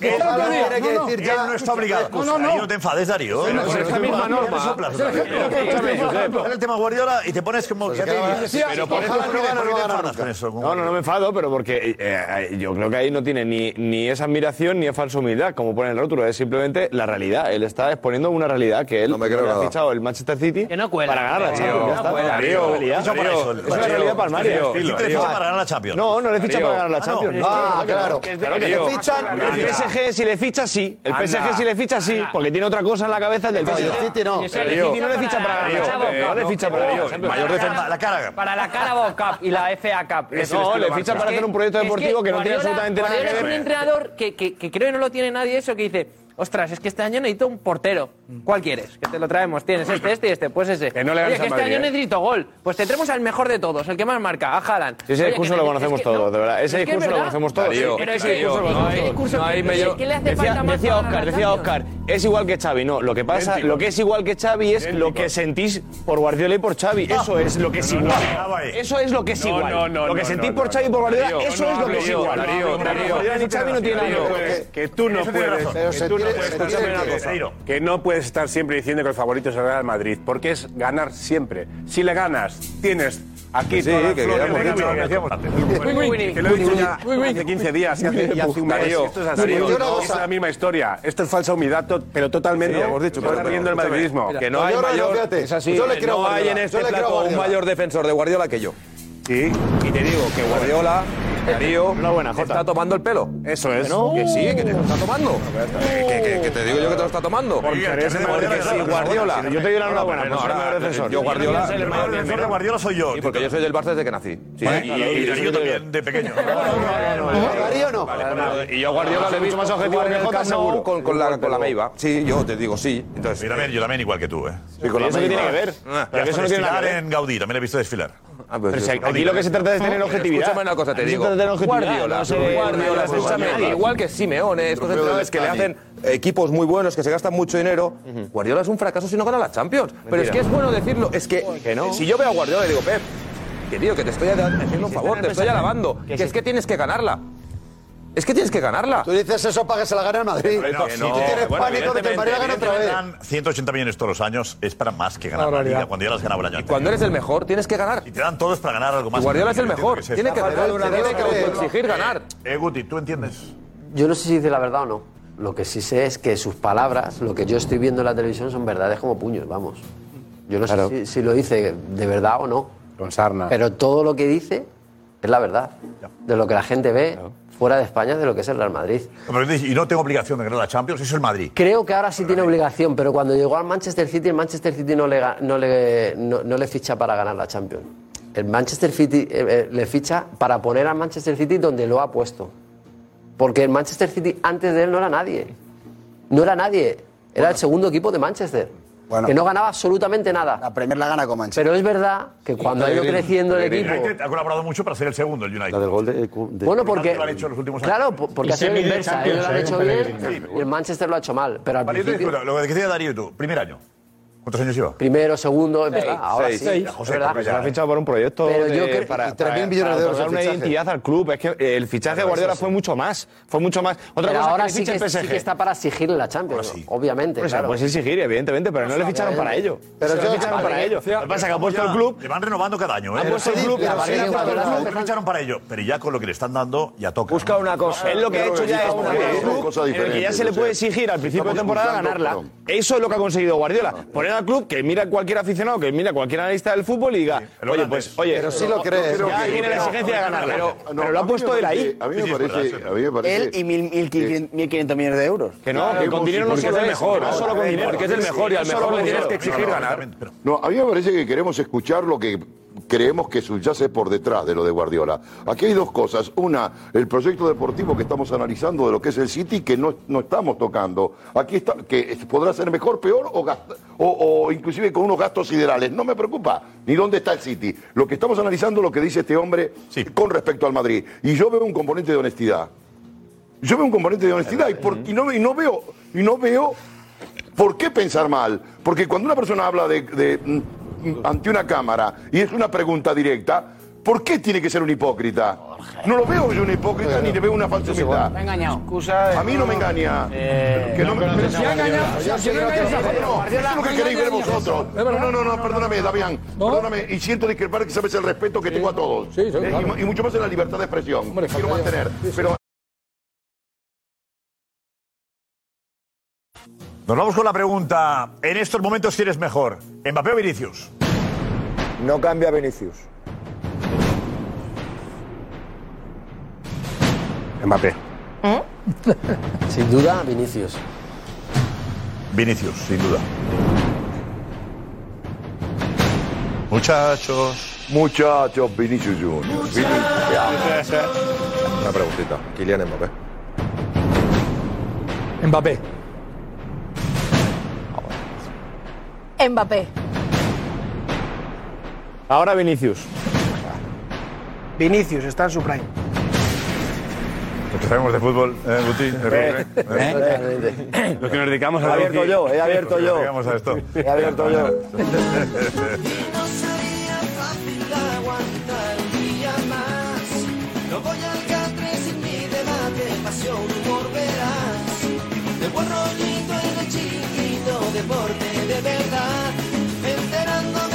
ese- ese- Damián, ese- tiene que no, no. decir ya- Él no está obligado. No, no, no. Ahí no te enfades, Darío. Pero No, es no, la no, misma no, norma. no soplas, Es el Darío. ejemplo. Escúchame, Escúchame, Josep. Josep. Pon el tema Guardiola y te pones como... Pues ¿qué acaba- te dices? Sí, Pero sí, por eso ojalá creo que no no gana te nunca. enfadas con eso. No, no, no me enfado, pero porque eh, eh, yo creo que ahí no tiene ni, ni esa admiración ni esa falsa humildad, como pone el rótulo, es simplemente la realidad. Él está exponiendo una realidad que él no me creo ha nada. fichado el Manchester City para ganar la Tío, Champions. Ya está. no cuela, Es tío. una realidad. Ficha para eso, el Es una realidad para el Mario. Tío, City le ficha para ganar la Champions. No, no le ficha Tío. para ganar la Ah, no. Champions. Ah, claro. Claro que Tío. le fichan. Claro. El PSG si le ficha sí. El Anda. PSG si le ficha sí, porque tiene otra cosa en la cabeza el del No, el City no. Pero El City no le ficha para ganar la Champions. Eh, No le ficha para ganar la Champions. La cara. Para la Carabao Cup y la FA Cup. Eso, no, le ficha para hacer un proyecto deportivo que no tiene absolutamente nada que Guardiola ver. es un entrenador que, que, que creo que no lo tiene nadie eso, que dice, ostras, es que este año necesito un portero. ¿Cuál quieres? Que te lo traemos. Tienes este, este y este. Pues ese. Mm. Que no Oye, le ganes que al este Madrid, año ¿eh? necesito gol. Pues te traemos al mejor de todos, el que más marca, a Haaland. Sí, ese Oye, discurso que lo te- conocemos es que no, todos, de verdad. es Ese que es discurso lo verdad. conocemos todos. Darío, Pero ese Darío, discurso lo no conocemos hay- todos. no hay Ese- medio- ¿Qué le hace decía- falta más Decía para ganar Oscar, la decía Champions? Oscar, es igual que Xavi, no. Lo que pasa, Idéntico. lo que es igual que Xavi es lo que sentís por Guardiola y por Xavi. Eso es lo que es No, no, igual. no, acaba ahí. Eso es lo que es No, igual. no, no, Lo que no, sentís no, por no, Xavi y por Guardiola, Darío, eso no es lo que es hablo yo, igual. Darío, Ni Darío. Guardiola ni Xavi no tienen Darío, nada que que- ver. que tú no Eso tiene puedes. razón. que Se tú no tiene- puedes- se tiene escúchame que una ver. cosa, Darío. Que no puedes estar siempre diciendo que el favorito es el Real Madrid, porque es ganar siempre. Si le ganas, tienes aquí Sí, todas las que flores hemos de dicho, camino. que decíamos antes. Bueno, Win, win, Que lo he dicho win, ya win, win. hace 15 días y hace, y hace un mes. Darío, Esto es así. Darío, Esto una es cosa. la misma historia. Esto es falsa humildad, to- pero totalmente. Sí, hemos dicho, Está pero- riendo el escúchame, madridismo. mira, Que no hay yo no- mayor... fíjate, es así. yo le Que creo a No hay Guardiola, en yo este le creo a plato un Guardiola. mayor defensor de Guardiola que yo. Sí. Y te digo que Guardiola Darío está tomando el pelo. Eso es. Que sí, que te lo está tomando. Que, que- que te digo yo que te lo está tomando. Porque eres el mejor Porque defensor. si Guardiola. Yo te doy la enhorabuena, No, pues ahora, eres el mejor defensor. Yo Guardiola. El mejor defensor de Guardiola soy yo. Sí, porque yo soy del Barça desde que nací. Sí, Vale, y- y Darío también, de pequeño. Darío no. Y yo a Guardiola le he visto Mucho más objetivo jugar que en el Jota, Camp Nou seguro. Con, con la, con la Meiva. Sí, yo te digo sí. Entonces, yo, también, igual que tú, ¿eh? ¿Y eso qué tiene que ver? Ah, Pero que eso no tiene nada desfilar que ver. en Gaudí, también le he visto desfilar. Pero si aquí lo que se trata es tener objetividad. Escúchame una cosa, te Aquí se digo. trata de tener objetividad, Guardiola, no se ve- Guardiola, no se ve escúchame, nada. igual que Simeone, estos Europeo entrenadores de que le Cádiz. hacen equipos muy buenos, que se gastan mucho dinero. Guardiola es un fracaso si no gana la Champions. Pero es Mentira. que es bueno decirlo, es que, si yo veo a Guardiola y digo, Pep, que tío, que te estoy haciendo un favor, te estoy alabando, que es que tienes que ganarla. Es que tienes que ganarla. Tú dices eso para que se la gane el Madrid. Que si no. tú tienes Bueno, pánico de que el Madrid la gane otra vez. evidentemente dan 180 millones todos los años es para más que ganar Una la barbaridad. liga cuando ya las ganaba el año. anterior. Cuando eres el mejor, tienes que ganar. Y te dan todos para ganar algo más. Guardiola es el Entiendo mejor, es tiene esto. que ganar, se tiene que autoexigir ganar. Eh, Guti, ¿tú entiendes? Yo no sé si dice la verdad o no. Lo que sí sé es que sus palabras, lo que yo estoy viendo en la televisión, son verdades como puños, vamos. Yo no Claro. sé si, si lo dice de verdad o no. Con sarna. Pero todo lo que dice es la verdad. De lo que la gente ve fuera de España, de lo que es el Real Madrid. Pero dices, Y no tengo obligación de ganar la Champions, eso es el Madrid. Creo que ahora sí tiene obligación, pero cuando llegó al Manchester City, el Manchester City no le, ga- no le, no- no le ficha para ganar la Champions. El Manchester City eh, eh, le ficha para poner al Manchester City donde lo ha puesto. Porque el Manchester City antes de él no era nadie. No era nadie. Era el segundo equipo de Manchester. Bueno. que no ganaba absolutamente nada. La Premier la gana con Manchester. Pero es verdad que cuando ha ido creciendo el equipo. United ha colaborado mucho para ser el segundo, el United. La del gol de. Bueno, porque. Lo han hecho en los últimos años. Claro, po- porque ha sido la inversa. Ellos lo han hecho bien y el Manchester lo ha hecho mal. Pero al ¿eh? Vale, yo te principio. discuto, lo que decía Darío tú, primer año. ¿Cuántos años lleva? ¿eh? Primero, segundo, es Seis, verdad, ahora seis. sí. Seis. es José, verdad. porque Se la ha fichado por un proyecto Pero de- yo creo- para, y tres mil para- millones de para euros otorgar el una fichaje. identidad al club. Es que eh, el fichaje de Claro, Guardiola eso sí. fue mucho más. Fue mucho más. Otra Pero cosa ahora es que sí le que, fiche el PSG. sí que está para exigir la Champions, obviamente. Pues se la claro. puedes exigir, evidentemente, pero no le ficharon para ello. Pero Se yo- le ficharon para Vale. ello. Lo que pasa es que ha puesto el club. Le van renovando cada año, ¿eh? Ha puesto el club. Pero pero sí, sí, le ha puesto el ficharon- club. le ficharon para ello, pero ya con lo que le están dando, ya toca. Busca una cosa. Él lo que ha hecho ya es poner un club en el que ya se le puede exigir al principio de temporada ganarla. Eso es lo que ha conseguido Guardiola. Poner al club que mira cualquier aficionado, que mira cualquier analista del fútbol y diga, oye, pues, oye, Pero sí lo crees. Ya tiene la exigencia de ganarla. Pero, pero lo ha puesto él ahí. A mí me parece. A mí me parece. Él y mil- mil quin- 1.500 millones de euros. Que no, que con dinero no Porque es solo el es, mejor, no no solo con dinero. Porque es el mejor y al mejor le tienes que exigir ganar. No, a mí me parece que queremos escuchar lo que creemos que subyace por detrás de lo de Guardiola. Aquí hay dos cosas. Una, el proyecto deportivo que estamos analizando de lo que es el City, que no, no estamos tocando. Aquí está, que podrá ser mejor, peor o, gast- o, o inclusive con unos gastos siderales. No me preocupa ni dónde está el City. Lo que estamos analizando es lo que dice este hombre con respecto al Madrid. Y yo veo un componente de honestidad. Yo veo un componente de honestidad y, por- y no, y no veo, y no veo ¿Por qué pensar mal? Porque cuando una persona habla de, de, mm, mm, ante una cámara y es una pregunta directa, ¿por qué tiene que ser un hipócrita? No lo veo yo un hipócrita ni le veo una falsa humildad. Me ha engañado. Excusa. A mí no me engaña. Que no me- pero si ha engañado, si ha engañado, no, eso es lo que queréis ver vosotros. No, no, no, no, perdóname, Damián. Perdóname. Y siento discrepar que sabes el respeto que tengo a todos. Eh, y mu- Y mucho más en la libertad de expresión. Quiero mantener. Pero Nos vamos con la pregunta. En estos momentos, ¿quién es mejor? ¿Mbappé o Vinicius? No cambia Vinicius. Mbappé. Sin duda, Vinicius. Vinicius, sin duda. Muchachos. Muchachos, Vinicius Junior. Vinicius. Una preguntita. Kylian Mbappé. Mbappé. Mbappé. Ahora Vinicius. Vinicius está en su prime. Lo que sabemos de fútbol, eh, Guti. Eh, Los que nos dedicamos He abierto yo, he abierto yo. pues, Llegamos a esto. He abierto yo. No voy al catre sin mi debate, pasión, humor, verás. De buen rollito en el chiquito, deporte de verdad. Enterándome